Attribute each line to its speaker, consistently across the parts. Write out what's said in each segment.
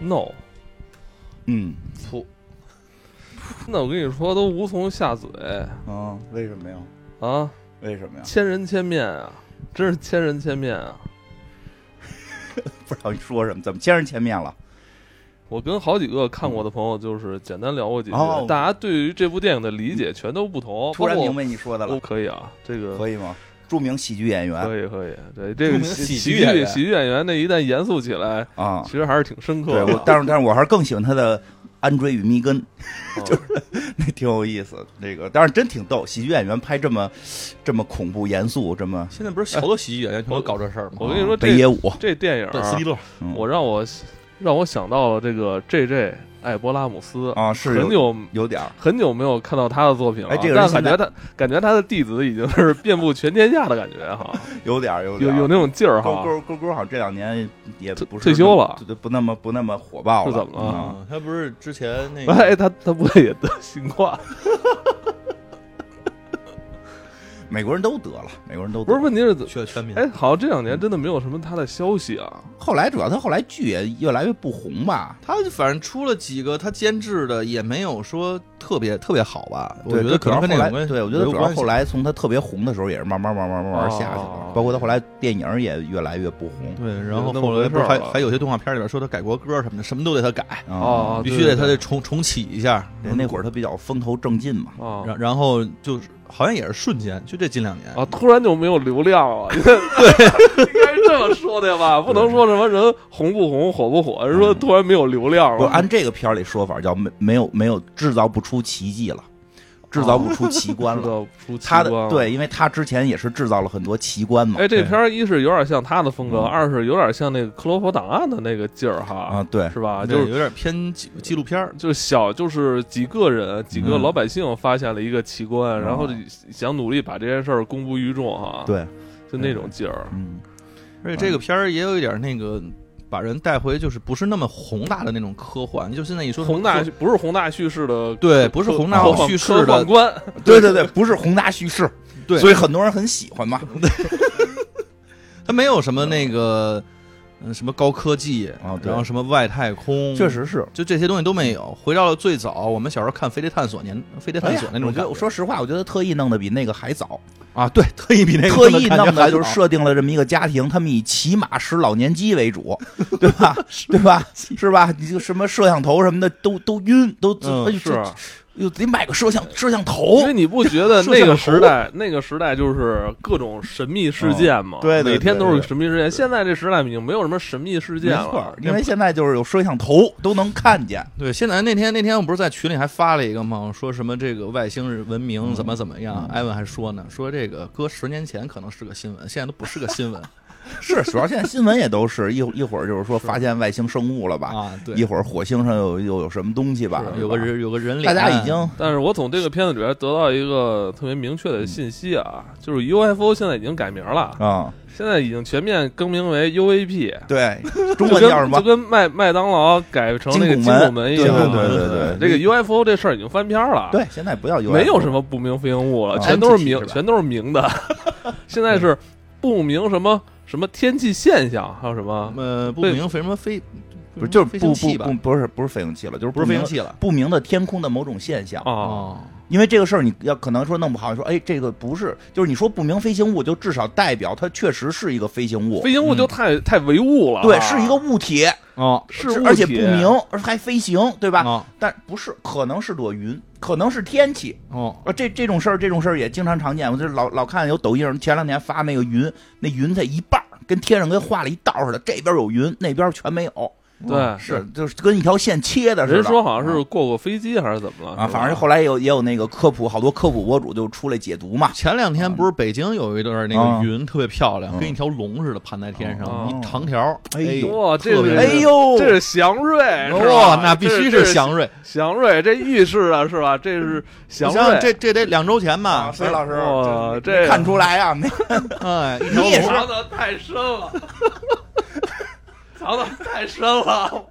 Speaker 1: no，
Speaker 2: 嗯
Speaker 1: 噗，那我跟你说都无从下嘴
Speaker 2: 啊，为什么呀？
Speaker 1: 啊，
Speaker 2: 为什么呀？
Speaker 1: 千人千面啊，真是千人千面啊！
Speaker 2: 不知道你说什么，怎么见人见面了？
Speaker 1: 我跟好几个看过的朋友，就是简单聊过几句，
Speaker 2: 哦
Speaker 1: 大家对于这部电影的理解全都不同。
Speaker 2: 突然
Speaker 1: 包括
Speaker 2: 明白你说的
Speaker 1: 我
Speaker 2: 了，
Speaker 1: 可以啊，这个
Speaker 2: 可以啊吗？著名喜剧演员
Speaker 1: 可以可以，对这个
Speaker 3: 著名
Speaker 1: 喜
Speaker 3: 喜
Speaker 1: 喜
Speaker 3: 剧演员
Speaker 1: 喜剧演员那一旦严肃起来，
Speaker 2: 啊
Speaker 1: 其，实还是挺深刻
Speaker 2: 对，我
Speaker 1: 的。
Speaker 2: 但是但是我还是更喜欢他的《安追与密根》，
Speaker 1: 嗯
Speaker 2: 那挺有意思。那个，但是真挺逗，喜剧演员拍这么这么恐怖、严肃，这么
Speaker 3: 现在不是好多喜剧演员全都搞这事儿吗？
Speaker 1: 我跟你说
Speaker 2: 啊
Speaker 1: 这
Speaker 2: 北野武，
Speaker 1: 这电影啊
Speaker 3: 对，斯蒂勒，
Speaker 2: 嗯
Speaker 1: 我让我让我想到了这个 J J 艾伯拉姆斯，
Speaker 2: 啊是
Speaker 1: 很
Speaker 2: 有
Speaker 1: 久
Speaker 2: 有点儿
Speaker 1: 很久没有看到他的作品了，
Speaker 2: 哎这个人
Speaker 1: 但
Speaker 2: 现
Speaker 1: 感
Speaker 2: 在
Speaker 1: 觉他感觉他的弟子已经是遍布全天下的感觉哈，
Speaker 2: 有点儿有
Speaker 1: 有
Speaker 2: 点儿
Speaker 1: 有那种劲儿
Speaker 2: 勾
Speaker 1: 哈。
Speaker 2: 勾勾勾，好像这两年也不是
Speaker 1: 退退休了
Speaker 2: 对，对不那么不那么火
Speaker 1: 是
Speaker 2: 爆了。
Speaker 1: 怎么了
Speaker 2: 嗯？
Speaker 3: 嗯，他不是之前那
Speaker 1: 哎，
Speaker 3: 个
Speaker 1: 他他不会也得新冠？
Speaker 2: 嗯美国人都得了，美国人都 得
Speaker 1: 不是，
Speaker 2: 了
Speaker 1: 问题是怎？
Speaker 3: 全全民
Speaker 1: 哎，好像这两年真的没有什么他的消息啊。
Speaker 2: 后来主要他后来剧也越来越不红吧？
Speaker 3: 他反正出了几个他监制的，也没有说特别特别好吧？我
Speaker 2: 对
Speaker 3: 觉得可能跟
Speaker 2: 主
Speaker 3: 那
Speaker 2: 要后
Speaker 3: 有
Speaker 2: 来
Speaker 3: 关系。
Speaker 2: 对，我觉得
Speaker 3: 有
Speaker 2: 主要
Speaker 3: 关系
Speaker 2: 后来从他特别红的时候，也是慢慢慢慢慢慢下去
Speaker 1: 哦
Speaker 2: 了。包括他后来电影也越来越不红。
Speaker 3: 对，然后
Speaker 1: 那么
Speaker 3: 后来
Speaker 1: 回事
Speaker 3: 不
Speaker 1: 儿
Speaker 3: 是还
Speaker 1: 了
Speaker 3: 还有些动画片里边说他改过歌什么的，什么都得他改，
Speaker 2: 啊
Speaker 1: 哦，
Speaker 3: 必须得他
Speaker 1: 这
Speaker 3: 得重重启一下。
Speaker 2: 对那会儿他比较风头正劲嘛。
Speaker 1: 啊
Speaker 3: 然然后就是好像也是瞬间，就这近两年
Speaker 1: 啊，突然就没有流量 了。对，应该是这么说的吧？不能说什么人红不红、火不火，是说
Speaker 3: 嗯
Speaker 1: 突然没有流量
Speaker 2: 不是
Speaker 1: 了。
Speaker 2: 按这个片儿里说法叫没没有没有制造不出奇迹了，制造不出奇观
Speaker 1: 知
Speaker 2: 了。
Speaker 1: 道出
Speaker 2: 他的
Speaker 1: 奇观了
Speaker 2: 对，因为他之前也是制造了很多奇观嘛。
Speaker 1: 哎，这
Speaker 3: 对
Speaker 1: 片儿一是有点像他的风格，
Speaker 2: 嗯
Speaker 1: 二是有点像那个《克罗佛档案》的那个劲儿哈，
Speaker 2: 啊，对，
Speaker 1: 是吧？
Speaker 3: 对
Speaker 1: 就是
Speaker 3: 有点偏纪纪录片儿。
Speaker 1: 就是小，就是几个人、几个
Speaker 2: 嗯
Speaker 1: 老百姓发现了一个奇观，
Speaker 2: 嗯
Speaker 1: 然后想努力把这件事儿公布于众哈。，
Speaker 2: 对，
Speaker 1: 就那种劲儿。
Speaker 2: 嗯，
Speaker 3: 而且这个片儿也有一点那个把人带回，就是不是那么宏大的那种科幻，就现在一说
Speaker 1: 宏大
Speaker 3: 科
Speaker 1: 不是宏大叙事的，
Speaker 3: 对不是宏大
Speaker 1: 科幻
Speaker 3: 叙事
Speaker 1: 科幻
Speaker 3: 的
Speaker 1: 观，
Speaker 2: 对对对，不是宏大叙事，
Speaker 3: 对
Speaker 2: 所以很多人很喜欢嘛。
Speaker 3: 它没有什么那个嗯什么高科技
Speaker 2: 啊对
Speaker 3: 然后什么外太空，
Speaker 2: 确实是，
Speaker 3: 就这些东西都没有。回到了最早我们小时候看《飞碟探索》年《飞碟
Speaker 2: 哎
Speaker 3: 探
Speaker 2: 呀
Speaker 3: 索》那
Speaker 2: 我
Speaker 3: 种
Speaker 2: 觉
Speaker 3: 感
Speaker 2: 得，
Speaker 3: 觉。
Speaker 2: 说实话，我觉得特意弄得比那个还早，
Speaker 3: 啊，对，特意 比那个
Speaker 2: 特意弄的
Speaker 3: 的
Speaker 2: 就是设定了这么一个家庭，他们以骑马使老年机为 主，对吧？对吧？是吧？你就什么摄像头什么的都都晕，都
Speaker 3: 嗯
Speaker 2: 哎呦
Speaker 1: 是
Speaker 2: 这哦又得买个摄像摄像头
Speaker 1: 因为，你不觉得
Speaker 3: 摄
Speaker 1: 那
Speaker 3: 像
Speaker 1: 个
Speaker 3: 头
Speaker 1: 时代，那个时代就是各种神秘事件嘛，
Speaker 2: 哦对对
Speaker 1: 每天都
Speaker 2: 对
Speaker 1: 是
Speaker 2: 对
Speaker 1: 神秘事件。现在这时代已经没有什么神秘事件
Speaker 2: 没
Speaker 1: 了
Speaker 2: 错，，因为现在就是有摄像头都能看见，
Speaker 3: 对，现在那天那天我不是在群里还发了一个吗？说什么这个外星
Speaker 2: 嗯
Speaker 3: 文明怎么怎么样？艾文还说呢，说这个搁十年前可能是个新闻，现在都不是个 新闻
Speaker 2: 是主要现在新闻也都是一一会儿就是说发现外星生物了吧，
Speaker 3: 啊。对
Speaker 2: 一，会儿火星上又又有什么东啊西吧，
Speaker 1: 是
Speaker 3: 有个人有个人
Speaker 2: 大
Speaker 3: 脸，
Speaker 2: 家已经
Speaker 1: 但是我从这个片子里边得到一个特别明确的信息啊，就是 UFO 现在已经改名了，
Speaker 3: 哎
Speaker 2: 啊，
Speaker 1: 现在已经全面更名为 UAP，
Speaker 2: 对，中
Speaker 1: 就
Speaker 2: 文
Speaker 1: 跟
Speaker 2: 叫什 么
Speaker 1: 就？跟麦麦当劳改成那个金
Speaker 2: 金拱门
Speaker 1: 拱门一样。
Speaker 2: 对对对对对
Speaker 1: 这个 UFO 这事儿已经翻篇了。。
Speaker 2: 对，现在不叫 UFO，
Speaker 1: 没有什么不明飞行物了，
Speaker 2: 啊
Speaker 1: 全都是明
Speaker 3: 安琪是，吧
Speaker 1: 全都是明的。 现在是不明什么什么天气现象，还有什么
Speaker 3: 呃不
Speaker 1: 对
Speaker 3: 明为什么飞，
Speaker 2: 不是就是
Speaker 3: 飞
Speaker 2: 不不
Speaker 3: 行器吧
Speaker 2: 不？不是不是飞行器了，就是
Speaker 3: 不是飞
Speaker 2: 明
Speaker 3: 行器了
Speaker 2: 不明的天空的某种现象。
Speaker 1: 啊？
Speaker 3: 哦，
Speaker 2: 因为这个事儿，你要可能说弄不好，你说哎，这个不是，就是你说不明飞行物，就至少代表它确实是一个飞行物，
Speaker 1: 飞行物就太太唯物了啊，
Speaker 2: 嗯对，是一个物体，
Speaker 3: 哦，
Speaker 1: 是
Speaker 2: 是
Speaker 1: 物
Speaker 2: 而且不
Speaker 1: 体
Speaker 2: 明，而还飞行，对吧？
Speaker 3: 哦
Speaker 2: 但不是，可能是朵云，可能是天气。
Speaker 3: 哦，
Speaker 2: 啊，这这种事儿，这种事儿也经常常见。我就是老老看有抖音上前两天发那个云，那云才一半儿，跟天上跟画了一道似的，这边有云，那边全没有。嗯
Speaker 1: 对，
Speaker 2: 是，就是跟一条线切的似的。
Speaker 1: 人说好像
Speaker 2: 啊
Speaker 1: 是过过飞机还是怎么了
Speaker 2: 啊，
Speaker 1: 是
Speaker 2: 反正
Speaker 1: 吧
Speaker 2: 后来也有也有那个科普，好多科普博主就出来解读嘛。
Speaker 3: 前两天不是北京有一段那
Speaker 2: 啊
Speaker 3: 个云特别漂
Speaker 2: 嗯
Speaker 3: 亮，跟一条龙似的盘在天
Speaker 1: 哦
Speaker 3: 上，一长条，
Speaker 2: 哎呦
Speaker 1: 哇，这
Speaker 3: 特别
Speaker 1: 个
Speaker 3: 是
Speaker 2: 哎呦，
Speaker 1: 这是祥瑞是吧？
Speaker 3: 哦哇，那必须
Speaker 1: 这
Speaker 3: 是祥瑞。
Speaker 1: 祥瑞，这预示啊是吧？这是祥
Speaker 3: 你想想
Speaker 1: 瑞，
Speaker 3: 这这得两周前吧
Speaker 2: 啊，？崔老师，
Speaker 1: 哇
Speaker 2: 这
Speaker 1: 这
Speaker 2: 看出来啊，没
Speaker 3: 哎，一条
Speaker 2: 你也
Speaker 3: 龙
Speaker 2: 是
Speaker 1: 藏的太深了，藏的太深了。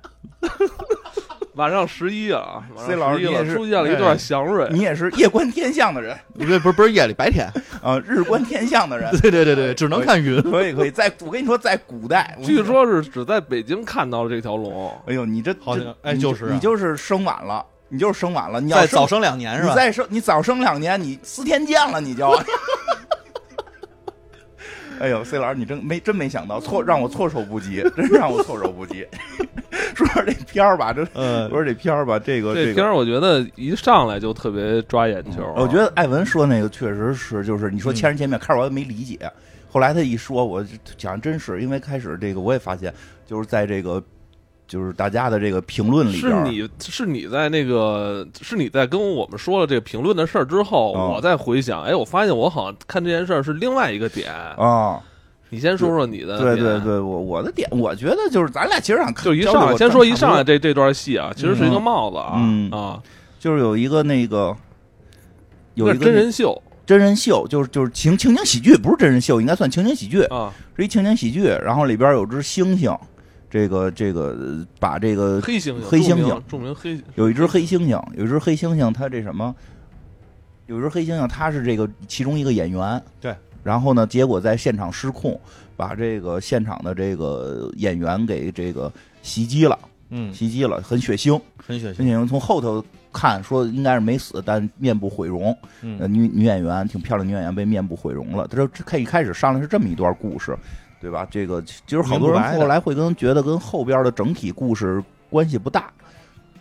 Speaker 1: 马上十一啊，马上
Speaker 2: C 老师
Speaker 1: 十一
Speaker 2: 你也
Speaker 1: 了，
Speaker 2: 是哎
Speaker 1: 出现了一段祥瑞，
Speaker 2: 你也是夜观天象的人
Speaker 3: 不是不是不是夜里，白 天。
Speaker 2: 啊，日观天象的人。
Speaker 3: 对对对对，只
Speaker 2: 哎
Speaker 3: 能看云。
Speaker 2: 可以可以，在我跟你说，在古代，
Speaker 1: 据说是只在北京看到了这条龙。
Speaker 2: 哎呦，你这
Speaker 3: 好像
Speaker 2: 这
Speaker 3: 哎
Speaker 2: 你
Speaker 3: 就是啊
Speaker 2: 你就是生晚了，你就是生晚了，你要
Speaker 3: 再
Speaker 2: 生
Speaker 3: 早生两年是
Speaker 2: 你
Speaker 3: 吧？
Speaker 2: 再生，你早生两年，你司天监了，你就。 哎呦，C 老师，你真没真没想到，措让我措手不及，真让我措手不及。 说说这片儿吧，这
Speaker 3: 呃
Speaker 2: 说，说这片儿吧，呃这个
Speaker 1: 这片
Speaker 2: 个，嗯
Speaker 1: 儿我觉得一上来就特别抓眼球啊，
Speaker 2: 我觉得艾文说那个确实是，就是你说
Speaker 3: 嗯
Speaker 2: 千人千面，开始我也没理解，后来他一说，我就想真是因为开始这个我也发现，就是在这个就是大家的这个评论里边
Speaker 1: 是
Speaker 2: 儿，
Speaker 1: 你是你在那个是你在跟我们说了这个评论的事儿之后，
Speaker 2: 哦
Speaker 1: 我再回想，哎，我发现我好像看这件事儿是另外一个点。
Speaker 2: 啊，
Speaker 1: 你先说说你的，
Speaker 2: 对对，对，我我的点，我觉得就是咱俩其实想 看
Speaker 1: 就一
Speaker 2: 交流
Speaker 1: 上来
Speaker 2: 我
Speaker 1: 先说
Speaker 2: 差
Speaker 1: 一
Speaker 2: 不多
Speaker 1: 上来这这段戏啊，其实是一个帽子啊、
Speaker 2: 嗯
Speaker 1: 啊，
Speaker 2: 就是有一个那个有
Speaker 1: 那
Speaker 2: 一
Speaker 1: 是
Speaker 2: 个
Speaker 1: 真人秀
Speaker 2: 真人秀，就是就是情情景喜剧，不是真人秀，应该算情景喜剧，
Speaker 1: 啊，
Speaker 2: 是一情景喜剧。然后里边有只猩猩，这个这个呃把这个
Speaker 1: 黑猩猩，
Speaker 2: 黑猩
Speaker 1: 著名
Speaker 2: 猩，
Speaker 1: 著名黑猩
Speaker 2: 有一只黑猩猩，有一只黑猩猩，它这什么？有一只黑猩猩，它是这个其中一个演员。
Speaker 3: 对。
Speaker 2: 然后呢，结果在现场失控，把这个现场的这个演员给这个袭击了，
Speaker 3: 嗯，
Speaker 2: 袭击了， 很血腥。
Speaker 3: 很血
Speaker 2: 陈
Speaker 3: 腥。
Speaker 2: 雪莹从后头看说应该是没死，但面部毁容。呃，
Speaker 3: 嗯，
Speaker 2: 女女演员挺漂亮，女演员被面部毁容了。她说这开一开始上来是这么一段故事，对吧？这个其实好多
Speaker 3: 明白
Speaker 2: 人
Speaker 3: 的
Speaker 2: 后来会跟觉得跟后边的整体故事关系不大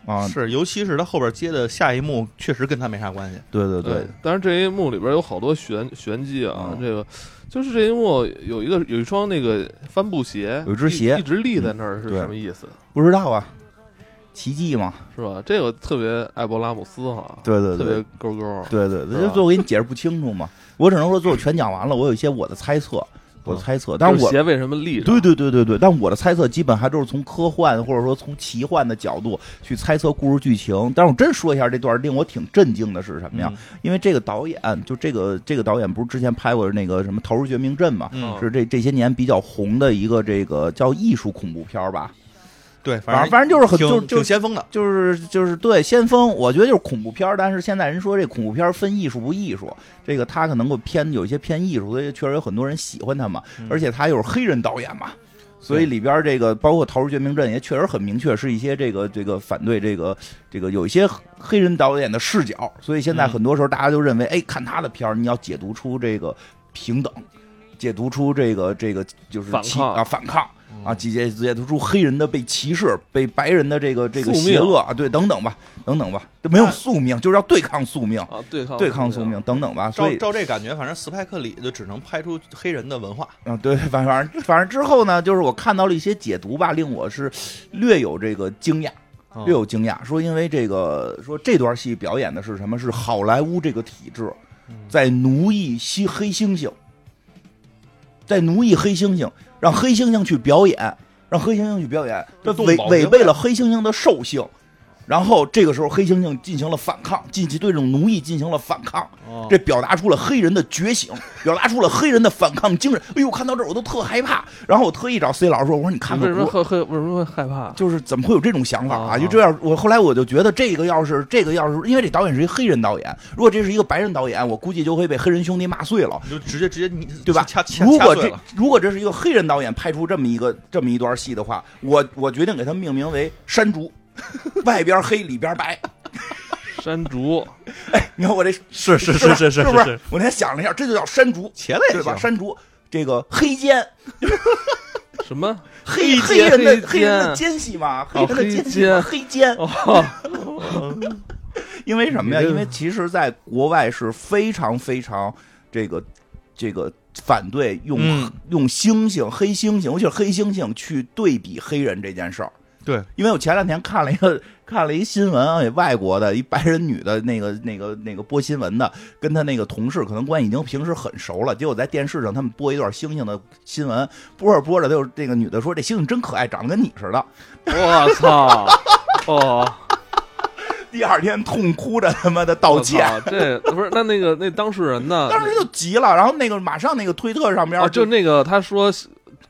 Speaker 2: 啊。
Speaker 3: 是，尤其是他后边接的下一幕，确实跟他没啥关系。
Speaker 2: 对对对，
Speaker 1: 但是这一幕里边有好多玄玄机啊，
Speaker 2: 嗯
Speaker 1: 这个就是这一幕有一个有一双那个帆布鞋，
Speaker 2: 有一只鞋嗯
Speaker 1: 一一直立在那儿是
Speaker 2: 对
Speaker 1: 什么意思？
Speaker 2: 不知道啊，奇迹嘛，
Speaker 1: 是吧？这个特别艾博拉姆斯哈，
Speaker 2: 对对
Speaker 1: 特
Speaker 2: 对
Speaker 1: 别勾勾啊。
Speaker 2: 对对对，
Speaker 1: 是
Speaker 2: 这
Speaker 1: 吧
Speaker 2: 最后给你解释不清楚嘛。我只能说最后全讲完了，我有一些我的猜测，我的猜测，但
Speaker 1: 就是
Speaker 2: 我
Speaker 1: 鞋为什么立着？
Speaker 2: 对对对对对，但我的猜测基本还都是从科幻或者说从奇幻的角度去猜测故事剧情。但是我真说一下这段令我挺震惊的是什么呀？
Speaker 3: 嗯
Speaker 2: 因为这个导演就这个这个导演不是之前拍过那个什么《逃出绝命镇》嘛，
Speaker 3: 嗯，
Speaker 2: 是这这些年比较红的一个这个叫艺术恐怖片儿吧，
Speaker 3: 对，
Speaker 2: 反
Speaker 3: 正
Speaker 2: 反正就是很
Speaker 3: 挺
Speaker 2: 就就
Speaker 3: 挺先锋的。
Speaker 2: 就是就是对先锋，我觉得就是恐怖片儿，但是现在人说这恐怖片儿分艺术不艺术，这个他可能够偏有一些偏艺术，所以确实有很多人喜欢他嘛。
Speaker 3: 嗯
Speaker 2: 而且他又是黑人导演嘛，所以里边儿这个包括《逃出绝命镇》也确实很明确，是一些这个这个反对这个这个有一些黑人导演的视角，所以现在
Speaker 3: 嗯
Speaker 2: 很多时候大家就认为，哎，看他的片儿，你要解读出这个平等，解读出这个这个就是
Speaker 1: 反
Speaker 2: 歧
Speaker 1: 抗
Speaker 2: 啊反抗。
Speaker 3: 嗯
Speaker 2: 啊，解解解读出黑人的被歧视、被白人的这个这个
Speaker 1: 宿命
Speaker 2: 邪恶啊，对，等等吧，等等吧，这没有宿命，就是要对抗宿命，
Speaker 1: 啊，对抗
Speaker 2: 对抗宿命，等等吧。所
Speaker 3: 照
Speaker 2: 以
Speaker 3: 照这感觉，反正斯派克里就只能拍出黑人的文化。
Speaker 2: 啊，对，反反正反正之后呢，就是我看到了一些解读吧，令我是略有这个惊讶，
Speaker 3: 嗯
Speaker 2: 略有惊讶。说因为这个，说这段戏表演的是什么？是好莱坞这个体制在奴役吸黑猩猩，在奴役黑猩猩，让黑猩猩去表演，让黑猩猩去表演，这
Speaker 3: 这动
Speaker 2: 违
Speaker 3: 保
Speaker 2: 违
Speaker 3: 协
Speaker 2: 背
Speaker 3: 会
Speaker 2: 了黑猩猩的兽性。然后这个时候，黑猩猩进行了反抗，进行对这种奴役进行了反抗。
Speaker 3: 哦
Speaker 2: 这表达出了黑人的觉醒，表达出了黑人的反抗精神。哎呦，看到这儿我都特害怕。然后我特意找 C 老师说：“我说你看
Speaker 1: 为
Speaker 2: 看
Speaker 1: 什么
Speaker 2: 我。
Speaker 1: 会会为什么会害怕？”
Speaker 2: 就是怎么会有这种想法
Speaker 1: 啊
Speaker 2: 啊？就这样，我后来我就觉得这个要是这个要是，因为这导演是一黑人导演，如果这是一个白人导演，我估计就会被黑人兄弟骂碎 了。
Speaker 3: 你就直接直接你
Speaker 2: 对吧
Speaker 3: 掐掐
Speaker 2: 如果
Speaker 3: 掐碎
Speaker 2: 这
Speaker 3: 了
Speaker 2: 如果这是一个黑人导演拍出这么一个这么一段戏的话，我我决定给他命名为“山竹”，外边黑里边白。
Speaker 1: 山竹，
Speaker 2: 你看我这
Speaker 3: 是是
Speaker 2: 吧是
Speaker 3: 是是
Speaker 2: 不是？我那天想了一下，这就叫山竹，
Speaker 3: 茄子也
Speaker 2: 对吧？
Speaker 3: 行，
Speaker 2: 山竹这个黑奸，
Speaker 1: 什么？
Speaker 2: 黑
Speaker 1: 黑奸
Speaker 2: 人
Speaker 1: 黑
Speaker 2: 的黑
Speaker 1: 奸
Speaker 2: 人的奸细嘛，黑
Speaker 1: 哦
Speaker 2: 人的奸细嘛，黑奸。
Speaker 1: 哦，
Speaker 2: 因为什么呀？
Speaker 1: 你这
Speaker 2: 因为其实，在国外是非常非常这个这个反对用、
Speaker 3: 嗯
Speaker 2: 用猩猩、黑猩猩，尤其是黑猩猩去对比黑人这件事儿。
Speaker 3: 对，
Speaker 2: 因为我前两天看了一个看了一新闻啊，外国的一白人女的那个那个那个播新闻的，跟她那个同事可能关系已经平时很熟了，结果在电视上他们播一段猩猩的新闻，播着播着，就是那个女的说这猩猩真可爱，长得跟你似的。
Speaker 1: 我操，哦，
Speaker 2: 第二天痛哭着他妈的
Speaker 1: 我
Speaker 2: 道
Speaker 1: 操
Speaker 2: 歉，，
Speaker 1: 这不是那那个
Speaker 3: 啊
Speaker 1: 那当事人呢？
Speaker 3: 哦
Speaker 2: 当时就急了，然后那个马上那个推特上面
Speaker 1: 哦，就那个他说。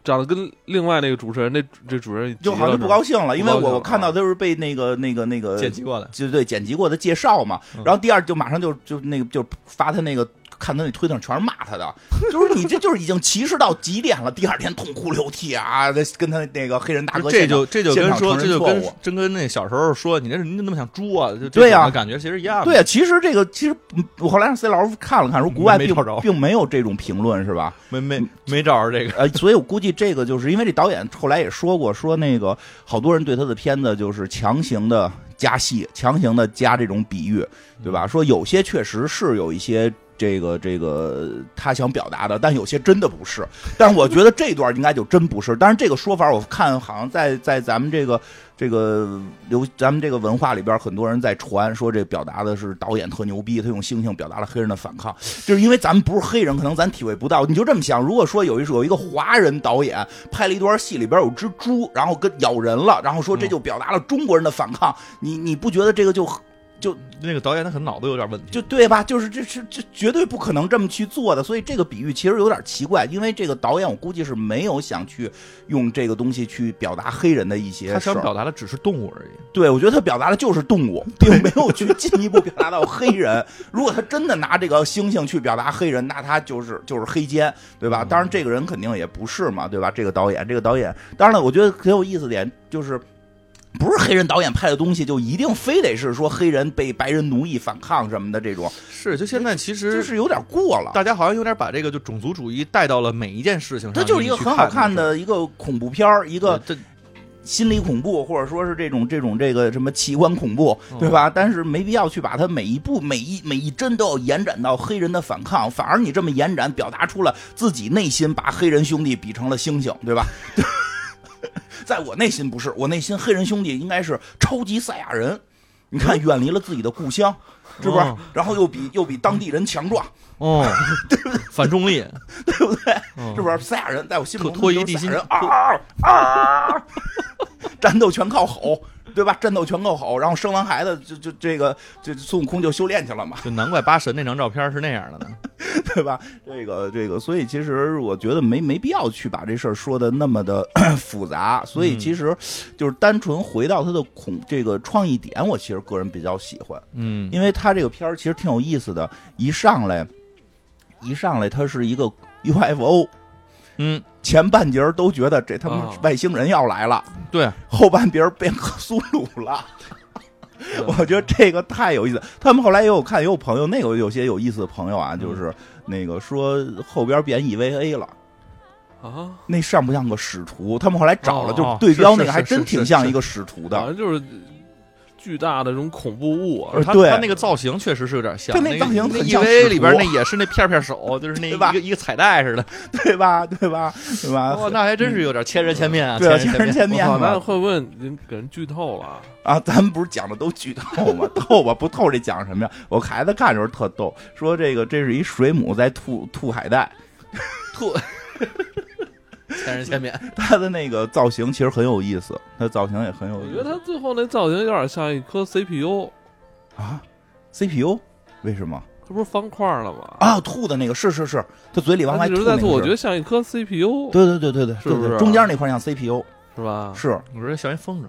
Speaker 1: 长得跟另外那个主持人那这主持人
Speaker 2: 就好像不高兴了，因为
Speaker 1: 不高兴
Speaker 2: 我我
Speaker 1: 了
Speaker 2: 看到都是被那个那个那个
Speaker 3: 啊剪辑过来，
Speaker 2: 就对剪辑过的介绍嘛
Speaker 3: 嗯。
Speaker 2: 然后第二就马上就就那个就发他那个看他那推特上全是骂他的， 就是你这就是已经歧视到极点了。第二天痛哭流涕啊，跟他那个黑人大哥
Speaker 3: 这
Speaker 2: 现场
Speaker 3: 就这就
Speaker 2: 现
Speaker 3: 跟
Speaker 2: 场
Speaker 3: 说
Speaker 2: 承
Speaker 3: 这
Speaker 2: 认
Speaker 3: 就跟
Speaker 2: 错误
Speaker 3: 真跟那小时候说你这人你怎么那么想猪啊，就
Speaker 2: 对呀
Speaker 3: 呀，感觉其实一样的。
Speaker 2: 对啊，其实这个其实嗯我后来让 C 老师看了看，说国外
Speaker 3: 没
Speaker 2: 并
Speaker 3: 找着
Speaker 2: 并没有这种评论是吧？
Speaker 3: 没没没找着这个，
Speaker 2: 呃，所以我估计这个就是因为这导演后来也说过，说那个好多人对他的片子就是强行的加戏，强行的加这种比喻，对吧？说有些确实是有一些。这个这个他想表达的，但有些真的不是。但是我觉得这段应该就真不是。但是这个说法，我看好像在在咱们这个这个流咱们这个文化里边，很多人在传说这表达的是导演特牛逼，他用猩猩表达了黑人的反抗。就是因为咱们不是黑人，可能咱体会不到。你就这么想，如果说有一有一个华人导演拍了一段戏，里边有只猪，然后跟咬人了，然后说这就表达了中国人的反抗，你你不觉得这个就
Speaker 3: 那个导演他可能脑子有点问题，
Speaker 2: 就对吧？就是这是这绝对不可能这么去做的。所以这个比喻其实有点奇怪，因为这个导演我估计是没有想去用这个东西去表达黑人的一些
Speaker 3: 他
Speaker 2: 事
Speaker 3: 想
Speaker 2: 儿。
Speaker 3: 表达的只是动物而已。
Speaker 2: 对，我觉得他表达的就是动 物，并没有去进一步表达到黑人。如果他真的拿这个猩猩去表达黑人，那他就是就是黑奸，对
Speaker 3: 嗯
Speaker 2: 吧？当然，这个人肯定也不是嘛，对吧？这个导演，这个导演，当然了，我觉得很有意思的点就是。不是黑人导演拍的东西，就一定非得是说黑人被白人奴役、反抗什么的这种，
Speaker 3: 是，就现在其实
Speaker 2: 就是有点过了。
Speaker 3: 大家好像有点把这个就种族主义带到了每一件事情上。
Speaker 2: 它就是一个
Speaker 3: 你去
Speaker 2: 很好看
Speaker 3: 这
Speaker 2: 的一个恐怖片儿，一个
Speaker 3: 个事儿，对
Speaker 2: 心理恐怖，或者说是这种这种这个什么奇观恐怖，对吧？但是没必要去把它每一步、每一每一帧都要延展到黑人的反抗，反而你这么延展，表达出了自己内心把黑人兄弟比成了猩猩，对吧？ 在我内心不是，我内心黑人兄弟应该是超级赛亚人。你看，远离了自己的故乡，是不是？
Speaker 3: 哦
Speaker 2: 然后又比又比当地人强壮，
Speaker 3: 哦， 反重力，
Speaker 2: 对不对？
Speaker 3: 嗯
Speaker 2: 是不是赛亚人在我心目中
Speaker 3: 脱脱衣
Speaker 2: 就是
Speaker 3: 地心
Speaker 2: 赛亚人啊啊！ 战斗全靠吼，对吧？战斗全靠吼，然后生完孩子就就这个这孙悟空就修炼去了嘛，
Speaker 3: 就难怪八神那张照片是那样的呢。
Speaker 2: 对吧？这个这个，所以其实我觉得没没必要去把这事儿说的那么的 复杂，所以其实
Speaker 3: 嗯
Speaker 2: 就是单纯回到它的恐这个创意点，我其实个人比较喜欢。
Speaker 3: 嗯，
Speaker 2: 因为他这个片儿其实挺有意思的，一上来，一上来它是一个 UFO，
Speaker 3: 嗯，
Speaker 2: 前半截儿都觉得这他妈
Speaker 1: 啊
Speaker 2: 外星人要来了，
Speaker 3: 对，
Speaker 2: 后半截儿变克苏鲁 了。
Speaker 1: 嗯
Speaker 2: 我觉得这个太有意思。他们后来也有看，也有朋友，那个有些有意思的朋友
Speaker 3: 嗯
Speaker 2: 啊，就是那个说后边变 EVA 了。
Speaker 1: 啊，
Speaker 2: 那像不像个使徒？他们后来找了，
Speaker 3: 哦
Speaker 2: 就
Speaker 3: 哦
Speaker 2: 对
Speaker 3: 是
Speaker 2: 标
Speaker 3: 是
Speaker 2: 那个，还
Speaker 3: 是是
Speaker 2: 真挺
Speaker 3: 是
Speaker 2: 像
Speaker 3: 是啊
Speaker 2: 一个使徒的
Speaker 1: 反。正就是巨大的这种恐怖物啊，
Speaker 2: 呃
Speaker 3: 他
Speaker 2: 对
Speaker 3: 他那个造型确实是有点像，
Speaker 2: 他那
Speaker 3: 那
Speaker 2: 造型
Speaker 3: 那
Speaker 2: 很像
Speaker 3: EVA
Speaker 2: 使
Speaker 3: 里边
Speaker 2: 徒
Speaker 3: 那也是那片片手，就是那一
Speaker 2: 对吧
Speaker 3: 个一个彩带似的。
Speaker 2: 对吧？对吧？对吧？
Speaker 3: 哦，那还真是有点千人千面啊，
Speaker 2: 对啊，
Speaker 3: 千
Speaker 2: 千人
Speaker 3: 面。
Speaker 2: 千
Speaker 1: 我操，
Speaker 2: 面嘛
Speaker 1: 那。会不会您给人剧透了？
Speaker 2: 啊，咱们不是讲的都剧透吗？ 透吧，不透这讲什么呀？我孩子看的时候特逗，说这个这是一水母在吐吐海带，
Speaker 3: 吐，千人千面。
Speaker 2: 它的那个造型其实很有意思，它造型也很有
Speaker 1: 我
Speaker 2: 意
Speaker 1: 觉得
Speaker 2: 思。
Speaker 1: 他最后那造型有点像一颗 CPU，
Speaker 2: 啊，CPU 为什么
Speaker 1: 这不是方块了吗？
Speaker 2: 啊？吐的那个是是是，它嘴里往
Speaker 1: 他
Speaker 2: 外
Speaker 1: 一
Speaker 2: 吐
Speaker 1: 直
Speaker 2: 那
Speaker 1: 在
Speaker 2: 个
Speaker 1: 做，我觉
Speaker 2: 是。
Speaker 1: 得像一颗 CPU，
Speaker 2: 对对对对对，
Speaker 1: 是啊不
Speaker 2: 对对
Speaker 1: 是
Speaker 2: 中间那块像 CPU，
Speaker 1: 是吧？
Speaker 2: 是
Speaker 3: 我说像一风筝，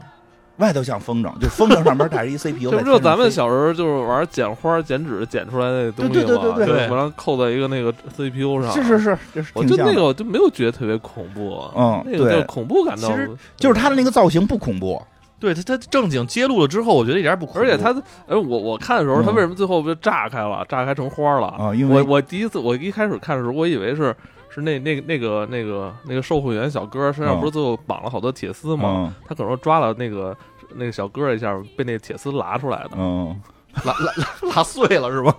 Speaker 2: 外头像风筝，就风筝上面带 着一
Speaker 1: 这
Speaker 2: CPU 在天上飞。
Speaker 1: 不就咱们小时候就是玩剪花、剪纸剪出来那东西吗？
Speaker 2: 对对对对对
Speaker 1: 就是完了扣在一个那个 CPU 上。
Speaker 2: 是是是，这是
Speaker 1: 啊我
Speaker 2: 挺
Speaker 1: 就
Speaker 2: 像
Speaker 1: 那
Speaker 2: 的。
Speaker 1: 个我就没有觉得特别恐怖，
Speaker 2: 嗯
Speaker 1: 那个
Speaker 2: 对
Speaker 1: 就恐怖感到，
Speaker 2: 其实就是它的那个造型不恐怖，
Speaker 3: 对他他正经揭露了之后，我觉得一点也不恐怖，
Speaker 1: 而且他，哎，我我看的时候，
Speaker 2: 嗯
Speaker 1: 他为什么最后不就炸开了，炸开成花了？
Speaker 2: 啊因为
Speaker 1: 我我第一次我一开始看的时候，我以为是是那那那个那个那个售货员小哥身上
Speaker 2: 嗯
Speaker 1: 不是最后绑了好多铁丝吗？
Speaker 2: 嗯
Speaker 1: 他可能抓了那个那个小哥一下，被那铁丝拉出来的。
Speaker 2: 嗯，
Speaker 3: 拉拉拉拉碎了是吧？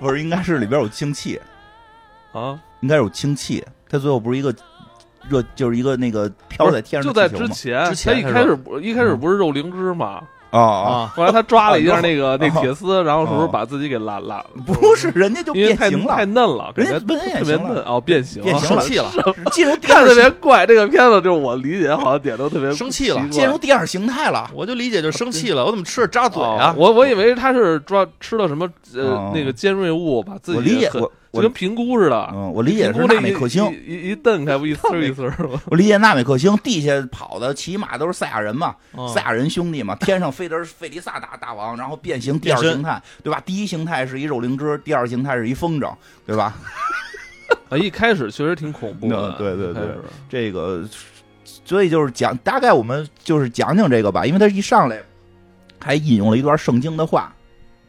Speaker 2: 不是，应该是里边有氢气，
Speaker 1: 啊，
Speaker 2: 应该有氢气。它最后不是一个热，就是一个那个飘在天上
Speaker 1: 就
Speaker 2: 的
Speaker 1: 在
Speaker 2: 气
Speaker 1: 之
Speaker 2: 球吗？
Speaker 1: 前，
Speaker 3: 之前
Speaker 1: 他一
Speaker 3: 是
Speaker 1: 开
Speaker 3: 吧
Speaker 1: 始不一开始不是肉灵芝嘛，
Speaker 2: 啊啊！
Speaker 3: 啊，
Speaker 1: 后来他抓了一
Speaker 2: 啊
Speaker 1: 下那个那
Speaker 2: 啊
Speaker 1: 铁丝，然后是不是
Speaker 2: 啊
Speaker 1: 把自己给拉拉？
Speaker 2: 不是，人家就
Speaker 1: 因为
Speaker 2: 变
Speaker 1: 太
Speaker 2: 形
Speaker 1: 太
Speaker 2: 了，
Speaker 1: 嫩了，感
Speaker 2: 人家
Speaker 1: 觉
Speaker 2: 变
Speaker 1: 特
Speaker 2: 形
Speaker 1: 别
Speaker 2: 了
Speaker 1: 嫩哦，变形
Speaker 2: 变
Speaker 1: 了
Speaker 2: 形。
Speaker 3: 生气了，啊
Speaker 2: 进 入第
Speaker 1: 看
Speaker 2: 二
Speaker 1: 着特别
Speaker 2: 形
Speaker 1: 怪，这个片子就是我理解好像点都特别
Speaker 3: 生气了
Speaker 1: 奇怪
Speaker 2: 进入第二形态了。
Speaker 3: 我就理解就是生气了，我怎么吃着扎嘴啊
Speaker 1: 哦哦？我我以为他是抓吃了什么呃、
Speaker 2: 哦
Speaker 1: 那个尖锐物，把自己
Speaker 2: 我理解
Speaker 1: 很
Speaker 2: 我
Speaker 1: 就跟评估似的。
Speaker 2: 嗯，我理解是纳美克星，
Speaker 1: 一一一蹬开不一丝儿一丝儿 吗？
Speaker 2: 我理解纳美克星地下跑的骑马都是赛亚人嘛，
Speaker 1: 嗯
Speaker 3: 哦
Speaker 2: 赛亚人兄弟嘛，天上飞的是费利萨大大王，然后变形第二
Speaker 3: 变身
Speaker 2: 形 态，对吧？第一形态是一肉灵芝，第二形态是一风筝，对吧？
Speaker 1: 啊，一开始确实挺恐怖的
Speaker 2: 嗯，对
Speaker 1: 一
Speaker 2: 对对
Speaker 1: 开始
Speaker 2: 这个，所以就是讲，大概我们就是讲讲这个吧，因为他一上来还引用了一段圣经 的话，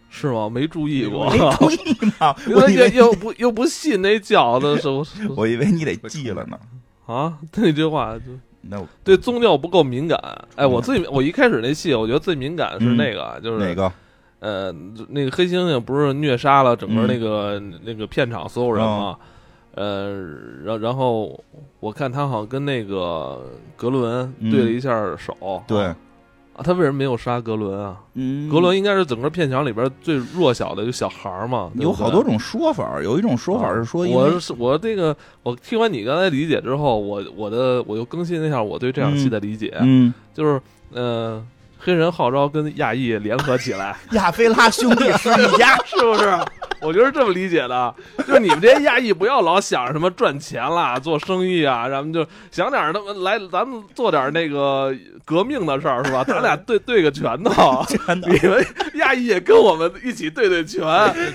Speaker 1: 是吗？没注意过，
Speaker 2: 没注意 吗？ 我
Speaker 1: 又
Speaker 2: 以为
Speaker 1: 又不又不信那饺子什么什么
Speaker 2: 我以为你得记了呢。
Speaker 1: 啊？那句话就
Speaker 2: 那我
Speaker 1: 对宗教不够敏感。哎，我最我一开始那戏，我觉得最敏感是那个，啊就是
Speaker 2: 嗯哪个？
Speaker 1: 呃，那个黑猩猩不是虐杀了整个
Speaker 2: 嗯哦
Speaker 1: 那个、那个片场所有人吗？呃，然然后我看他好像跟那个格伦
Speaker 2: 嗯
Speaker 1: 对了一下手，
Speaker 2: 对，
Speaker 1: 啊，他为什么没有杀格伦啊？
Speaker 2: 嗯
Speaker 1: 格伦应该是整个片场里边最弱小的，就小孩儿嘛。对不对
Speaker 2: 嗯有好多种说法，有一种说法是说因为，
Speaker 1: 啊哦我是我这个，我听完你刚才理解之后，我我的我又更新了一下我对这场戏的理解，
Speaker 2: 嗯，
Speaker 1: 就是呃，黑人号召跟亚裔联合起 来，
Speaker 2: 亚非拉兄弟是一家，
Speaker 1: 是不是？我觉得是这么理解的，就是你们这些亚裔不要老想着什么赚钱啦、做生意啊，咱们就想点儿他们来，咱们做点儿那个革命的事儿是吧？咱俩对对个拳 头，你们亚裔也跟我们一起对对拳。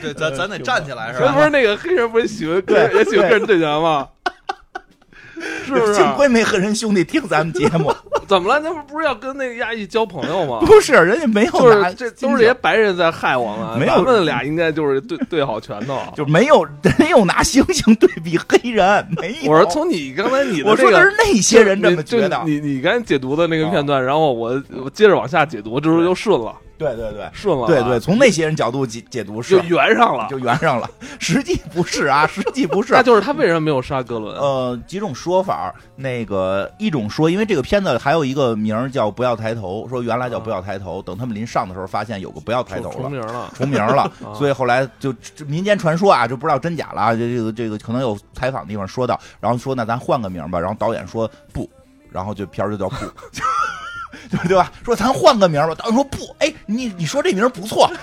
Speaker 3: 对对，咱咱得站起 来是
Speaker 1: 所以不
Speaker 3: 吧？
Speaker 1: 是那个黑人不是喜欢个人也喜欢跟人对拳 吗？是不是？啊
Speaker 2: 幸亏没黑人兄弟听咱们节 目，
Speaker 1: 怎么了？那不是要跟那个亚裔交朋友吗？
Speaker 2: 不是人家没有
Speaker 1: 就
Speaker 2: 拿
Speaker 1: 是这都是这些白人在害我们，啊
Speaker 2: 没有
Speaker 1: 咱们俩应该就是对对好啊拳头。
Speaker 2: 就没有没有拿猩猩对比黑人，没有。
Speaker 1: 我是从你刚才你的
Speaker 2: 我
Speaker 1: 这
Speaker 2: 说
Speaker 1: 个
Speaker 2: 的是那些人这么觉得啊
Speaker 1: 就，你你刚才解读的那个片段，然后我我接着往下解读，就是就顺了，
Speaker 2: 对对对
Speaker 1: 顺了，啊
Speaker 2: 对对，，从那些人角度解解读是
Speaker 1: 就圆上了。
Speaker 2: 就圆上了，实际不是啊，实际不是
Speaker 1: 那。就是他为什么没有杀格伦？
Speaker 2: 呃，几种说法儿，那个一种说，因为这个片子还有一个名儿叫《不要抬头》，说原来叫《不要抬头》，等他们临上的时候发现有个“不要抬头”
Speaker 1: 重
Speaker 2: 了，
Speaker 1: 名了，
Speaker 2: 重名儿了
Speaker 1: 啊，
Speaker 2: 所以后来就这民间传说啊，就不知道真假了啊。这这个这个可能有采访的地方说到，然后说那咱换个名儿吧，然后导演说不，然后这片儿就叫不。 对对吧？说咱换个名儿吧。导演说不，哎，你你说这名儿不错。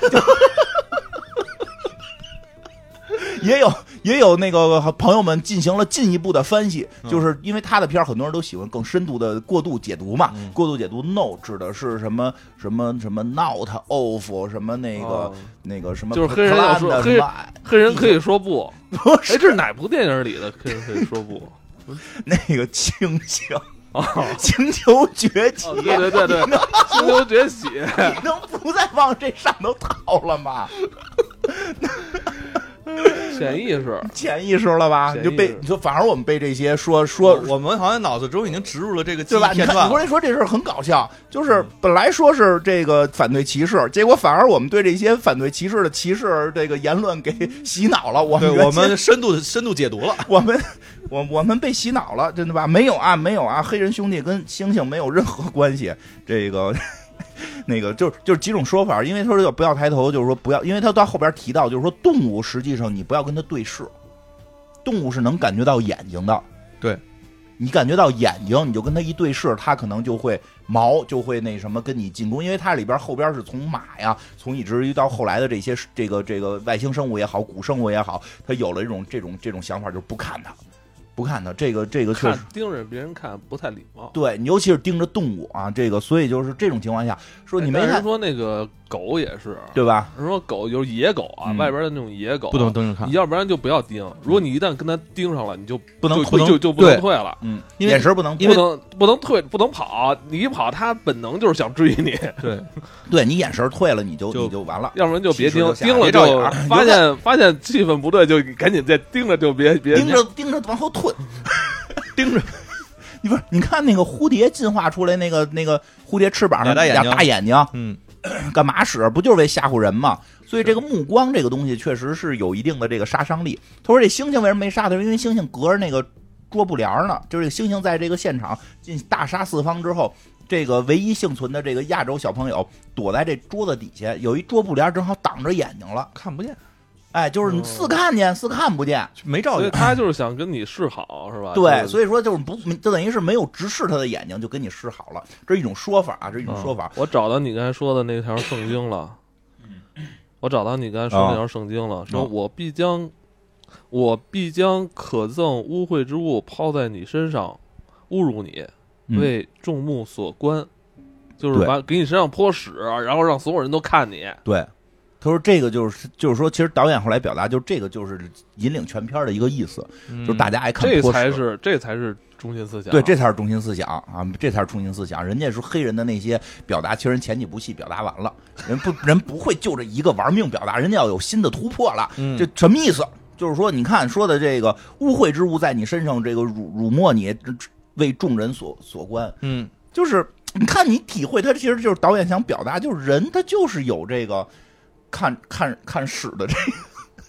Speaker 2: 也有也有那个朋友们进行了进一步的分析，
Speaker 1: 嗯
Speaker 2: 就是因为他的片儿很多人都喜欢更深度的过度解读嘛。
Speaker 1: 嗯
Speaker 2: 过度解读 no 指的是什么什么什么 not of 什么那个、
Speaker 1: 哦
Speaker 2: 那个什么
Speaker 1: 就是
Speaker 2: plan
Speaker 1: 黑人要说
Speaker 2: 的
Speaker 1: 黑
Speaker 2: 什
Speaker 1: 人
Speaker 2: 么
Speaker 1: 黑人可以说不。
Speaker 2: 不
Speaker 1: 哎，
Speaker 2: 是
Speaker 1: 这是哪部电影里的黑人可以说不？
Speaker 2: 那个猩猩，
Speaker 1: 哦，哦
Speaker 2: 星球崛起，
Speaker 1: 对对对对， 星球崛起，
Speaker 2: 你能不再往这上头套了吗？
Speaker 1: 潜意识。
Speaker 2: 潜意识了吧？
Speaker 1: 潜
Speaker 2: 你
Speaker 1: 意识哦
Speaker 2: 就被你说，反而我们被这些说
Speaker 3: 我
Speaker 2: 说。
Speaker 3: 我们好像脑子中已经植入了这个记
Speaker 2: 对吧？你
Speaker 3: 忆片
Speaker 2: 看，
Speaker 3: 段
Speaker 2: 你说这说
Speaker 3: 了。
Speaker 2: 这事儿很搞笑，就是本来说是这个反对歧视，结果反而我们对这些反对歧视的歧视这个言论给洗脑了。我们
Speaker 3: 对，我
Speaker 2: 原先
Speaker 3: 们深度深度解读了。
Speaker 2: 我们 我我们被洗脑了，真的吧？没有啊，没有啊，黑人兄弟跟猩猩没有任何关系。这个 那个就是就是几种说法，因为他说叫不要抬头，就是说不要，因为他到后边提到就是说动物实际上你不要跟它对视，动物是能感觉到眼睛的，
Speaker 3: 对。
Speaker 2: 你感觉到眼睛，你就跟它一对视，它可能就会毛就会那什么跟你进攻，因为它里边后边是从马呀，从以至于到后来的这些这个这个外星生物也好，古生物也好，它有了一种这种这种想法，就是不看它，不看它，这个这个确
Speaker 1: 看
Speaker 2: 实
Speaker 1: 盯着别人看不太礼貌。
Speaker 2: 对你，尤其是盯着动物啊，这个所以就是这种情况下，说你没
Speaker 1: 哎但是
Speaker 2: 看
Speaker 1: 说那个狗也是，
Speaker 2: 对吧？
Speaker 1: 人说狗就是野狗啊，
Speaker 2: 嗯
Speaker 1: 外边的那种野狗，
Speaker 3: 盯着看
Speaker 1: 你，要不然就不要盯。如果你一旦跟它盯上了，你就
Speaker 2: 不能
Speaker 1: 就
Speaker 2: 不能
Speaker 1: 就就不能
Speaker 3: 对
Speaker 1: 退了，
Speaker 2: 嗯，
Speaker 3: 因为
Speaker 2: 眼神不能，
Speaker 1: 不能不能退，不能跑。你一跑，它本能就是想追你，
Speaker 3: 对，
Speaker 2: 对你眼神退了，你就
Speaker 3: 就
Speaker 2: 你就完了。
Speaker 1: 要不然就别盯，
Speaker 2: 其实就吓
Speaker 1: 盯了
Speaker 2: 别照眼儿
Speaker 1: 发现发现气氛不对，就赶紧再盯着，就别别
Speaker 2: 盯着盯着往后 退，盯着。 你不是你看那个蝴蝶进化出来那个那个蝴蝶翅膀上
Speaker 3: 俩大眼睛
Speaker 2: 俩大眼睛
Speaker 3: 嗯，
Speaker 2: 干嘛使？不就是为吓唬人吗？所以这个目光这个东西确实是有一定的这个杀伤力。他说这猩猩为什么没杀？他说因为猩猩隔着那个桌布帘儿呢，就是这个猩猩在这个现场进大杀四方之后，这个唯一幸存的这个亚洲小朋友躲在这桌子底下，有一桌布帘儿正好挡着眼睛了。
Speaker 3: 看不见，
Speaker 2: 哎，就是你
Speaker 1: 哦
Speaker 2: 似看见似看不见。
Speaker 3: 没照
Speaker 1: 所以
Speaker 3: 应。
Speaker 1: 它就是想跟你示好，是吧？
Speaker 2: 对，
Speaker 1: 以
Speaker 2: 所以说就是不，就等于是没有直视他的眼睛，就跟你示好了，这是一种说法啊，这是一种说法。
Speaker 1: 我找到你刚才说的那条
Speaker 2: 啊
Speaker 1: 圣经了，我找到你刚才说的那条圣经了，说我必将我必将可憎污秽之物抛在你身上，侮辱你，
Speaker 2: 嗯
Speaker 1: 为众目所观。就是
Speaker 2: 对
Speaker 1: 把给你身上泼屎，然后让所有人都看你。
Speaker 2: 对，他说这个就是就是说，其实导演后来表达就是这个就是引领全片的一个意思，
Speaker 3: 嗯
Speaker 2: 就是大家爱看
Speaker 1: 嗯这
Speaker 2: 泼
Speaker 1: 才
Speaker 2: 屎。
Speaker 1: 是这才是中心思想。
Speaker 2: 对，这才是中心思想啊，这才是中心思想。人家说黑人的那些表达，其实人前几部戏表达完了，人不人不会就这一个玩命表达，人家要有新的突破了。
Speaker 3: 嗯
Speaker 2: 这什么意思？就是说，你看说的这个污秽之物在你身上，这个辱辱没你，这这为众人所所观，
Speaker 3: 嗯
Speaker 2: 就是你看你体会，他其实就是导演想表达，就是人他就是有这个看看看屎的这个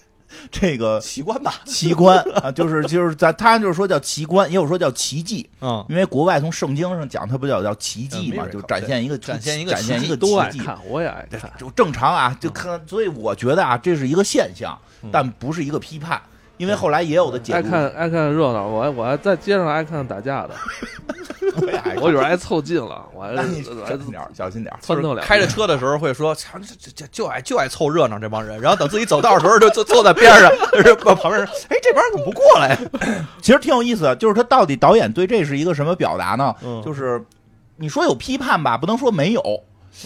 Speaker 2: 这个
Speaker 3: 奇观吧，
Speaker 2: 奇观啊，就是就是咱他就是说叫奇观，也有说叫奇迹，
Speaker 3: 嗯，
Speaker 2: 因为国外从圣经上讲，它不叫叫奇迹嘛，
Speaker 3: 嗯，miracle，
Speaker 2: 就展现一个
Speaker 3: 对展现一个
Speaker 2: 展现一
Speaker 3: 奇迹
Speaker 2: 个
Speaker 1: 都爱
Speaker 2: 奇迹，
Speaker 1: 看，我也爱看。
Speaker 2: 就正常啊，就看。所以我觉得啊，这是一个现象
Speaker 3: 嗯，
Speaker 2: 但不是一个批判，因为后来也有的解
Speaker 1: 爱
Speaker 2: 读，
Speaker 1: 看爱看热闹，我还我还在街上爱看打架的，
Speaker 2: 我也爱看
Speaker 1: 我有时候还凑近了，我还
Speaker 2: 那你
Speaker 1: 我
Speaker 2: 哎小
Speaker 1: 还
Speaker 2: 心点儿，小心点儿。
Speaker 1: 窜腾两
Speaker 3: 开着车的时候会说，操这这这就爱就爱凑热闹这帮人，然后等自己走道的时候就就坐在边上，就是往旁边说，哎，这帮人怎么不过来？啊
Speaker 2: 其实挺有意思的，就是他到底导演对这是一个什么表达呢？
Speaker 3: 嗯
Speaker 2: 就是你说有批判吧，不能说没有，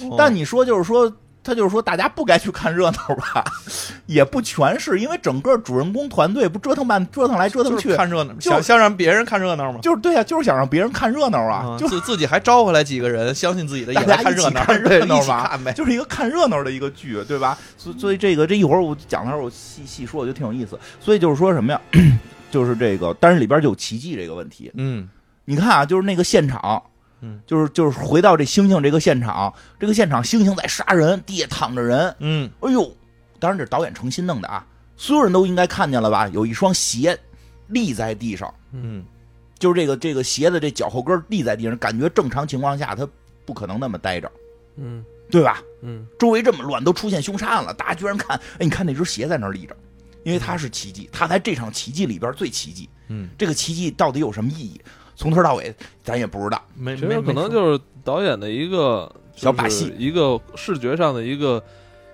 Speaker 3: 嗯
Speaker 2: 但你说就是说，他就是说大家不该去看热闹吧， 也不全是，因为整个主人公团队不折腾半折腾来折腾
Speaker 3: 就
Speaker 2: 去
Speaker 3: 是。看热闹，
Speaker 2: 就
Speaker 3: 想想让别人看热闹吗？
Speaker 2: 就是对啊，就是想让别人看热闹啊，
Speaker 3: 嗯
Speaker 2: 就
Speaker 3: 自自己还招回来几个人，相信自己的
Speaker 2: 大
Speaker 3: 眼来
Speaker 2: 家
Speaker 3: 看
Speaker 2: 一
Speaker 3: 热
Speaker 2: 起
Speaker 3: 闹，
Speaker 2: 看
Speaker 3: 对
Speaker 2: 热闹
Speaker 3: 一起
Speaker 2: 吧
Speaker 3: 看呗。
Speaker 2: 就是一个看热闹的一个剧，对吧？所以所以这个这一会儿我讲的时候我细细说，我觉得挺有意思。所以就是说什么呀， 就是这个，但是里边就有奇迹这个问题。
Speaker 3: 嗯
Speaker 2: 你看啊，就是那个现场，
Speaker 3: 嗯，
Speaker 2: 就是就是回到这猩猩这个现场，这个现场猩猩在杀人，地下躺着人，
Speaker 3: 嗯，
Speaker 2: 哎呦，当然这是导演诚心弄的啊，所有人都应该看见了吧？有一双鞋立在地上，
Speaker 3: 嗯，
Speaker 2: 就是这个这个鞋的这脚后跟立在地上，感觉正常情况下他不可能那么待着，
Speaker 1: 嗯
Speaker 2: 对吧？
Speaker 1: 嗯，
Speaker 2: 周围这么乱，都出现凶杀案了，大家居然看，哎，你看那只鞋在那儿立着，因为它是奇迹，它在这场奇迹里边最奇迹。
Speaker 3: 嗯，
Speaker 2: 这个奇迹到底有什么意义？从头到尾咱也不知道。
Speaker 3: 没
Speaker 1: 其
Speaker 3: 没
Speaker 1: 实可能就是导演的一个
Speaker 2: 小把戏，
Speaker 1: 就是一个视觉上的一个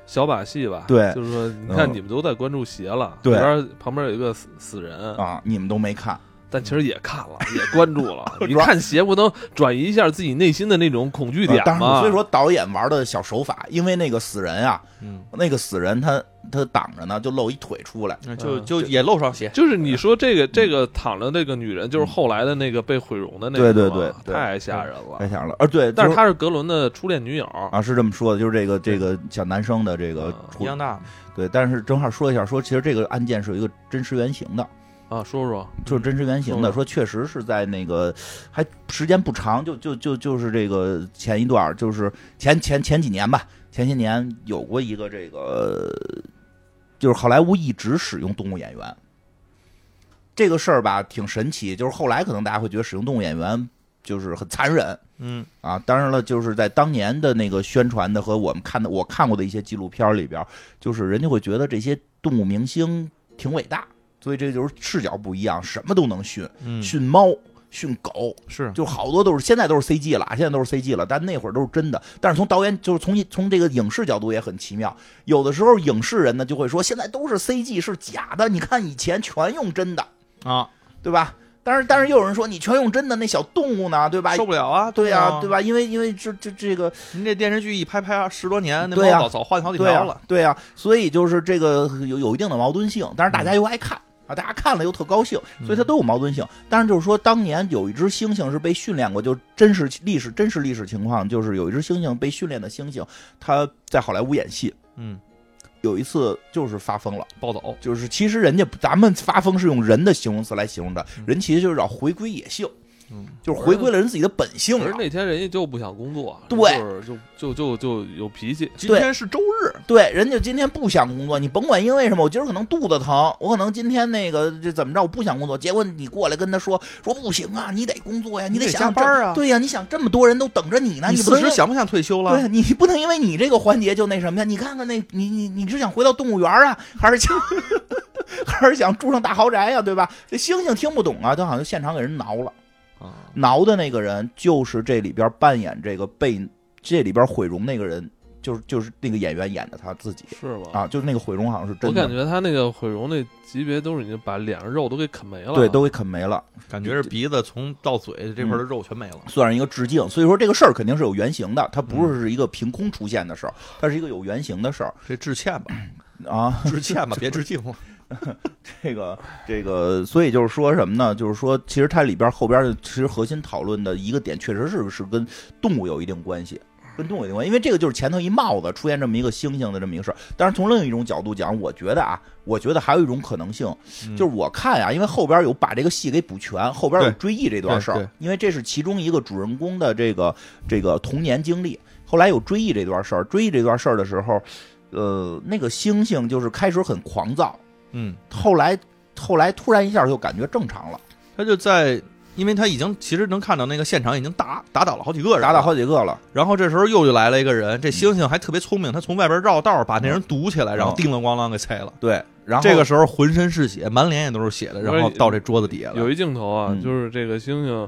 Speaker 1: 小把戏吧。
Speaker 2: 对
Speaker 1: 就是说，你看
Speaker 2: 嗯
Speaker 1: 你们都在关注鞋了，
Speaker 2: 对
Speaker 1: 里边旁边有一个死死人，
Speaker 2: 啊，你们都没看，
Speaker 1: 但其实也看 了，也关注了。
Speaker 2: 主要
Speaker 1: 你看鞋不能转移一下自己内心的那种恐惧点
Speaker 2: 呃当然，
Speaker 1: 吗？
Speaker 2: 所以说导演玩的小手法，因为那个死人啊，
Speaker 3: 嗯，
Speaker 2: 那个死人他他挡着呢，就露一腿出来，
Speaker 3: 那就
Speaker 1: 嗯
Speaker 3: 就也露双鞋，
Speaker 1: 就是你说这个
Speaker 2: 嗯
Speaker 1: 这个躺着那个女人，就是后来的那个被毁容的那个吗，
Speaker 2: 对对对对
Speaker 1: 太吓人了
Speaker 2: 太。想了。啊，对，
Speaker 1: 但是
Speaker 2: 就
Speaker 1: 她是格伦的初恋女友，
Speaker 2: 啊是这么说的，就是这个这个小男生的这个
Speaker 1: 嗯
Speaker 2: 出
Speaker 3: 一样大嘛。
Speaker 2: 对，但是正好说一下，说其实这个案件是有一个真实原型的，
Speaker 1: 啊，说说
Speaker 2: 就是真实原型的，
Speaker 1: 嗯
Speaker 2: 说确实是在那个还时间不长，就就就就是这个前一段儿，就是前前前几年吧，前些年有过一个这个，就是好莱坞一直使用动物演员这个事儿吧，挺神奇。就是后来可能大家会觉得使用动物演员就是很残忍，
Speaker 3: 嗯
Speaker 2: 啊，当然了，就是在当年的那个宣传的和我们看的我看过的一些纪录片里边，就是人家会觉得这些动物明星挺伟大，所以这就是视角不一样，什么都能训，
Speaker 3: 嗯，
Speaker 2: 训猫、训狗，
Speaker 3: 是
Speaker 2: 就好多都是现在都是 CG 了，现在都是 CG 了，但那会儿都是真的。但是从导演就是从一从这个影视角度也很奇妙，有的时候影视人呢就会说现在都是 CG 是假的，你看以前全用真的，
Speaker 3: 啊，
Speaker 2: 对吧？但是但是又有人说你全用真的，那小动物呢，对吧？
Speaker 3: 受不了啊，
Speaker 2: 对
Speaker 3: 呀
Speaker 2: 呀，，对？吧？因为因为这这这个
Speaker 3: 您这电视剧一拍拍十多年，那
Speaker 2: 对呀
Speaker 3: 猫早早换好几
Speaker 2: 对
Speaker 3: 条
Speaker 2: 啊
Speaker 3: 了。，
Speaker 2: 对啊，所以就是这个有有一定的矛盾性，但是大家又爱看。啊，大家看了又特高兴，所以
Speaker 3: 嗯
Speaker 2: 它都有矛盾性。但是就是说，当年有一只猩猩是被训练过，就真实历史真实历史情况，就是有一只猩猩被训练的猩猩，它在好莱坞演戏，
Speaker 3: 嗯，
Speaker 2: 有一次就是发疯了，
Speaker 3: 暴走，
Speaker 2: 就是其实人家咱们发疯是用人的形容词来形容的
Speaker 3: 嗯，
Speaker 2: 人其实就是要回归野性，
Speaker 3: 嗯，
Speaker 2: 就是回归了人自己的本性啊
Speaker 1: 可是
Speaker 2: 了。
Speaker 1: 那天人家就不想工作，
Speaker 2: 对
Speaker 1: 就是就就就就有脾气，
Speaker 3: 今天是周日，
Speaker 2: 对，人家今天不想工作，你甭管因为什么，我今儿可能肚子疼，我可能今天那个这怎么着，我不想工作。结果你过来跟他说说不行啊，你得工作呀，
Speaker 3: 你
Speaker 2: 得
Speaker 3: 得
Speaker 2: 想
Speaker 3: 加
Speaker 2: 想这
Speaker 3: 班啊
Speaker 2: 对呀、你想这么多人都等着你呢，
Speaker 3: 你
Speaker 2: 你不
Speaker 3: 此
Speaker 2: 能
Speaker 3: 时
Speaker 2: 因
Speaker 3: 想不想退休
Speaker 2: 对
Speaker 3: 了？
Speaker 2: 你不能因为你这个环节就那什么呀？你看看那，你你你是想回到动物园啊，还是想 还是想住上大豪宅呀、对吧？这猩猩听不懂啊，他好像现场给人挠了，
Speaker 3: 啊，
Speaker 2: 挠的那个人就是这里边扮演这个被这里边毁容那个人就是就是那个演员演的他自己
Speaker 1: 是吗？
Speaker 2: 啊，就是那个毁容好像是
Speaker 1: 我
Speaker 2: 真
Speaker 1: 感
Speaker 2: 的，
Speaker 1: 觉他那个毁容那级别都是已经把脸上肉都给啃没了，
Speaker 2: 对，都给啃没了，
Speaker 3: 感觉是鼻子从到嘴这块
Speaker 2: 嗯
Speaker 3: 的肉全没了。
Speaker 2: 算是一个致敬。所以说这个事儿肯定是有原型的，它不是一个凭空出现的事儿，它是一个有原型的事儿
Speaker 3: 这致歉吧，
Speaker 2: 啊。
Speaker 3: 致歉吧，别致敬 了。
Speaker 2: 这个这个，所以就是说什么呢？就是说，其实它里边后边的其实核心讨论的一个点，确实是是跟动物有一定关系。跟动物有一定关系，因为这个就是前头一帽子出现这么一个猩猩的这么一个事儿。但是从另一种角度讲，我觉得啊，我觉得还有一种可能性，
Speaker 3: 嗯
Speaker 2: 就是我看啊，因为后边有把这个戏给补全，后边有
Speaker 3: 对
Speaker 2: 追忆这段事
Speaker 3: 对
Speaker 2: 儿
Speaker 3: 对，
Speaker 2: 因为这是其中一个主人公的这个这个童年经历。后来有追忆这段事儿，追忆这段事儿的时候，呃，那个猩猩就是开始很狂躁，
Speaker 3: 嗯，
Speaker 2: 后来后来突然一下就感觉正常了，
Speaker 3: 他就在，因为他已经其实能看到那个现场已经打打倒了好几个人了，
Speaker 2: 打倒好几个了，
Speaker 3: 然后这时候又就来了一个人，这猩猩还特别聪明，他从外边绕道把那人堵起来，然后
Speaker 2: 嗯
Speaker 3: 叮了咣啷给拆了。
Speaker 2: 对，然后
Speaker 3: 这个时候浑身是血，满脸也都是血的，
Speaker 1: 不是
Speaker 3: 然后到这桌子底下
Speaker 1: 有
Speaker 3: 了。
Speaker 1: 一镜头啊，
Speaker 2: 嗯
Speaker 1: 就是这个猩猩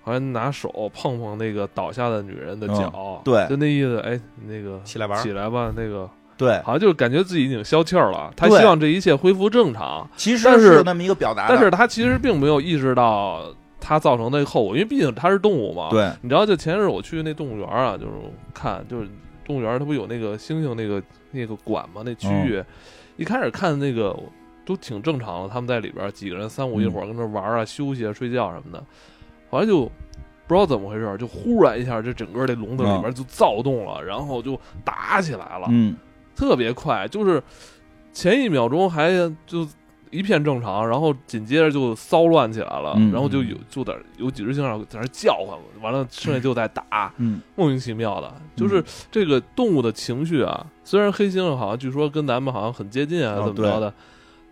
Speaker 1: 好像拿手碰碰那个倒下的女人的脚，
Speaker 2: 嗯对
Speaker 1: 就那意思，哎，那个
Speaker 3: 起来玩儿
Speaker 1: 起来吧，那个
Speaker 2: 对，
Speaker 1: 好像就是感觉自己已经消气儿了，他
Speaker 2: 对
Speaker 1: 希望这一切恢复正常，
Speaker 2: 其实
Speaker 1: 但是
Speaker 2: 有那么一个表达的，
Speaker 1: 但是他其实并没有意识到他造成的后果，因为毕竟他是动物嘛。，
Speaker 2: 对，
Speaker 1: 你知道，就前日我去那动物园啊，就是看，就是动物园它不有那个猩猩那个那个馆吗？那区域，一开始看那个都挺正常的，他们在里边儿几个人三五一伙儿跟那玩儿啊、休息啊、睡觉什么的，后来就不知道怎么回事儿，就忽然一下，这整个这笼子里边儿就躁动了，然后就打起来了，
Speaker 2: 嗯，
Speaker 1: 特别快，就是前一秒钟还就一片正常，然后紧接着就骚乱起来了，
Speaker 2: 嗯
Speaker 1: 然后就有就在有几只猩猩在那叫唤，完了剩下就在打，
Speaker 2: 嗯
Speaker 1: 莫名其妙的，就是这个动物的情绪啊，虽然黑猩猩好像据说跟咱们好像很接近啊，
Speaker 2: 哦
Speaker 1: 怎么着的，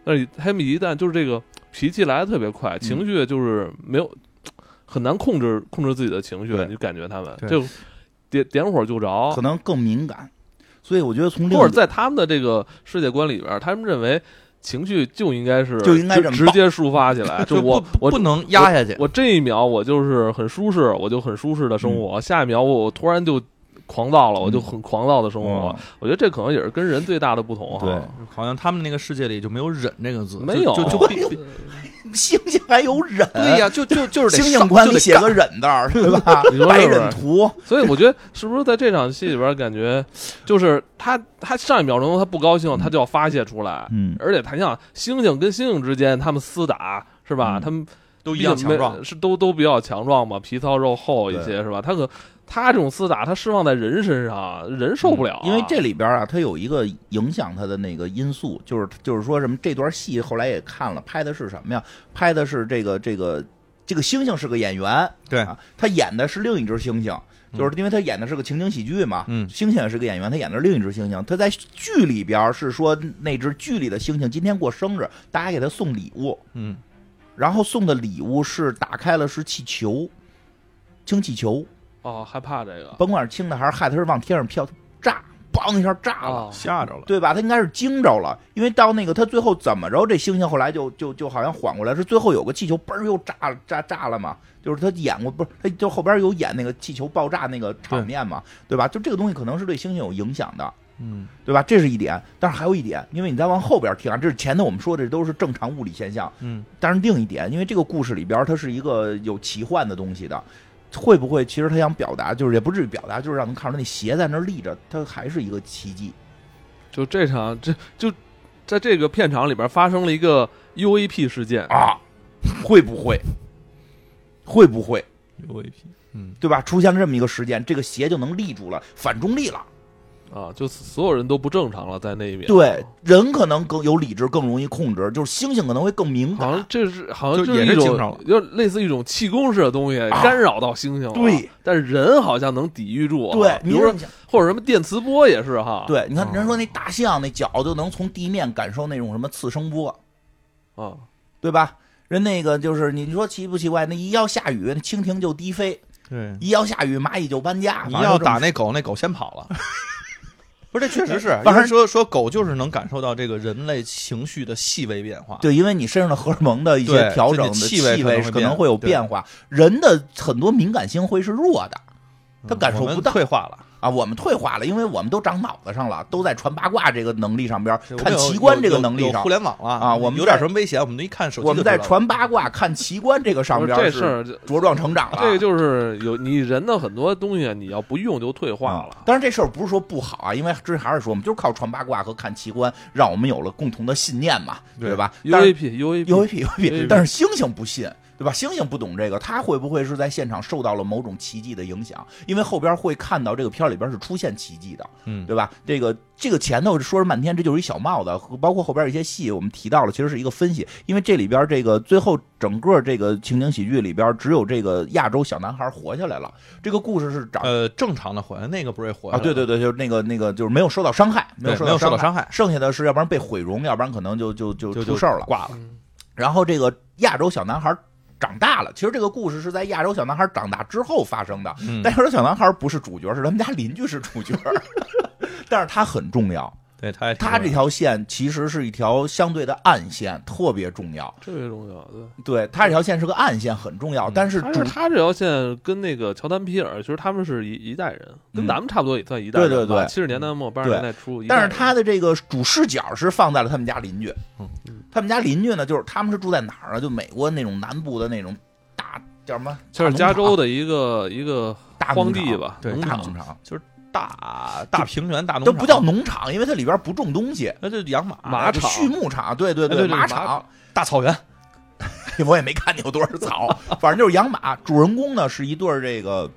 Speaker 1: 但是他们一旦就是这个脾气来的特别
Speaker 2: 嗯
Speaker 1: 快，情绪就是没有很难控制控制自己的情绪，
Speaker 2: 对
Speaker 1: 你就感觉他们
Speaker 3: 对
Speaker 1: 就点点火就
Speaker 3: 哦
Speaker 1: 着，
Speaker 2: 可能更敏感，所以我觉得从另
Speaker 1: 或者
Speaker 2: 一
Speaker 1: 在他们的这个世界观里边儿，他们认为情绪就应该是
Speaker 2: 就应该这么
Speaker 1: 直
Speaker 2: 爆
Speaker 1: 接抒发起 来，就
Speaker 3: 就
Speaker 1: 我
Speaker 3: 不
Speaker 1: 我
Speaker 3: 不能压下去，
Speaker 1: 我这一秒我就是很舒适，我就很舒适的生
Speaker 2: 嗯
Speaker 1: 活，下一秒我突然就狂躁了，我就很狂躁的生活。
Speaker 2: 嗯
Speaker 1: 我觉得这可能也是跟人最大的不同哈。
Speaker 2: 对
Speaker 3: 好像他们那个世界里就没有忍这个字，
Speaker 1: 没有
Speaker 3: 就 就就必
Speaker 2: 猩猩还有忍，
Speaker 3: 对呀，就就就是得
Speaker 2: 猩
Speaker 3: 上
Speaker 2: 猩馆
Speaker 3: 就
Speaker 2: 里
Speaker 3: 得
Speaker 2: 写个忍字儿，对吧
Speaker 1: 你说是不是？
Speaker 2: 白忍图，
Speaker 1: 所以我觉得是不是在这场戏里边儿，感觉就是他他上一秒钟他不高兴，他就要发泄出来，
Speaker 2: 嗯，
Speaker 1: 而且他像猩猩跟猩猩之间他们厮打是吧？
Speaker 2: 嗯
Speaker 1: 他们
Speaker 3: 都一样
Speaker 1: 毕竟
Speaker 3: 强
Speaker 1: 没
Speaker 3: 壮。
Speaker 1: 是都都比较强壮嘛，皮糙肉厚一些是吧？他可他这种厮打，他释放在人身上，人受不了啊、
Speaker 2: 因为这里边啊，它有一个影响它的那个因素，就是就是说什么这段戏后来也看了，拍的是什么呀？拍的是这个这个这个猩猩是个演员，
Speaker 3: 对
Speaker 2: 啊，他演的是另一只猩猩，
Speaker 1: 嗯
Speaker 2: 就是因为他演的是个情景喜剧嘛，
Speaker 3: 嗯
Speaker 2: 猩猩也是个演员，他演的是另一只猩猩。他在剧里边是说那只剧里的猩猩今天过生日，大家给他送礼物，
Speaker 3: 嗯，
Speaker 2: 然后送的礼物是打开了是气球，氢气球，
Speaker 1: 哦，害怕这个
Speaker 2: 甭管是氢的还是氦，它是往天上飘，炸，梆一下炸了。
Speaker 1: 啊，
Speaker 3: 吓着了。
Speaker 2: 嗯对吧？他应该是惊着了，因为到那个他最后怎么着，这猩猩后来就就就好像缓过来，是最后有个气球嘣儿又炸了炸炸了嘛，就是他演过不是他就后边有演那个气球爆炸那个场面嘛，对吧？就这个东西可能是对猩猩有影响的，
Speaker 3: 嗯，
Speaker 2: 对吧？这是一点，但是还有一点，因为你再往后边听啊，这是前头我们说的这都是正常物理现象，
Speaker 3: 嗯，
Speaker 2: 但是另一点，因为这个故事里边它是一个有奇幻的东西的。会不会其实他想表达，就是也不至于表达，就是让他们看出那鞋在那儿立着，它还是一个奇迹。
Speaker 1: 就这场这就在这个片场里边发生了一个 UAP 事件，
Speaker 2: 啊，会不会？会不会
Speaker 3: 有一批。嗯，
Speaker 2: 对吧？出现了这么一个时间，这个鞋就能立住了，反中立了。
Speaker 1: 啊，就所有人都不正常了，在那一秒。
Speaker 2: 对，，人可能更有理智，更容易控制，就是猩猩可能会更敏
Speaker 1: 好像
Speaker 2: 感。
Speaker 1: 这是好像
Speaker 3: 就
Speaker 1: 一
Speaker 3: 也是
Speaker 1: 种
Speaker 3: 经常了
Speaker 1: 就类似一种气功式的东西，
Speaker 2: 啊
Speaker 1: 干扰到猩猩了。
Speaker 2: 对，
Speaker 1: 但是人好像能抵御住啊。
Speaker 2: 对，
Speaker 1: 比
Speaker 2: 你啊
Speaker 1: 如
Speaker 2: 说
Speaker 1: 说，或者什么电磁波也是哈。
Speaker 2: 对，你看
Speaker 3: 嗯
Speaker 2: 人说那大象那脚就能从地面感受那种什么次声波，
Speaker 1: 啊，
Speaker 2: 对吧？人那个就是你说奇不奇怪？那一要下雨，那蜻蜓就低飞；
Speaker 3: 对。
Speaker 2: 一要下雨，蚂蚁就搬家。
Speaker 3: 你
Speaker 2: 反正
Speaker 3: 要
Speaker 2: 就这么
Speaker 3: 打那狗，那狗先跑 了。不是，这确实是，
Speaker 2: 反
Speaker 3: 反
Speaker 2: 正
Speaker 3: 正说说狗就是能感受到这个人类情绪的细微变化。
Speaker 2: 对，因为你身上的荷尔蒙的一些
Speaker 3: 对
Speaker 2: 调整的
Speaker 3: 自己
Speaker 2: 气
Speaker 3: 气味可能
Speaker 2: 可能
Speaker 3: 会变
Speaker 2: 会有
Speaker 3: 对
Speaker 2: 变化，人的很多敏感性会是弱的，
Speaker 3: 嗯，
Speaker 2: 他感受
Speaker 3: 我们
Speaker 2: 不到
Speaker 3: 退化了。
Speaker 2: 啊，我们退化了，因为我们都长脑子上了，都在传八卦这个能力上边，
Speaker 3: 我们
Speaker 2: 看
Speaker 3: 有
Speaker 2: 奇观
Speaker 3: 有
Speaker 2: 这个
Speaker 3: 有
Speaker 2: 能力
Speaker 3: 有
Speaker 2: 上
Speaker 3: 互，联网了嗯
Speaker 2: 啊我们
Speaker 3: 有点
Speaker 2: 在
Speaker 3: 什么危险，我们一看手机
Speaker 2: 我们在
Speaker 3: 就知道了。
Speaker 2: 传八卦、看奇观这个上
Speaker 1: 不是
Speaker 2: 边
Speaker 1: 这
Speaker 2: 是
Speaker 1: 事儿就，
Speaker 2: 茁壮成长了。
Speaker 1: 这个就是有你人的很多东西，啊你要不用就退化
Speaker 2: 啊
Speaker 1: 了。
Speaker 2: 当然，这事儿不是说不好啊，因为之前还是说我们就是靠传八卦和看奇观，让我们有了共同的信念嘛，
Speaker 3: 对
Speaker 2: 对吧？
Speaker 1: U
Speaker 2: 但
Speaker 1: A
Speaker 2: 是
Speaker 1: P U A
Speaker 2: U A
Speaker 1: P，
Speaker 2: P U A
Speaker 1: 对
Speaker 2: P，但是星星不信，对吧？星星不懂这个，他会不会是在现场受到了某种奇迹的影响？因为后边会看到这个片儿里边是出现奇迹的，
Speaker 3: 嗯
Speaker 2: 对吧？这个这个前头说了半天，这就是一小帽子，包括后边一些戏我们提到了，其实是一个分析，因为这里边这个最后整个这个情景喜剧里边，只有这个亚洲小男孩活下来了，这个故事是长
Speaker 3: 呃，正常的活，那个不是也活
Speaker 2: 啊，对对对，就是那个那个，就是没有受到伤害，没有
Speaker 3: 对
Speaker 2: 受
Speaker 3: 没有受
Speaker 2: 到
Speaker 3: 到
Speaker 2: 伤害，
Speaker 3: 伤害，
Speaker 2: 剩下的是要不然被毁容，要不然可能就就就
Speaker 3: 就
Speaker 2: 出事儿了。
Speaker 3: 挂了。
Speaker 1: 嗯
Speaker 2: 然后这个亚洲小男孩长大了，其实这个故事是在亚洲小男孩长大之后发生的，
Speaker 3: 嗯
Speaker 2: 但亚洲小男孩不是主角，是他们家邻居是主角， 但是他很重要，
Speaker 3: 对他也挺
Speaker 2: 他这
Speaker 3: 重
Speaker 2: 条线其实是一条相对的暗线，特别重要。
Speaker 1: 这个重要。对，
Speaker 2: 对他这条线是个暗线，很重要，
Speaker 3: 嗯
Speaker 2: 但是
Speaker 1: 他
Speaker 2: 主
Speaker 1: 是他这条线跟那个乔丹皮尔，其实他们是一一代人，跟
Speaker 2: 嗯
Speaker 1: 咱们差不多也算一代
Speaker 2: 对
Speaker 1: 人
Speaker 2: 对
Speaker 1: 吧。
Speaker 2: 对
Speaker 1: 七十年代末八十
Speaker 2: 对
Speaker 1: 年代初，一代
Speaker 2: 但是
Speaker 1: 人
Speaker 2: 他的这个主视角是放在了他们家邻居
Speaker 3: 嗯，
Speaker 2: 他们家邻居呢，就是他们是住在哪儿啊？就美国那种南部的那种大叫什么？
Speaker 1: 就是
Speaker 2: 大
Speaker 1: 加
Speaker 2: 农场
Speaker 1: 州的一个一个
Speaker 2: 大
Speaker 1: 荒
Speaker 2: 农场
Speaker 1: 地吧，
Speaker 3: 对
Speaker 1: 农
Speaker 2: 大
Speaker 1: 场
Speaker 2: 农场，
Speaker 3: 要大大平原大农
Speaker 2: 都
Speaker 3: 场，
Speaker 2: 不叫农场，因为它里边不种东西，啊
Speaker 3: 那就养马
Speaker 1: 马场
Speaker 2: 畜牧场，对对
Speaker 3: 哎对对
Speaker 2: 马
Speaker 3: 马
Speaker 2: 场，
Speaker 3: 大草原，
Speaker 2: 我也没看见有多少草，反正就是养马。主人公呢是一对儿这个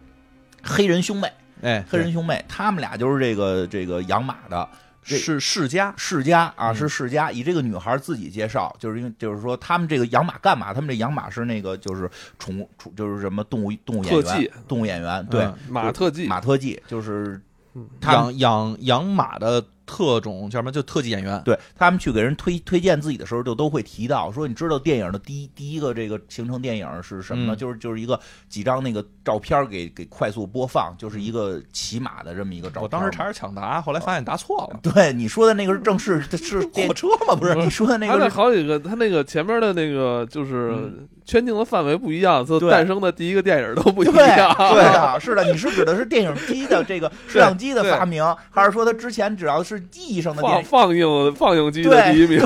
Speaker 2: 黑人兄妹，
Speaker 3: 哎，
Speaker 2: 黑人兄妹，他们俩就是这个这个养马的，这
Speaker 3: 是世家，
Speaker 2: 世家啊，
Speaker 3: 嗯
Speaker 2: 是世家，以这个女孩自己介绍，就是因为就是说他们这个养马干嘛？他们这养马是那个就是宠物，宠就是什么动物动物演
Speaker 1: 特技
Speaker 2: 员，动物演员对、
Speaker 3: 嗯
Speaker 1: 马特技，
Speaker 2: 马特技就是
Speaker 1: 嗯
Speaker 2: 他们
Speaker 3: 养养养马的特种叫什么？就特技演员。
Speaker 2: 对他们去给人推推荐自己的时候，就都会提到说，你知道电影的第一第一个这个形成电影是什么呢？
Speaker 3: 嗯
Speaker 2: 就是就是一个几张那个照片儿给给快速播放，就是一个骑马的这么一个照片儿。
Speaker 3: 嗯我当时查是抢答，后来发现答错了。
Speaker 2: 对你说的那个是正式是嗯
Speaker 3: 火车嘛，啊不是
Speaker 2: 你说的那
Speaker 1: 他那
Speaker 2: 个是嗯
Speaker 1: 好几个，他那个前面的那个就是圈定的范围不一样，所以
Speaker 2: 对
Speaker 1: 诞生的第一个电影都不一
Speaker 2: 对
Speaker 1: 样。
Speaker 2: 对啊，是的，你是指的是电影机的这个摄像机的
Speaker 1: 对
Speaker 2: 发明，还是说它之前只要是记忆上的电
Speaker 1: 放
Speaker 2: 影，
Speaker 1: 放映放映机的
Speaker 2: 对
Speaker 1: 第一 名，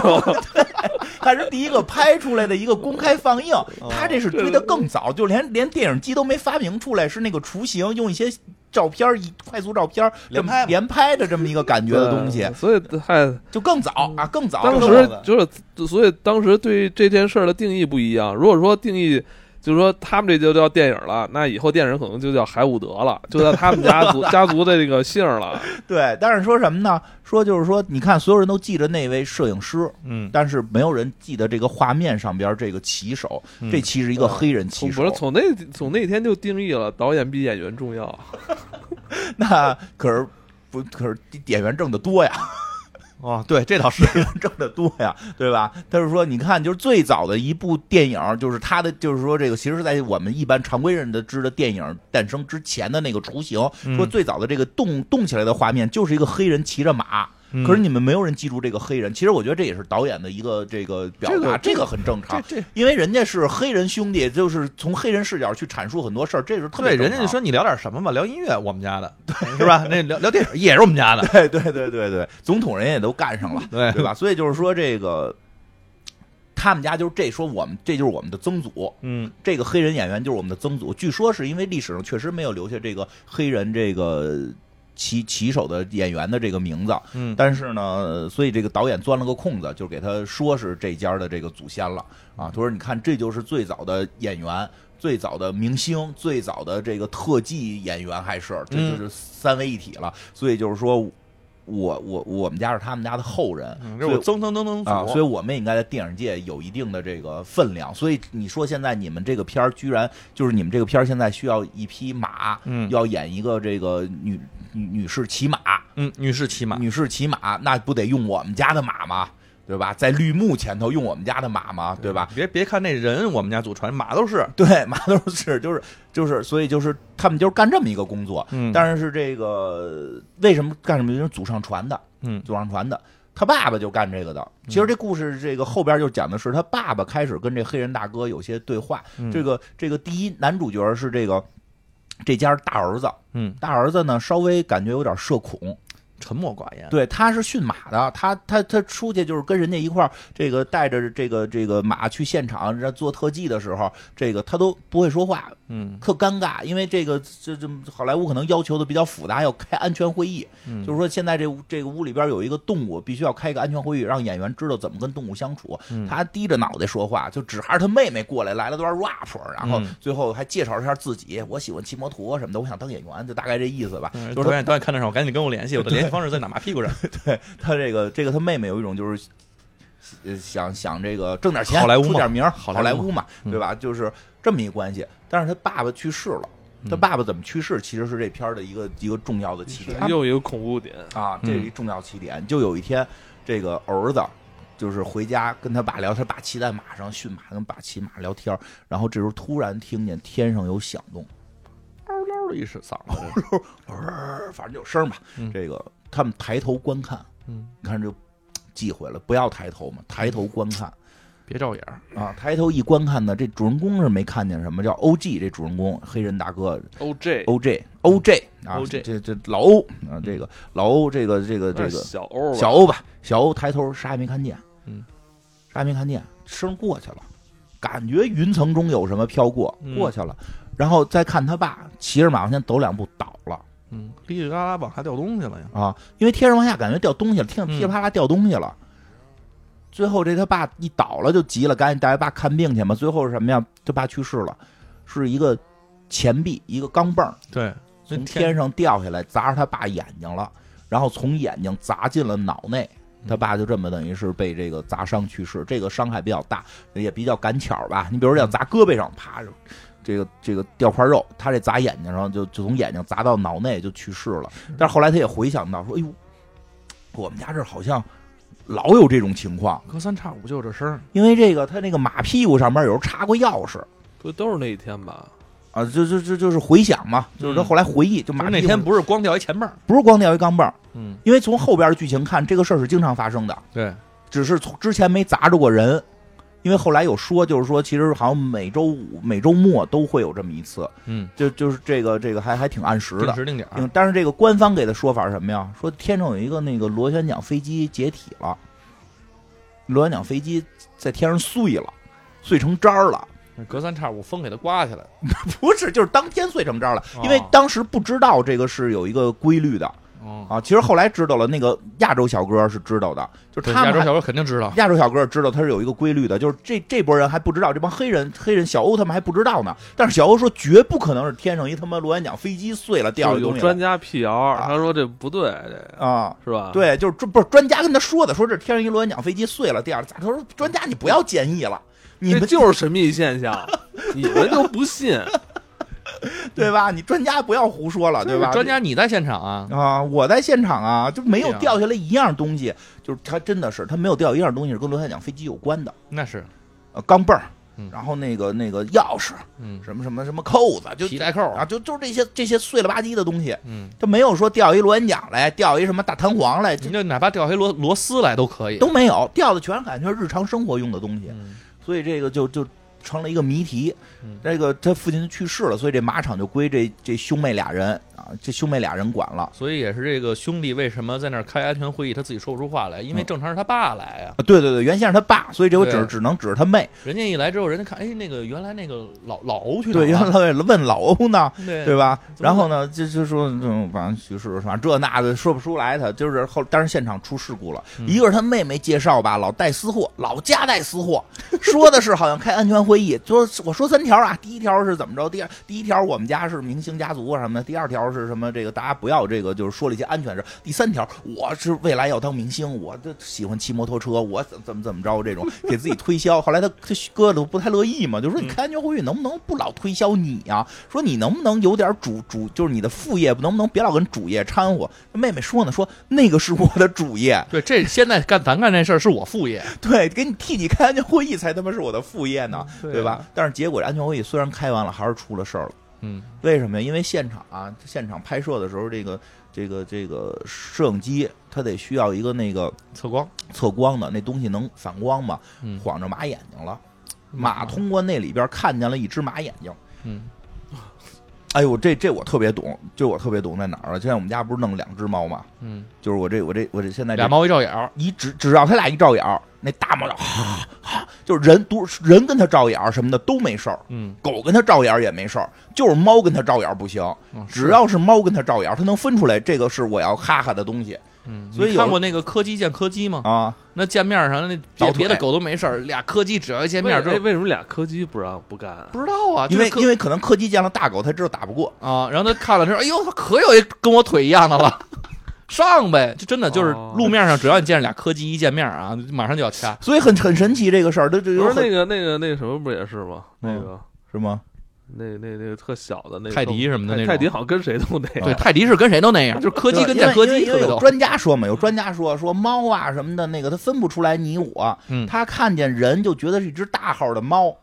Speaker 2: 还是第一个拍出来的一个公开放映？它这是
Speaker 1: 对
Speaker 2: 追的更早，就连连电影机都没发明出来，是那个雏形，用一些照片儿一快速照片儿这
Speaker 3: 连
Speaker 2: 么
Speaker 3: 拍嘛
Speaker 2: 连拍的这么一个感觉的东西
Speaker 1: 对，所以嗨，
Speaker 2: 就更早啊，更早。
Speaker 1: 当
Speaker 2: 更早
Speaker 1: 时就是，所以当时对这件事儿的定义不一样。如果说定义就是说他们这就叫电影了，那以后电影可能就叫海伍德了，就叫他们家族 家族的这个姓儿了。
Speaker 2: 对，但是说什么呢？说就是说，你看，所有人都记着那位摄影师，
Speaker 3: 嗯，
Speaker 2: 但是没有人记得这个画面上边儿这个骑手，
Speaker 3: 嗯
Speaker 2: 这其实一个黑人骑
Speaker 1: 从
Speaker 2: 手。
Speaker 1: 不是从那从那天就定义了，导演比演员重要。
Speaker 2: 啊那可是不可是演员挣得多呀，
Speaker 3: 哦，对，这倒 是
Speaker 2: 挣得多呀，对吧？他是说，你看，就是最早的一部电影，就是他的，就是说这个，其实是在我们一般常规认知的电影诞生之前的那个雏形，
Speaker 3: 嗯
Speaker 2: 说最早的这个动动起来的画面，就是一个黑人骑着马。
Speaker 3: 嗯
Speaker 2: 可是你们没有人记住这个黑人，其实我觉得这也是导演的一个这个表达，这
Speaker 3: 这个
Speaker 2: 个很正常
Speaker 3: 这，这
Speaker 2: 因为人家是黑人兄弟，就是从黑人视角去阐述很多事儿，这是特别啊
Speaker 3: 对，人
Speaker 2: 正
Speaker 3: 家就
Speaker 2: 常
Speaker 3: 说你聊点什么吧，聊音乐，我们家的，是吧？那聊聊电影也是我们家的，
Speaker 2: 对对对对对，总统人也都干上了，
Speaker 3: 对
Speaker 2: 对吧？所以就是说这个。他们家就是这说我们这就是我们的曾祖，
Speaker 3: 嗯，
Speaker 2: 这个黑人演员就是我们的曾祖。据说是因为历史上确实没有留下这个黑人这个骑骑手的演员的这个名字，
Speaker 3: 嗯
Speaker 2: 但是呢，所以这个导演钻了个空子，就给他说是这家的这个祖先了啊。他说：“你看，这就是最早的演员，最早的明星，最早的这个特技演员，还是这
Speaker 3: 嗯
Speaker 2: 就是三位一体了。所以就是说，我我我们家是他们家的后人，
Speaker 3: 嗯这
Speaker 2: 所
Speaker 3: 是我
Speaker 2: 以
Speaker 3: 曾曾曾曾祖
Speaker 2: 啊，所以我们也应该在电影界有一定的这个分量。所以你说现在你们这个片儿居然就是你们这个片儿现在需要一匹马，
Speaker 3: 嗯
Speaker 2: 要演一个这个女女女士骑马，
Speaker 3: 嗯，女士骑马，
Speaker 2: 女士骑马，那不得用我们家的马吗？对吧？在绿幕前头用我们家的马吗？对吧？
Speaker 3: 别别看那人，我们家祖传马都是，
Speaker 2: 对，马都是就是就是，所以就是他们就是干这么一个工作。
Speaker 3: 嗯但是
Speaker 2: 但是这个为什么干什么？因为祖上传的，
Speaker 3: 嗯
Speaker 2: 祖上传的，他爸爸就干这个的。其实这故事这个后边就讲的是他爸爸开始跟这黑人大哥有些对话。
Speaker 3: 嗯
Speaker 2: 这个这个第一男主角是这个这家大儿子，
Speaker 3: 嗯，
Speaker 2: 大儿子呢稍微感觉有点社恐，
Speaker 3: 沉默寡言，
Speaker 2: 对，他是驯马的，他他他出去就是跟人家一块儿，这个带着这个这个马去现场这做特技的时候，这个他都不会说话，
Speaker 3: 嗯，
Speaker 2: 特尴尬，因为这个这这好莱坞可能要求的比较复杂，要开安全会议，
Speaker 3: 嗯
Speaker 2: 就是说现在这屋这个屋里边有一个动物，必须要开一个安全会议，让演员知道怎么跟动物相处。
Speaker 3: 嗯
Speaker 2: 他低着脑袋说话，就只还是他妹妹过来来了段 rap，然后
Speaker 3: 嗯
Speaker 2: 最后还介绍了一下自己，我喜欢骑摩托什么的，我想当演员，就大概这意思吧。
Speaker 3: 嗯
Speaker 2: 就是
Speaker 3: 导
Speaker 2: 他
Speaker 3: 演导演看得上我，赶紧跟我联系，我的联系方式在哪？马屁股上，
Speaker 2: 他这个这个他妹妹有一种就是。呃想想这个挣点钱，
Speaker 3: 好莱坞嘛
Speaker 2: 出点名儿，
Speaker 3: 好
Speaker 2: 好
Speaker 3: 莱坞嘛
Speaker 2: 莱坞嘛，对吧？就是这么一关系。但是他爸爸去世了，他
Speaker 3: 嗯
Speaker 2: 爸爸怎么去世，其实是这片儿的一个一个重要的起点。
Speaker 1: 又一个恐怖点，
Speaker 2: 啊，这是
Speaker 3: 嗯
Speaker 2: 一重要起点。就有一天，这个儿子就是回家跟他爸聊，他爸骑在马上驯马，跟爸骑马聊天儿。然后这时候突然听见天上有响动，
Speaker 3: 嗷嗷的一声嗓子，
Speaker 2: 呃反正有声儿吧
Speaker 3: 嗯。
Speaker 2: 这个他们抬头观看，
Speaker 3: 嗯，
Speaker 2: 你看就忌讳了，不要抬头嘛，抬头观看
Speaker 3: 别照眼儿，
Speaker 2: 啊。抬头一观看呢，这主人公是没看见什么，叫 O.G. 这主人公黑人大哥
Speaker 1: OJ
Speaker 2: O.J. O.J.
Speaker 3: 嗯
Speaker 2: 啊
Speaker 1: OJ
Speaker 2: 这这老欧啊，这个老欧，这个这个这
Speaker 1: 有点
Speaker 2: 个
Speaker 1: 小欧吧
Speaker 2: 小欧吧，小欧抬头啥也没看见，
Speaker 3: 嗯，
Speaker 2: 啥也没看见，声过去了，感觉云层中有什么飘过，
Speaker 3: 嗯
Speaker 2: 过去了，然后再看他爸骑着马往前走两步倒了
Speaker 3: 嗯，哩哩啦啦往下掉东西了呀，
Speaker 2: 啊，因为天上往下感觉掉东西了，听
Speaker 3: 嗯
Speaker 2: 见噼里啪啦掉东西了。最后这他爸一倒了就急了，赶紧带他爸看病去嘛。最后是什么呀？他爸去世了，是一个钱币，一个钢镚儿
Speaker 3: 对，那
Speaker 2: 从天上掉下来砸着他爸眼睛了，然后从眼睛砸进了脑内。
Speaker 3: 嗯
Speaker 2: 他爸就这么等于是被这个砸伤去世，这个伤害比较大，也比较赶巧吧。你比
Speaker 3: 嗯
Speaker 2: 如说要砸胳膊上，啪，这个这个掉块肉，他这砸眼睛上就就从眼睛砸到脑内就去世了。但是后来他也回想到说，哎呦，我们家这儿好像老有这种情况，
Speaker 3: 隔三差五就有这声儿，
Speaker 2: 因为这个他那个马屁股上面有时候插过钥匙
Speaker 1: 不都是那一天吧？
Speaker 2: 啊，就就就就是回想嘛，就是他后来回忆，就马
Speaker 3: 嗯就
Speaker 2: 屁
Speaker 3: 是那
Speaker 2: 股
Speaker 3: 天不是光掉一钱棒儿，
Speaker 2: 不是光掉一钢镚儿。
Speaker 3: 嗯，
Speaker 2: 因为从后边的剧情看，这个事儿是经常发生的，
Speaker 3: 对，
Speaker 2: 只是从之前没砸着过人。因为后来有说，就是说，其实好像每周五、每周末都会有这么一次，
Speaker 3: 嗯，
Speaker 2: 就就是这个这个还还挺按时
Speaker 3: 定
Speaker 2: 的。
Speaker 3: 时定点儿，
Speaker 2: 嗯，但是这个官方给的说法是什么呀？说天上有一个那个螺旋桨飞机解体了，螺旋桨飞机在天上碎了，碎成渣儿了。
Speaker 3: 隔三差五风给它刮起来，
Speaker 2: 不是，就是当天碎成渣儿了，因为
Speaker 3: 哦
Speaker 2: 当时不知道这个是有一个规律的
Speaker 3: 哦，
Speaker 2: 啊。其实后来知道了，那个亚洲小哥是知道的，就是
Speaker 3: 对
Speaker 2: 他
Speaker 3: 亚
Speaker 2: 们
Speaker 3: 洲
Speaker 2: 还
Speaker 3: 小哥肯定知道，
Speaker 2: 亚洲小哥知道他是有一个规律的，就是这这波人还不知道，这帮黑人黑人小欧他们还不知道呢。但是小欧说绝不可能是天上一他妈螺旋桨飞机碎了掉
Speaker 1: 就
Speaker 2: 的
Speaker 1: 有
Speaker 2: 东西
Speaker 1: 专家辟谣，
Speaker 2: 啊
Speaker 1: 他说这不对，这
Speaker 2: 啊。
Speaker 1: 是吧？，
Speaker 2: 对，就是专不是专家跟他说的，说这天上一螺旋桨飞机碎了掉了。他说专家你不要建议了，你
Speaker 1: 这
Speaker 2: 们
Speaker 1: 就是神秘现象，你们就不信。
Speaker 2: 对吧？你专家不要胡说了， 对吧？
Speaker 3: 专家你在现场啊，
Speaker 2: 啊，我在现场啊，就没有
Speaker 3: 对啊
Speaker 2: 掉下来一样东西，就是他真的是他没有掉一样东西是跟螺旋桨飞机有关的，
Speaker 3: 那是，
Speaker 2: 呃，钢镚儿
Speaker 3: 嗯，
Speaker 2: 然后那个那个钥匙，
Speaker 3: 嗯，
Speaker 2: 什么什么什么扣子，就
Speaker 3: 皮带扣儿
Speaker 2: 啊，，就就是这些这些碎了吧唧的东西，
Speaker 3: 嗯，
Speaker 2: 它没有说掉一螺旋桨来，掉一什么大弹簧来，这
Speaker 3: 你就哪怕掉一螺螺丝来都可以，
Speaker 2: 都没有，掉的全是感觉日常生活用的东西，
Speaker 3: 嗯
Speaker 2: 所以这个就就成了一个谜题
Speaker 3: 嗯。
Speaker 2: 这个他父亲去世了，所以这马场就归这这兄妹俩人啊，这兄妹俩人管了。
Speaker 3: 所以也是这个兄弟为什么在那儿开安全会议，他自己说不出话来，因为
Speaker 2: 嗯
Speaker 3: 正常是他爸来啊。
Speaker 2: 啊对对对，原先是他爸，所以这回只
Speaker 3: 对
Speaker 2: 只能指着他妹。
Speaker 3: 人家一来之后，人家看，哎，那个原来那个老老欧去哪
Speaker 2: 对，
Speaker 3: 儿
Speaker 2: 原来
Speaker 3: 了？
Speaker 2: 他 问老欧呢，
Speaker 3: 对
Speaker 2: 对
Speaker 3: 吧？
Speaker 2: 吧？
Speaker 3: 怎么
Speaker 2: 然后呢，就就说嗯，反正徐氏反正这那的说不出来他，就是后，但是现场出事故了。
Speaker 3: 嗯
Speaker 2: 一个是他妹妹介绍吧，老带私货，老夹带私 货，说的是好像开安全会议，说我说三条啊，第一条是怎么着？第二第一条我们家是明星家族啊什么的，第二条是什么？这个大家不要这个，就是说了一些安全事。第三条，我是未来要当明星，我就喜欢骑摩托车，我怎怎么怎么着 这种给自己推销。后来他他哥都不太乐意嘛，就说
Speaker 3: 嗯
Speaker 2: 你开安全会议能不能不老推销你啊呀、说你能不能有点主主，就是你的副业能不能别老跟主业掺和？妹妹说呢，说那个是我的主业，
Speaker 3: 对，这现在干咱干这事儿是我副业，
Speaker 2: 对，给你替你开安全会议才他妈是我的副业呢，
Speaker 3: 嗯对啊
Speaker 2: 对吧？但是结果这安全会议虽然开完了，还是出了事儿了。
Speaker 3: 嗯，
Speaker 2: 为什么呀？因为现场啊，现场拍摄的时候，这个这个这个摄影机它得需要一个那个
Speaker 3: 测光，
Speaker 2: 测光的那东西能反光嘛，
Speaker 3: 嗯，
Speaker 2: 晃着马眼睛了。马通过那里边看见了一只马眼睛，
Speaker 3: 嗯，
Speaker 2: 哎呦，这这我特别懂，这我特别懂在哪儿了？现在我们家不是弄两只猫嘛，
Speaker 3: 嗯，
Speaker 2: 就是我这我这我这现在哎这
Speaker 3: 俩猫一照眼儿，
Speaker 2: 一只只要它俩一照眼儿，那大猫就哈哈，就是人独人跟它照眼儿什么的都没事儿，
Speaker 3: 嗯，
Speaker 2: 狗跟它照眼儿也没事儿，就是猫跟它照眼儿不行。
Speaker 3: 嗯
Speaker 2: 只要是猫跟它照眼儿，它能分出来这个是我要哈哈的东西
Speaker 3: 嗯，
Speaker 2: 所以
Speaker 3: 你
Speaker 2: 有
Speaker 3: 看过那个柯基见柯基吗？
Speaker 2: 啊。
Speaker 3: 那见面上那
Speaker 2: 倒
Speaker 3: 别
Speaker 2: 腿
Speaker 3: 别的狗都没事儿，俩柯基只要一见面
Speaker 1: 为哎
Speaker 3: 就
Speaker 1: 为什么俩柯基不让不干啊？
Speaker 3: 不知道啊，
Speaker 2: 因
Speaker 3: 就是
Speaker 2: 为
Speaker 3: 柯
Speaker 2: 因为可能柯基见了大狗，它知道打不过，
Speaker 3: 啊，然后他看了之后，哎呦，可有一跟我腿一样的了， 上呗，就真的就是
Speaker 1: 哦
Speaker 3: 路面上，只要你见着俩柯基一见面啊，马上就要掐。
Speaker 2: 所以很很神奇这个事儿。它这
Speaker 1: 不
Speaker 2: 有
Speaker 1: 是那
Speaker 2: 很
Speaker 1: 个那个那个什么不也是吗？那
Speaker 2: 嗯
Speaker 1: 个
Speaker 2: 是吗？
Speaker 1: 那那那个特小的那个
Speaker 3: 泰迪什么的
Speaker 1: 泰
Speaker 3: 那种
Speaker 1: 泰迪好像跟谁都那
Speaker 3: 对，
Speaker 1: 样。
Speaker 3: 泰迪是跟谁都那样，就是柯基
Speaker 2: 对
Speaker 3: 跟
Speaker 2: 因
Speaker 3: 见
Speaker 2: 为
Speaker 3: 柯
Speaker 2: 因为
Speaker 3: 基
Speaker 2: 因为
Speaker 3: 特别
Speaker 2: 有
Speaker 3: 逗。
Speaker 2: 专家说嘛，有专家说说猫啊什么的，那个它分不出来你我，
Speaker 3: 嗯
Speaker 2: 它看见人就觉得是一只大号的猫。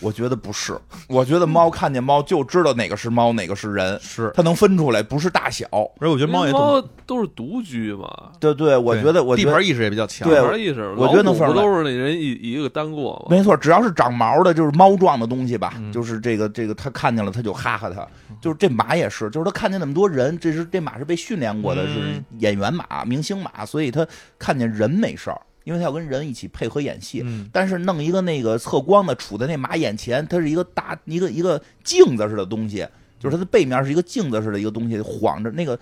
Speaker 2: 我觉得不是，我觉得猫看见猫就知道哪个是猫，哪个是人，
Speaker 3: 是，
Speaker 2: 它能分出来，不是大小。
Speaker 3: 而且我
Speaker 1: 因
Speaker 3: 觉得
Speaker 1: 为
Speaker 3: 猫也懂
Speaker 1: 猫都是独居嘛，
Speaker 2: 对对，我觉得我
Speaker 3: 地
Speaker 2: 觉得
Speaker 3: 盘意识也比较强。
Speaker 2: 对
Speaker 1: 玩意识。
Speaker 2: 我觉得
Speaker 1: 老
Speaker 2: 能
Speaker 1: 虎
Speaker 2: 分
Speaker 1: 不
Speaker 2: 出来
Speaker 1: 都是那人一一个单过吗？
Speaker 2: 没错，只要是长毛的，就是猫状的东西吧，
Speaker 3: 嗯
Speaker 2: 就是这个这个，它看见了它就哈哈它，就是这马也是，就是它看见那么多人，这是这马是被训练过的，
Speaker 3: 嗯
Speaker 2: 是演员马、明星马，所以它看见人没事儿，因为它要跟人一起配合演戏。
Speaker 3: 嗯，
Speaker 2: 但是弄一个那个测光的杵在那马眼前，它是一个大一个一个镜子似的东西，就是它的背面是一个镜子似的一个东西晃着那个。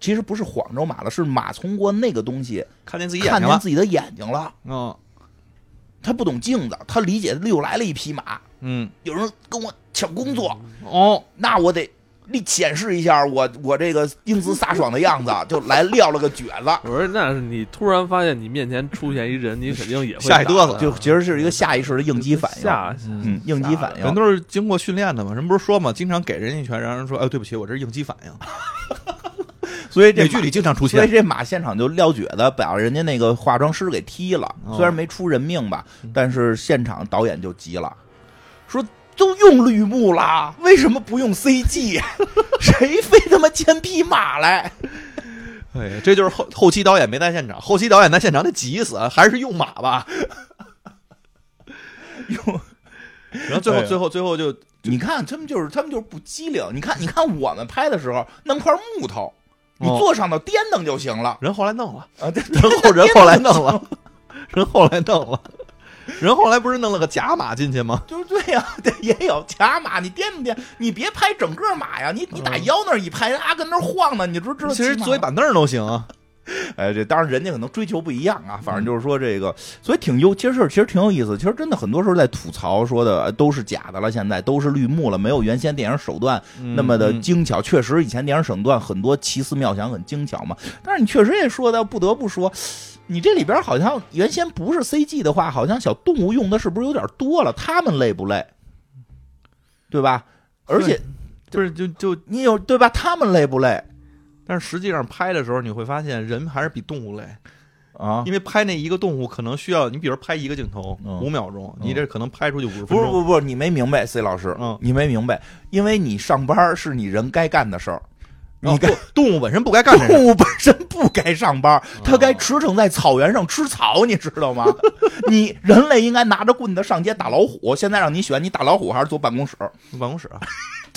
Speaker 2: 其实不是晃着马了，是马通过那个东西
Speaker 3: 看见自己眼
Speaker 2: 看
Speaker 3: 睛
Speaker 2: 见
Speaker 3: 了。
Speaker 2: 自己的眼睛了。
Speaker 3: 嗯
Speaker 2: 他不懂镜子，他理解又来了一匹马，
Speaker 3: 嗯
Speaker 2: 有人跟我抢工作，
Speaker 3: 哦，
Speaker 2: 那我得立显示一下我我这个英姿飒爽的样子，就来撂了个蹶 子。
Speaker 1: 我说，那是你突然发现你面前出现一人，你肯定也会
Speaker 2: 吓一
Speaker 1: 打
Speaker 2: 哆
Speaker 1: 的
Speaker 2: 嗦，就其实是一个下意识的应激反应，
Speaker 1: 吓
Speaker 2: 嗯，应激反
Speaker 3: 人
Speaker 2: 应。
Speaker 3: 都是经过训练的嘛。人不是说嘛，经常给人一拳，让人说，哎，对不起，我这是应激反应。
Speaker 2: 所以这
Speaker 3: 美剧里经常出
Speaker 2: 所以
Speaker 3: 现。
Speaker 2: 这马现场就撂蹶子，把人家那个化妆师给踢了。
Speaker 3: 哦嗯
Speaker 2: 虽然没出人命吧，但是现场导演就急了，说都用绿幕啦，为什么不用 CG？谁非他妈牵匹马来？
Speaker 3: 哎，这就是后后期导演没在现场，后期导演在现场得急死，啊还是用马吧。
Speaker 2: 用。
Speaker 3: 然后最
Speaker 2: 哎
Speaker 3: 后
Speaker 2: 呀
Speaker 3: 最后最后就
Speaker 2: 你看他们就是他们就是不机灵。你看你看我们拍的时候弄块木头，你
Speaker 3: 哦
Speaker 2: 坐上头颠蹬就行了、
Speaker 3: 人后来弄了，
Speaker 2: 啊！对，
Speaker 3: 人后人 后来弄了，人后来弄了，人后来不是弄了个假马进去吗？
Speaker 2: 就是对呀、对也有假马，你颠不颠？你别拍整个马呀，你你打腰那儿一拍，啊，跟那儿晃呢，你知不知道？
Speaker 3: 其实坐一，板凳儿都行啊。
Speaker 2: 哎，这当然人家可能追求不一样啊，反正就是说这个，所以挺优，其实是其实挺有意思。其实真的很多时候在吐槽说的呃都是假的了，现在都是绿幕了，没有原先电影手段那么的
Speaker 3: 嗯
Speaker 2: 精巧。确实，以前电影省段很多奇思妙想很精巧嘛，但是你确实也说到，不得不说，你这里边好像原先不是 CG 的话，好像小动物用的是不是有点多了？他们累不累？对吧？而且
Speaker 3: 就是就就，
Speaker 2: 你有对吧？他们累不累
Speaker 3: 但是实际上拍的时候你会发现人还是比动物累，
Speaker 2: 啊？
Speaker 3: 因为拍那一个动物可能需要你，比如拍一个镜头
Speaker 2: 嗯
Speaker 3: 五秒钟，
Speaker 2: 嗯
Speaker 3: 你这可能拍出去五十分
Speaker 2: 不是
Speaker 3: 钟。
Speaker 2: 不是不是，你没明白，C 老师，
Speaker 3: 嗯
Speaker 2: 你没明白，因为你上班是你人该干的事儿，你
Speaker 3: 哦
Speaker 2: 该、
Speaker 3: 不动物本身不该干这事
Speaker 2: 动物本身不该上班，
Speaker 3: 哦
Speaker 2: 它该驰骋在草原上吃草，你知道吗？你人类应该拿着棍子上街打老虎。现在让你选，你打老虎还是坐办公室，
Speaker 3: 办公室啊，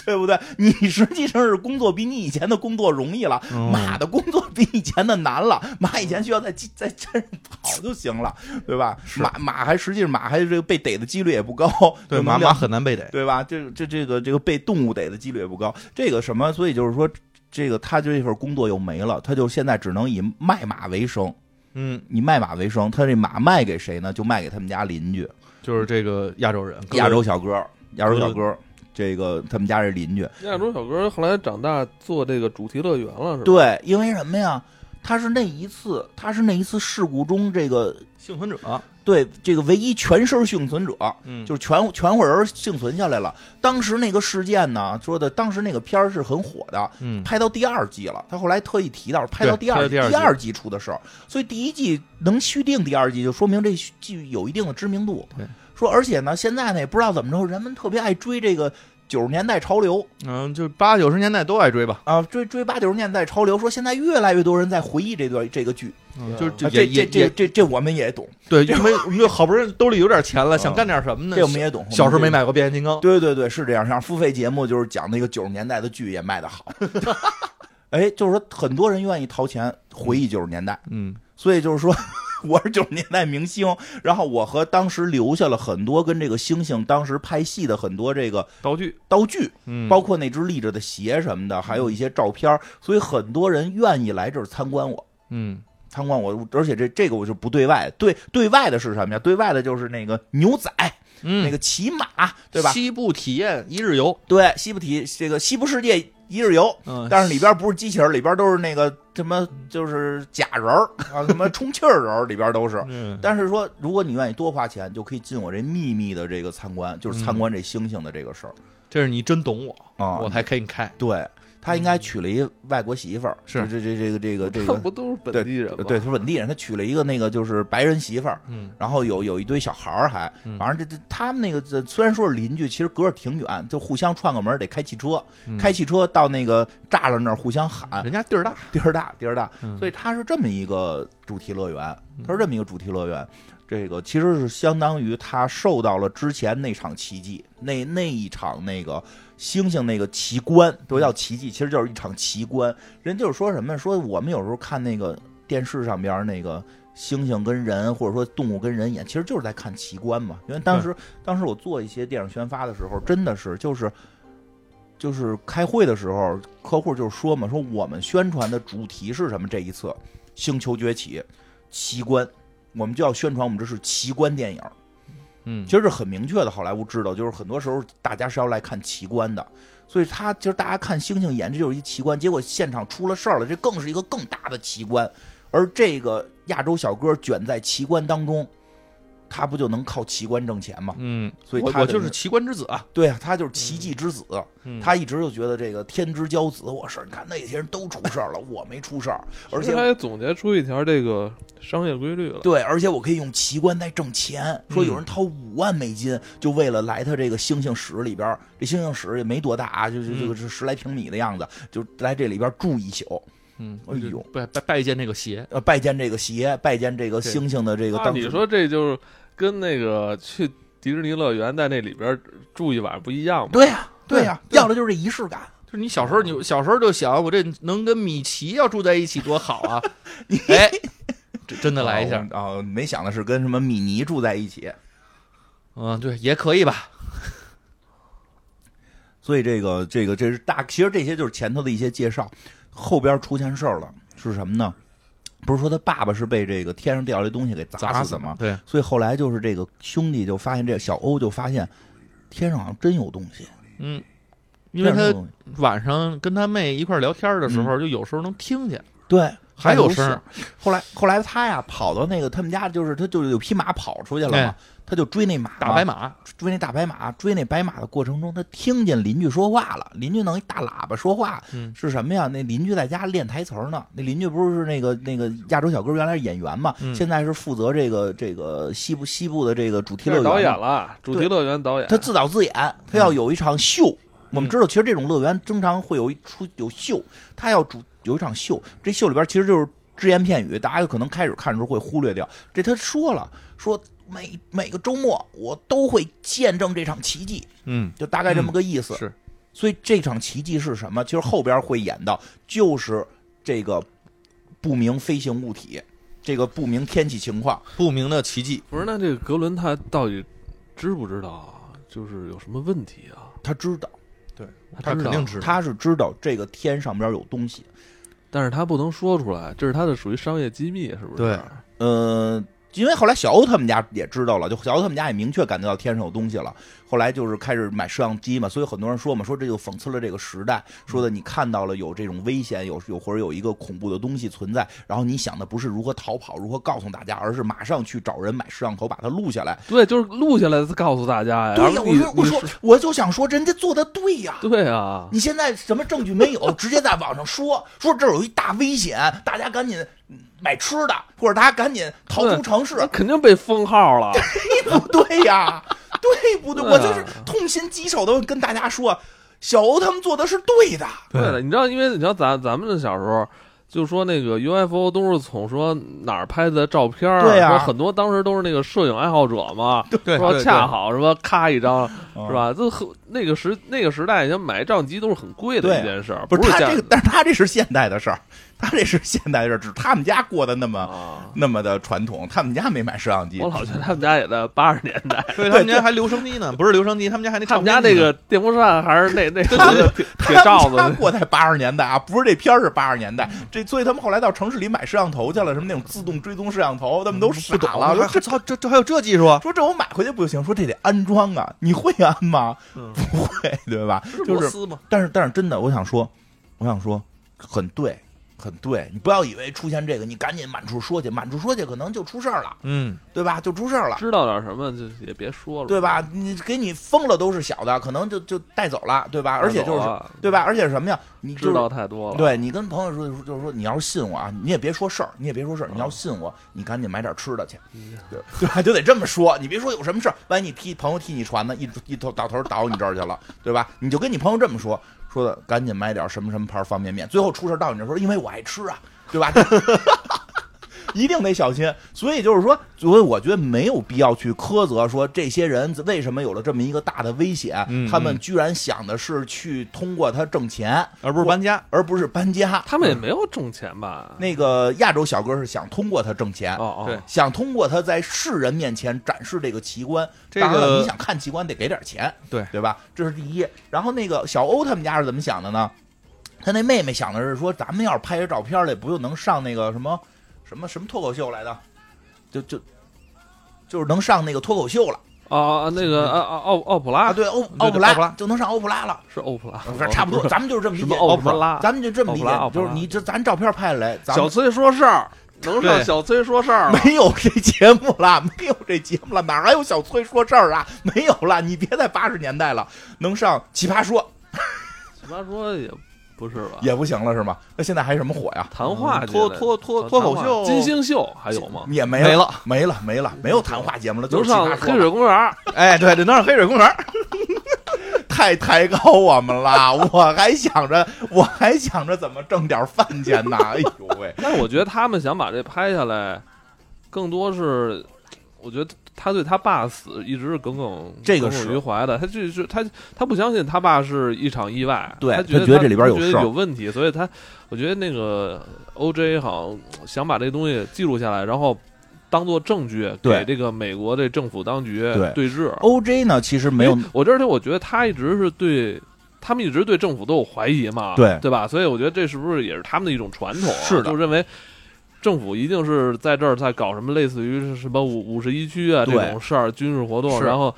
Speaker 2: 对不对？你实际上是工作比你以前的工作容易了，
Speaker 3: 嗯
Speaker 2: 马的工作比以前的难了。马以前需要在街在街上跑就行了，对吧？马马还实际上马还这个被逮的几率也不高，
Speaker 3: 对
Speaker 2: 就能
Speaker 3: 马马
Speaker 2: 量
Speaker 3: 很难被逮。
Speaker 2: 对吧？这这这个这个被动物逮的几率也不高，这个什么，所以就是说，这个他这份工作又没了，他就现在只能以卖马为生，
Speaker 3: 嗯，
Speaker 2: 以卖马为生。他这马卖给谁呢？就卖给他们家邻居
Speaker 3: 就是这个亚洲人，
Speaker 2: 亚洲小哥，亚洲小哥，这个他们家这邻居。
Speaker 1: 亚洲小哥后来长大做这个主题乐园了，是吧？
Speaker 2: 对，因为什么呀？他是那一次，他是那一次事故中这个
Speaker 3: 幸存者，
Speaker 2: 对这个唯一全身幸存者。
Speaker 3: 嗯，
Speaker 2: 就是全全伙人幸存下来了。当时那个事件呢，说的当时那个片儿是很火的，
Speaker 3: 嗯
Speaker 2: 拍到第二季了。他后来特意提到，拍到第二
Speaker 3: 拍到第二季
Speaker 2: 第二季出的事儿，所以第一季能续订第二季，就说明这剧有一定的知名度
Speaker 3: 对。
Speaker 2: 说，而且呢，现在呢也不知道怎么着，人们特别爱追这个九十年代潮流
Speaker 3: 嗯，就八九十年代都爱追吧，
Speaker 2: 啊，追追八九十年代潮流，说现在越来越多人在回忆这段这个剧，
Speaker 3: 嗯
Speaker 1: 嗯
Speaker 3: 就是
Speaker 2: 啊这
Speaker 3: 也
Speaker 2: 这
Speaker 3: 也
Speaker 2: 这
Speaker 3: 也
Speaker 2: 这这我们也懂，
Speaker 3: 对，因 为我们就好不容易兜里有点钱了，
Speaker 2: 嗯
Speaker 3: 想干点什么呢
Speaker 2: 这？我们也懂。
Speaker 3: 小时候没
Speaker 2: 买。
Speaker 3: 买过变形金刚，
Speaker 2: 对对对，是这样。像付费节目就是讲那个九十年代的剧也卖的 好，哎，就是说很多人愿意掏钱回忆九十年代，
Speaker 3: 嗯，
Speaker 2: 所以就是说。 我是九十年代明星，然后我和当时留下了很多跟这个星星当时拍戏的很多这个
Speaker 3: 道具，
Speaker 2: 道具，
Speaker 3: 嗯，
Speaker 2: 包括那只立着的鞋什么的，还有一些照片儿，所以很多人愿意来这儿参观我，
Speaker 3: 嗯，
Speaker 2: 参观我，而且这这个我是不对外，对对外的是什么呀？对外的就是那个牛仔，
Speaker 3: 那
Speaker 2: 那个骑马，嗯对吧？
Speaker 3: 西部体验一日游，
Speaker 2: 对，西部体这个西部世界一日游，
Speaker 3: 嗯，
Speaker 2: 但是里边不是机器人，里边都是那个什么，就是假人儿啊，什么充气儿人儿，里边都是。
Speaker 3: 嗯
Speaker 2: 但是说，如果你愿意多花钱，就可以进我这秘密的这个参观，就是参观这星星的这个事儿
Speaker 3: 这是你真懂嗯我，
Speaker 2: 啊。
Speaker 3: 我才给你开，
Speaker 2: 对他应该娶了一外国媳妇儿，
Speaker 3: 是
Speaker 2: 这这这个这个这
Speaker 1: 他
Speaker 2: 个，
Speaker 1: 不都是本地人吗？
Speaker 2: 对，他是本地人，他娶了一个那个就是白人媳妇儿，
Speaker 3: 嗯，
Speaker 2: 然后有有一堆小孩儿，还
Speaker 3: 嗯
Speaker 2: 反正这这他们那个这虽然说是邻居，其实隔着挺远，就互相串个门儿得开汽车，
Speaker 3: 嗯
Speaker 2: 开汽车到那个栅栏那儿互相喊
Speaker 3: 人家地儿大，
Speaker 2: 地儿大地儿大，
Speaker 3: 嗯
Speaker 2: 所以它是这么一个主题乐园，
Speaker 3: 嗯
Speaker 2: 它是这么一个主题乐园。这个其实是相当于它受到了之前那场奇迹，那那一场那个星星那个奇观，都叫奇迹，其实就是一场奇观。人就是说什么，说我们有时候看那个电视上边那个猩猩跟人，或者说动物跟人演，其实就是在看奇观嘛。因为当时当时我做一些电影宣发的时候，真的是就是就是开会的时候，客户就说嘛，说我们宣传的主题是什么？这一次《星球崛起》奇观，我们就要宣传我们这是奇观电影。
Speaker 3: 嗯
Speaker 2: 其，实是很明确的，好莱坞知道，就是很多时候大家是要来看奇观的，所以他就是大家看星星演，这就是一奇观。结果现场出了事儿了，这更是一个更大的奇观。而这个亚洲小哥卷在奇观当中，他不就能靠奇观挣钱吗？
Speaker 3: 嗯，
Speaker 2: 所以
Speaker 3: 我
Speaker 2: 他
Speaker 3: 我
Speaker 2: 的
Speaker 3: 就是奇观之子啊，
Speaker 2: 对啊，他就是奇迹之子。
Speaker 3: 嗯
Speaker 2: 他一直就觉得这个天之骄子，我是你看那些人都出事儿了，我没出事儿，而
Speaker 1: 其实
Speaker 2: 且
Speaker 1: 他也总结出一条这个商业规律了。
Speaker 2: 对，而且我可以用奇观在挣钱。说
Speaker 3: 嗯
Speaker 2: 有人掏五万美金，就为了来他这个星星室里边儿，这星星室也没多大啊，就就就就是十来平米的样子，就来这里边住一宿，
Speaker 3: 嗯，
Speaker 2: 哎呦
Speaker 3: 拜拜拜见那个鞋，
Speaker 2: 呃，拜见这个鞋，拜见这个星星的这个
Speaker 1: 那
Speaker 2: 当时。
Speaker 1: 啊你说这就是跟那个去迪士尼乐园在那里边住一晚上不一样吗？
Speaker 2: 对呀、对呀、
Speaker 3: 对
Speaker 2: 要的就是这仪式感。
Speaker 3: 就是你
Speaker 2: 哦
Speaker 3: 小时候，你小时候就想，我这能跟米奇要住在一起多好啊！哎，这真的来一下，
Speaker 2: 啊、哦没想的是跟什么米妮住在一起，
Speaker 3: 嗯，对，也可以吧，
Speaker 2: 所以这个这个这是大，其实这些就是前头的一些介绍，后边出现事儿了，是什么呢？不是说他爸爸是被这个天上掉下来的东西给砸死的吗？
Speaker 3: 对，
Speaker 2: 所以后来就是这个兄弟就发现，这个小欧就发现天上好像真有东西，
Speaker 3: 嗯，因为
Speaker 2: 天上有
Speaker 3: 他
Speaker 2: 东西
Speaker 3: 晚上跟他妹一块儿聊天的时候，就有时候能听见，
Speaker 2: 对
Speaker 3: 嗯还有声儿。
Speaker 2: 后来后来他呀跑到那个他们家，就是他就是有匹马跑出去了嘛
Speaker 3: 哎，
Speaker 2: 他就追那马嘛，
Speaker 3: 大白马，
Speaker 2: 追那大白马，追那白马的过程中，他听见邻居说话了，邻居弄一大喇叭说话，
Speaker 3: 嗯
Speaker 2: 是什么呀？那邻居在家练台词儿呢。那邻居不是那个那个亚洲小哥原来是演员嘛，
Speaker 3: 嗯
Speaker 2: 现在是负责这个这个西部西部的这个主题乐
Speaker 1: 是
Speaker 2: 园
Speaker 1: 导演
Speaker 2: 嘛
Speaker 1: 了，主题乐园导演。
Speaker 2: 他自导自演，他要有一场秀。
Speaker 3: 嗯
Speaker 2: 我们知道，其实这种乐园经常会有一出有秀，他要主有一场秀，这秀里边其实就是只言片语，大家有可能开始看的时候会忽略掉。这他说了，说每每个周末我都会见证这场奇迹，
Speaker 3: 嗯，
Speaker 2: 就大概这么个意思。
Speaker 3: 是，
Speaker 2: 所以这场奇迹是什么？其实后边会演到，就是这个不明飞行物体，这个不明天气情况。
Speaker 3: 不明的奇迹，
Speaker 1: 不是，那这个格伦他到底知不知道啊？就是有什么问题啊？
Speaker 2: 他知道，
Speaker 3: 他
Speaker 1: 知道
Speaker 3: 肯定知道，
Speaker 2: 他是知道这个天上边有东西。
Speaker 1: 但是他不能说出来，这是他的属于商业机密，是不是？
Speaker 3: 对
Speaker 2: 呃，因为后来小欧他们家也知道了，就小欧他们家也明确感觉到天上有东西了。后来就是开始买摄像机嘛，所以很多人说嘛，说这就讽刺了这个时代，说的你看到了有这种危险，有有或者有一个恐怖的东西存在，然后你想的不是如何逃跑，如何告诉大家，而是马上去找人买摄像头把它录下来。
Speaker 1: 对，就是录下来告诉大家呀。
Speaker 2: 对呀，
Speaker 1: 然后
Speaker 2: 我
Speaker 1: 你
Speaker 2: 说我说嗯我就想说，人家做的对呀。
Speaker 1: 你对啊，
Speaker 2: 你现在什么证据没有？直接在网上说说这儿有一大危险，大家赶紧嗯买吃的，或者大家赶紧逃出城市。
Speaker 1: 那肯定被封号了。
Speaker 2: 不对呀、对不
Speaker 1: 对
Speaker 2: 对？
Speaker 1: 啊
Speaker 2: 我就是痛心疾首的跟大家说，小欧他们做的是对的。
Speaker 1: 对了，你知道，因为你知道咱咱们小时候。就说那个 UFO 都是从说哪儿拍的照片儿，
Speaker 2: 对啊
Speaker 1: 说很多当时都是那个摄影爱好者嘛，
Speaker 3: 对
Speaker 1: 说
Speaker 3: 对
Speaker 1: 恰好什么咔一张
Speaker 2: 嗯
Speaker 1: 是吧？这很那个时那个时代，像买照相机都是很贵的
Speaker 2: 对
Speaker 1: 一件事儿，
Speaker 2: 不是
Speaker 1: 是
Speaker 2: 他
Speaker 1: 家
Speaker 2: 这个，但是他这是现代的事儿，他这是现代的事儿，只是他们家过得那么、
Speaker 1: 啊。
Speaker 2: 那么的传统，他们家没买摄像机
Speaker 1: 我。老觉得他们家也在八十年 代，
Speaker 3: 对他们家还留声 机呢，不是留声机，他们家还那
Speaker 1: 他
Speaker 3: 唱
Speaker 1: 们家那个电风扇还是那那
Speaker 2: 对
Speaker 1: 那个铁
Speaker 2: 对他
Speaker 1: 铁
Speaker 2: 们
Speaker 1: 罩
Speaker 2: 家
Speaker 1: 子，
Speaker 2: 过在八十年代啊，不是这片儿是八十年代，这所以他们后来到城市里买摄像头去了，什么那种自动追踪摄像头，他们
Speaker 1: 嗯
Speaker 2: 都傻
Speaker 3: 不懂
Speaker 2: 了。 我
Speaker 3: 了，
Speaker 2: 说
Speaker 3: 我
Speaker 2: 这
Speaker 3: 啊操，这这还有这技术？啊
Speaker 2: 说这我买回去不行，说这得安装啊，你会安吗？
Speaker 3: 嗯
Speaker 2: 不会，对吧？就
Speaker 3: 螺
Speaker 2: 是
Speaker 3: 丝嘛，
Speaker 2: 但是但是真的，我想说，我想说，很对，很对。你不要以为出现这个，你赶紧满处说去，满处说去，可能就出事儿了，
Speaker 3: 嗯，
Speaker 2: 对吧？就出事儿了，
Speaker 1: 知道点什么就也别说了，
Speaker 2: 对吧？你给你封了都是小的，可能就就带走了，对吧？
Speaker 1: 带走了？
Speaker 2: 而且就是对吧？而且是什么呀？你就
Speaker 1: 知
Speaker 2: 是
Speaker 1: 道太多了，
Speaker 2: 对你跟朋友说，就是说你要是信我啊，你也别说事儿，你也别说事儿，你要信我，你赶紧买点吃的去，对对吧？就得这么说，你别说有什么事儿，万一你踢朋友踢你船呢，一一头到头倒你这儿去了，对吧？你就跟你朋友这么说，说的赶紧买点什么什么牌方便面，最后出事儿到你这儿说，因为我爱吃啊，对吧？一定得小心，所以就是说，所以我觉得没有必要去苛责说这些人为什么有了这么一个大的危险，
Speaker 3: 嗯
Speaker 2: 他们居然想的是去通过他挣钱，
Speaker 3: 而不是搬家。
Speaker 2: 而不是搬家。
Speaker 1: 他们也没有挣钱吧？
Speaker 2: 嗯那个亚洲小哥是想通过他挣钱，
Speaker 1: 哦哦，
Speaker 3: 对
Speaker 2: 想通过他在世人面前展示这个奇观。
Speaker 3: 这个
Speaker 2: 当然了你想看奇观得给点钱，
Speaker 3: 对
Speaker 2: 对吧？这是第一。然后那个小欧他们家是怎么想的呢？他那妹妹想的是说，咱们要是拍这照片来，不就能上那个什么什么什么脱口秀来的？就就就是能上那个脱口秀了
Speaker 1: 哦，那个啊啊奥奥普
Speaker 2: 啊！
Speaker 1: 拉
Speaker 2: 对，欧
Speaker 3: 对
Speaker 2: 欧普拉
Speaker 3: 欧普拉
Speaker 2: 就能上欧普拉了。
Speaker 1: 是欧普拉，
Speaker 2: 反正差不多，咱们就是这么理
Speaker 1: 什么
Speaker 2: 解。
Speaker 1: 奥
Speaker 2: 欧
Speaker 1: 普拉
Speaker 2: 咱们就这么理
Speaker 1: 奥普拉
Speaker 2: 解
Speaker 1: 奥，普
Speaker 2: 就
Speaker 1: 拉
Speaker 2: 是你这咱照片拍下来，咱们
Speaker 1: 小崔说事儿，能上
Speaker 3: 对
Speaker 1: 小崔说事儿了。
Speaker 2: 没有这节目了，没有这节目了，哪还有小崔说事儿啊？ 没有了，你别在八十年代了，能上奇葩说
Speaker 1: 奇葩说也不是吧？
Speaker 2: 也不行了是吗？那现在还有什么火呀？
Speaker 1: 谈话之类
Speaker 3: 嗯脱
Speaker 1: 的
Speaker 3: 脱脱
Speaker 1: 啊
Speaker 3: 脱口
Speaker 1: 谈话
Speaker 3: 秀，
Speaker 1: 金星秀嗯还有吗？
Speaker 2: 也没
Speaker 3: 没
Speaker 2: 了
Speaker 3: 了，
Speaker 2: 没了，没了，没有谈话节目了，就
Speaker 1: 能
Speaker 2: 是奇葩
Speaker 1: 上
Speaker 2: 说
Speaker 1: 黑水公园儿，
Speaker 3: 哎，对对，能上黑水公园儿，
Speaker 2: 太 抬高我们了， 我还想着，我还想着怎么挣点饭钱 呢。哎呦喂，
Speaker 1: 但是我觉得他们想把这拍下来，更多是，我觉得他对他爸死一直是耿耿
Speaker 2: 这个
Speaker 1: 耿
Speaker 2: 是
Speaker 1: 耿于怀的。他就是他他不相信他爸是一场意外，
Speaker 2: 对
Speaker 1: 他觉
Speaker 2: 他
Speaker 1: 得
Speaker 2: 觉得这里边有
Speaker 1: 他觉得
Speaker 2: 事儿
Speaker 1: 有问题，所以他我觉得那个 OJ 好像想把这东西记录下来，然后当做证据
Speaker 2: 对
Speaker 1: 给这个美国这政府当局
Speaker 2: 对
Speaker 1: 对峙。
Speaker 2: ，OJ 呢其实没有
Speaker 1: 因为我这而且我觉得他一直是对。他们一直对政府都有怀疑嘛，
Speaker 2: 对
Speaker 1: 对吧？所以我觉得这是不是也是他们的一种传统啊？
Speaker 2: 是的
Speaker 1: 就认为政府一定是在这儿在搞什么类似于是什么五五十一区啊这
Speaker 2: 对
Speaker 1: 种事儿，军事活动，
Speaker 2: 是
Speaker 1: 然后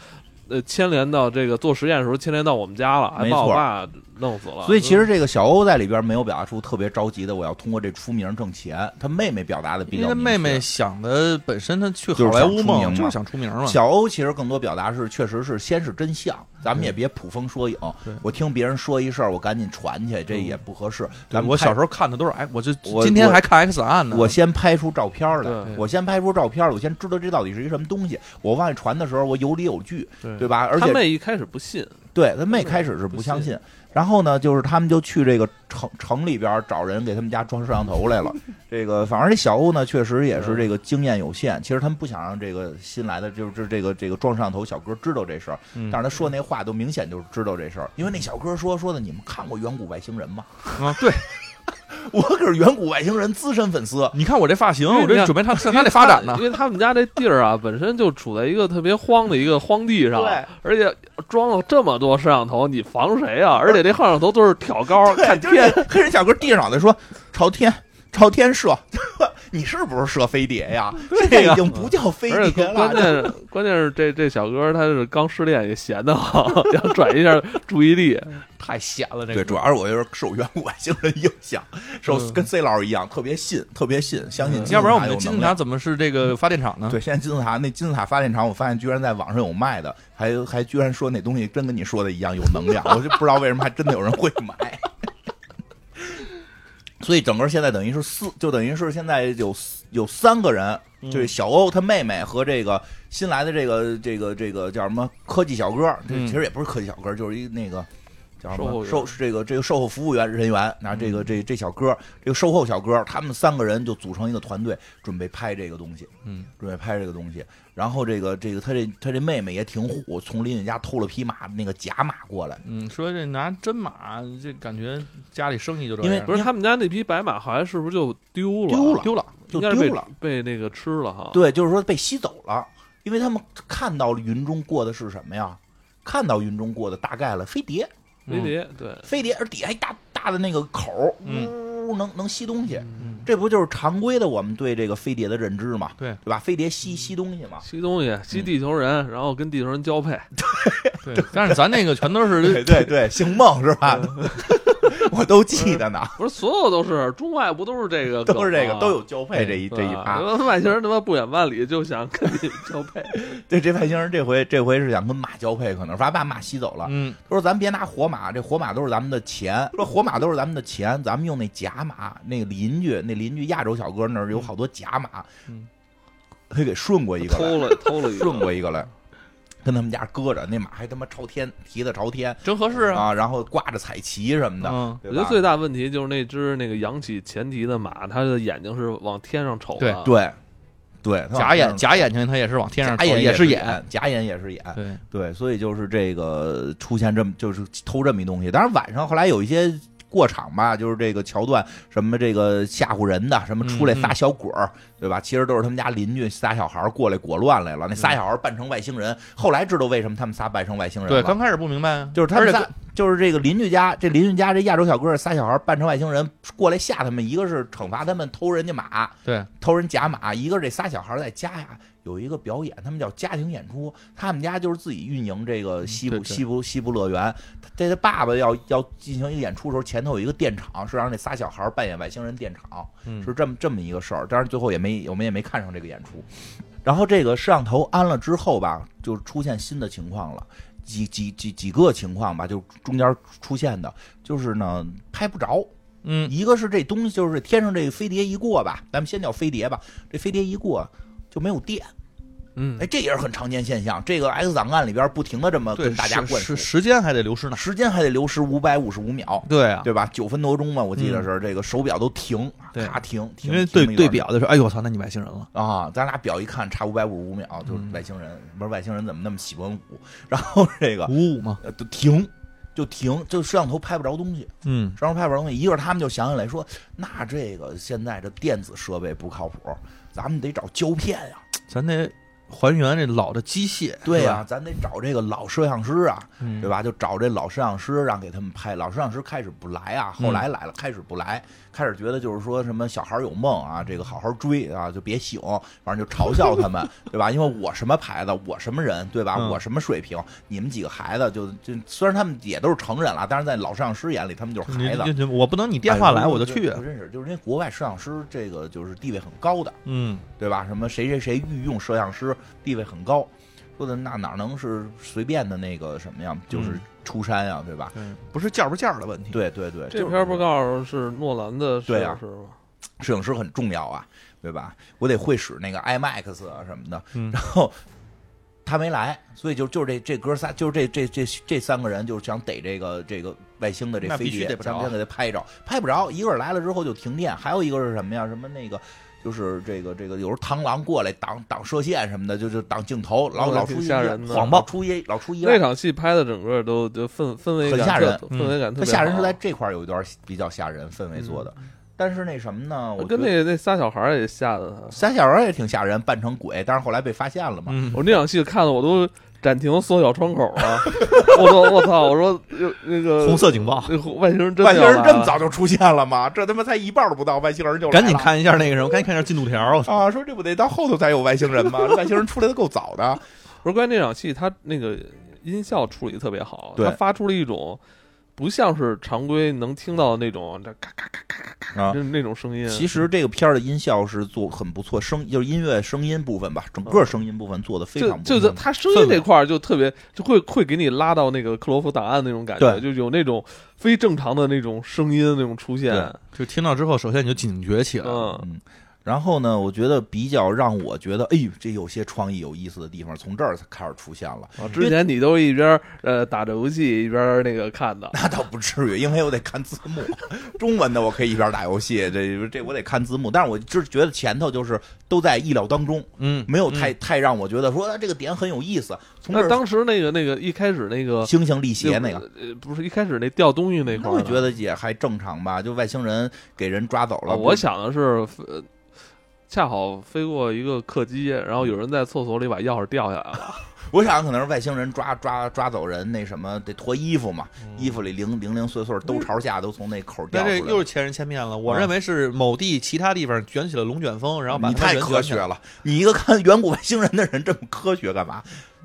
Speaker 1: 呃牵连到这个做实验的时候牵连到我们家了，还
Speaker 2: 没
Speaker 1: 把我
Speaker 2: 错
Speaker 1: 爸弄死了。
Speaker 2: 所以其实这个小欧在里边没有表达出特别着急的，我要通过这出名挣钱。他妹妹表达的比
Speaker 3: 因
Speaker 2: 较
Speaker 3: 为
Speaker 2: 明
Speaker 3: 妹
Speaker 2: 确
Speaker 3: 妹想的本身她去
Speaker 2: 就是
Speaker 3: 好莱坞
Speaker 2: 想出名
Speaker 3: 梦
Speaker 2: 嘛
Speaker 3: 就是想出名嘛，
Speaker 2: 小欧其实更多表达是，确实是先是真相，咱们也别捕风捉影
Speaker 3: 对。
Speaker 2: 我听别人说一事儿，我赶紧传去，这也不合适。
Speaker 3: 对
Speaker 2: 咱们
Speaker 3: 我
Speaker 2: 拍
Speaker 3: 小时候看的都是哎，我这
Speaker 2: 我
Speaker 3: 今天还看 X 案呢，
Speaker 2: 我先拍出照片儿来
Speaker 1: 对，
Speaker 2: 我先拍出照片儿，我先知道这到底是一什么东西。我往外传的时候，我有理有据，
Speaker 1: 对
Speaker 2: 对吧？而
Speaker 1: 他
Speaker 2: 且
Speaker 1: 妹一开始不信，
Speaker 2: 对他妹
Speaker 1: 不
Speaker 2: 开始是不
Speaker 1: 不
Speaker 2: 相
Speaker 1: 信
Speaker 2: 信，然后呢，就是他们就去这个城城里边儿找人给他们家装摄像 头来了。这个反正这小欧呢，确实也是
Speaker 1: 嗯
Speaker 2: 这个经验有限。其实他们不想让这个新来的就是就是这个这个装摄像头小哥知道这事儿，
Speaker 3: 嗯
Speaker 2: 但是他说那话都明显就是知道这事儿，因为那小哥说说的，你们看过《远古外星人》吗？
Speaker 3: 啊，对，
Speaker 2: 我可是《远古外星人》资深粉丝。
Speaker 3: 你看我这发型，
Speaker 1: 因为
Speaker 3: 我
Speaker 1: 你
Speaker 3: 这
Speaker 1: 看
Speaker 3: 准备他向他得发展呢
Speaker 1: 因，为他们家这地儿啊，本身就处在一个特别荒的一个荒地上
Speaker 2: 对，
Speaker 1: 而且装了这么多摄像头，你防谁啊？而且这摄像头都是挑高看
Speaker 2: 对，就是
Speaker 1: 天，
Speaker 2: 那黑人小哥递着脑袋说：“朝天，朝天射， 你是不是射飞碟呀？现在已经不叫飞
Speaker 1: 而且
Speaker 2: 碟
Speaker 1: 关关
Speaker 2: 了。
Speaker 1: 键是关键是这这小哥他是刚失恋也闲得慌， 想转移一下注意力，
Speaker 3: 太闲了”这
Speaker 2: 对，主要是我就是受远古外星人影响，受
Speaker 3: 嗯
Speaker 2: 跟 C 老师一样，特别信，特别信，相信金字塔
Speaker 3: 要不然我们的
Speaker 2: 有
Speaker 3: 金
Speaker 2: 能
Speaker 3: 字
Speaker 2: 量
Speaker 3: 塔怎么是这个发电厂呢？
Speaker 2: 对，现在金字塔那金字塔发电厂，我发现居然在网上有卖的，还还居然说那东西真跟你说的一样有能量，我就不知道为什么还真的有人会买。 所以整个现在等于是四，就等于是现在有四有三个人
Speaker 1: 嗯
Speaker 2: 就是小欧他妹妹和这个新来的这个这个这个叫什么科技小哥，这
Speaker 3: 嗯
Speaker 2: 其实也不是科技小哥，就是一那个叫什
Speaker 1: 售后嗯
Speaker 2: 么
Speaker 1: 员
Speaker 2: 售这个这个售后服务员人员，然后这个这这小哥这个售后小哥，他们三个人就组成一个团队，准备拍这个东西，
Speaker 3: 嗯，
Speaker 2: 准备拍这个东西。然后这个这个他这他这妹妹也挺虎，从邻居家偷了匹马那个假马过来，
Speaker 3: 嗯，说这拿真马，这感觉家里生意就这
Speaker 2: 因
Speaker 3: 样，
Speaker 2: 为
Speaker 1: 不是他们家那匹白马，好像是不是就丢了？
Speaker 2: 丢了
Speaker 3: 丢了，
Speaker 2: 就
Speaker 1: 应该是被
Speaker 2: 丢了，
Speaker 1: 被那个吃了哈。
Speaker 2: 对，就是说被吸走了，因为他们看到了云中过的是什么呀？看到云中过的大概了飞碟。
Speaker 1: 飞碟，对，
Speaker 2: 飞碟，而底下一大大的那个口儿，呜、能能吸东西，
Speaker 3: 嗯
Speaker 2: 这不就是常规的我们对这个飞碟的认知嘛？
Speaker 3: 对嗯
Speaker 2: 对吧？飞碟吸吸东西 嘛，
Speaker 1: 吸东西，吸地球人，然后跟地球人交配。
Speaker 3: 对，但是咱那个全都
Speaker 2: 对
Speaker 3: 是
Speaker 2: 对对，性梦是吧？
Speaker 3: 嗯
Speaker 2: 我都记得呢，
Speaker 1: 不是所有都是中外不都是这个梗吗？
Speaker 2: 都是这
Speaker 3: 嗯
Speaker 2: 个，都有交配这一
Speaker 1: 对
Speaker 2: 这一
Speaker 1: 吧
Speaker 2: 趴。
Speaker 1: 他妈外星人他妈不远万里就想跟你交 配，
Speaker 2: 对，这外星人这回这回是想跟马交配，可能是吧把马吸走了。
Speaker 3: 嗯
Speaker 2: 他说：“咱别拿活马，这活马都是咱们的钱。说活马都是咱们的钱，咱们用那假马。那邻居，那邻居亚洲小哥那儿有好多假马，
Speaker 3: 嗯
Speaker 2: 他给顺过一个来，
Speaker 1: 偷了偷了一
Speaker 2: 顺
Speaker 1: 个。
Speaker 2: 过一个来，跟他们家搁着，那马还他妈朝天，蹄子朝天
Speaker 3: 真合适啊，
Speaker 2: 啊，然后挂着彩旗什么的。
Speaker 3: 嗯
Speaker 1: 我
Speaker 2: 对
Speaker 1: 觉
Speaker 2: 吧
Speaker 1: 得最大问题就是那只那个扬起前蹄的马，它的眼睛是往天上瞅的。啊
Speaker 2: 对对，他
Speaker 3: 假眼
Speaker 2: 往
Speaker 3: 假眼睛，他也是往天上
Speaker 2: 假眼
Speaker 3: 也
Speaker 2: 是
Speaker 3: 眼，，
Speaker 2: 假眼也是眼。
Speaker 3: 对，
Speaker 2: 对，所以就是这个出现这么就是偷这么一东西。当然晚上后来有一些过场吧，就是这个桥段，什么这个吓唬人的，什么出来
Speaker 3: 嗯嗯
Speaker 2: 仨小鬼儿，对吧？其实都是他们家邻居仨小孩儿过来裹乱来
Speaker 3: 嗯
Speaker 2: 了。那仨小孩儿扮成外星人，后来知道为什么他们仨扮成外星人
Speaker 3: 对，
Speaker 2: 了。
Speaker 3: 刚开始不明白啊，
Speaker 2: 就是他
Speaker 3: 而
Speaker 2: 们
Speaker 3: 且
Speaker 2: 仨，就是这个邻居家，这邻居家这亚洲小哥儿仨小孩扮成外星人过来吓他们，一个是惩罚他们偷人家马，
Speaker 3: 对，
Speaker 2: 偷人假马，一个是这仨小孩在家呀有一个表演，他们叫家庭演出，他们家就是自己运营这个西部
Speaker 3: 嗯对对
Speaker 2: 西部西部乐园，他这他爸爸要要进行一个演出的时候，前头有一个电场，是让这仨小孩扮演外星人电场，
Speaker 3: 嗯
Speaker 2: 是这么这么一个事儿。当然最后也没我们也没看上这个演出。然后这个摄像头安了之后吧，就出现新的情况了，几几几几个情况吧，就中间出现的，就是呢拍不着。
Speaker 3: 嗯
Speaker 2: 一个是这东西，就是天上这飞碟一过吧，咱们先叫飞碟吧，这飞碟一过就没有电，
Speaker 3: 嗯，
Speaker 2: 哎，这也是很常见现象。这个 X 档案里边不停的这么
Speaker 3: 对，
Speaker 2: 跟大家
Speaker 3: 时
Speaker 2: 灌输
Speaker 3: 时，时间还得流失呢，
Speaker 2: 时间还得流失五百五十五秒，
Speaker 3: 对啊，
Speaker 2: 对吧？九分多钟吧，我记得是这个手表都停，
Speaker 3: 嗯对
Speaker 2: 咔停，停
Speaker 3: 因为
Speaker 2: 停
Speaker 3: 对
Speaker 2: 了一
Speaker 3: 对
Speaker 2: 段
Speaker 3: 表的时候，哎呦我操，那你外星人了，
Speaker 2: 啊，咱俩表一看差五百五十五秒，就是
Speaker 3: 嗯
Speaker 2: 外星人，不是外星人怎么那么喜欢舞？ 然后这个
Speaker 3: 五五嘛，
Speaker 2: 呃就停，就停，就摄像头拍不着东西，
Speaker 3: 嗯
Speaker 2: 摄像头拍不着东西。一会儿他们就想起来说，那这个现在这电子设备不靠谱，咱们得找胶片呀、
Speaker 3: 咱得还原这老的机械，
Speaker 2: 对呀、
Speaker 3: 呀，
Speaker 2: 咱得找这个老摄像师啊，
Speaker 3: 嗯
Speaker 2: 对吧？就找这老摄像师，让给他们拍。老摄像师开始不来啊，后
Speaker 3: 嗯
Speaker 2: 来来了，开始不来，开始觉得就是说什么小孩有梦啊，这个好好追啊，就别醒，反正就嘲笑他们，对吧？因为我什么牌子，我什么人，对吧？
Speaker 3: 嗯
Speaker 2: 我什么水平，你们几个孩子就就虽然他们也都是成人了，但是在老摄像师眼里，他们就是
Speaker 3: 你
Speaker 2: 孩子。
Speaker 3: 你你我不能你电话
Speaker 2: 哎
Speaker 3: 来
Speaker 2: 不
Speaker 3: 我就去啊
Speaker 2: 不，认识，就是因为国外摄像师这个就是地位很高的，
Speaker 3: 嗯
Speaker 2: 对吧？什么谁谁谁御用摄像师，地位很高。说的那哪能是随便的那个什么呀？就是
Speaker 3: 嗯
Speaker 2: 出山呀，对吧？
Speaker 3: 对，不是价不价的问题，
Speaker 2: 对对对，
Speaker 1: 这
Speaker 2: 就是
Speaker 1: 片儿不告诉是诺兰的摄
Speaker 2: 对啊
Speaker 1: 影师吗？
Speaker 2: 摄影师很重要啊，对吧？我得会使那个 IMAX 啊什么的。
Speaker 3: 嗯
Speaker 2: 然后他没来，所以就就是这这哥仨，就是这这这这三个人，就是想逮这个这个外星的这
Speaker 3: 那
Speaker 2: 飞
Speaker 3: 必须
Speaker 2: 碟，
Speaker 3: 逮不
Speaker 2: 咱们
Speaker 3: 着
Speaker 2: 先给他拍着，拍不着。一个人来了之后就停电，还有一个是什么呀？什么那个。就是这个这个，有时候螳螂过来挡挡射线什么的，就就挡镜头，老
Speaker 1: 哦那
Speaker 2: 老
Speaker 1: 挺
Speaker 2: 出一
Speaker 1: 吓
Speaker 2: 些
Speaker 1: 人的
Speaker 2: 谎报出一老出意
Speaker 1: 那
Speaker 2: 外。
Speaker 1: 场戏拍的整个都就氛氛围
Speaker 2: 很
Speaker 1: 感
Speaker 2: 吓
Speaker 1: 特
Speaker 2: 人
Speaker 1: 氛
Speaker 3: 嗯
Speaker 1: 围感特别
Speaker 2: 他吓人是
Speaker 1: 好嗯
Speaker 2: 在这块儿有一段比较吓人氛围做的，但是那什么呢？我
Speaker 1: 啊跟
Speaker 2: 觉得
Speaker 1: 那那仨小孩儿也吓得他。
Speaker 2: 三小人也挺吓人，扮成鬼，但是后来被发现了嘛。
Speaker 3: 嗯
Speaker 1: 我那场戏看的我都暂停缩小窗口了， 我说我操，我说有那个
Speaker 3: 红色警报，
Speaker 1: 那个外星人真啊
Speaker 2: 外
Speaker 1: 的
Speaker 2: 星
Speaker 1: 要
Speaker 2: 人这
Speaker 1: 来
Speaker 2: 么
Speaker 1: 了
Speaker 2: 早就出现了吗？这他妈才一半儿都不到，外星人就来
Speaker 3: 赶紧
Speaker 2: 了
Speaker 3: 看一下那个什么，赶紧看一下进度条，我操
Speaker 2: 啊！说这不得到后头才有外星人吗？外星人出来的够早 的。
Speaker 1: 不是关键那场戏，它那个音效处理特别好，
Speaker 2: 对
Speaker 1: 它发出了一种不像是常规能听到的那种这咔咔咔咔咔
Speaker 2: 啊
Speaker 1: 咔就是那种声音。
Speaker 2: 其实这个片儿的音效是做很不错，声就是音乐声音部分吧，整个声音部分做的非
Speaker 1: 就
Speaker 2: 常不
Speaker 1: 就
Speaker 2: 错。
Speaker 1: 是它声音那块儿就特别，就会会给你拉到那个克罗夫档案那种感觉，
Speaker 2: 对
Speaker 1: 就有那种非正常的那种声音那种出现。
Speaker 3: 就听到之后，首先你就警觉起来了，
Speaker 1: 嗯，
Speaker 2: 然后呢，我觉得比较让我觉得，哎呦，这有些创意有意思的地方，从这儿才开始出现了。
Speaker 1: 啊之前你都一边呃打着游戏一边那个看的，
Speaker 2: 那倒不至于，因为我得看字幕，中文的我可以一边打游戏，这这我得看字幕。但是我就是觉得前头就是都在意料当中，
Speaker 3: 嗯，
Speaker 2: 没有太太让我觉得说、啊、这个点很有意思。从这
Speaker 1: 那
Speaker 2: 儿
Speaker 1: 当时那个那个一开始那个
Speaker 2: 星星力邪那个，
Speaker 1: 呃不是一开始那掉东西那
Speaker 2: 那
Speaker 1: 块儿呢，
Speaker 2: 我觉得也还正常吧，就外星人给人抓走
Speaker 1: 啊
Speaker 2: 了。
Speaker 1: 我想的是，呃恰好飞过一个客机，然后有人在厕所里把钥匙掉下来了，
Speaker 2: 我想可能是外星人抓抓抓走人，那什么得脱衣服嘛，
Speaker 1: 嗯
Speaker 2: 衣服里零零零碎碎都朝下都从那口儿掉
Speaker 3: 那
Speaker 2: 出来
Speaker 3: 这
Speaker 2: 了。
Speaker 3: 又是千人千面了。我
Speaker 2: 啊
Speaker 3: 认为是某地其他地方卷起了龙卷风，然后把
Speaker 2: 你
Speaker 3: 它们
Speaker 2: 太
Speaker 3: 人
Speaker 2: 科
Speaker 3: 卷起
Speaker 2: 学
Speaker 3: 来。
Speaker 2: 了，你一个看远古外星人的人这么科学干嘛？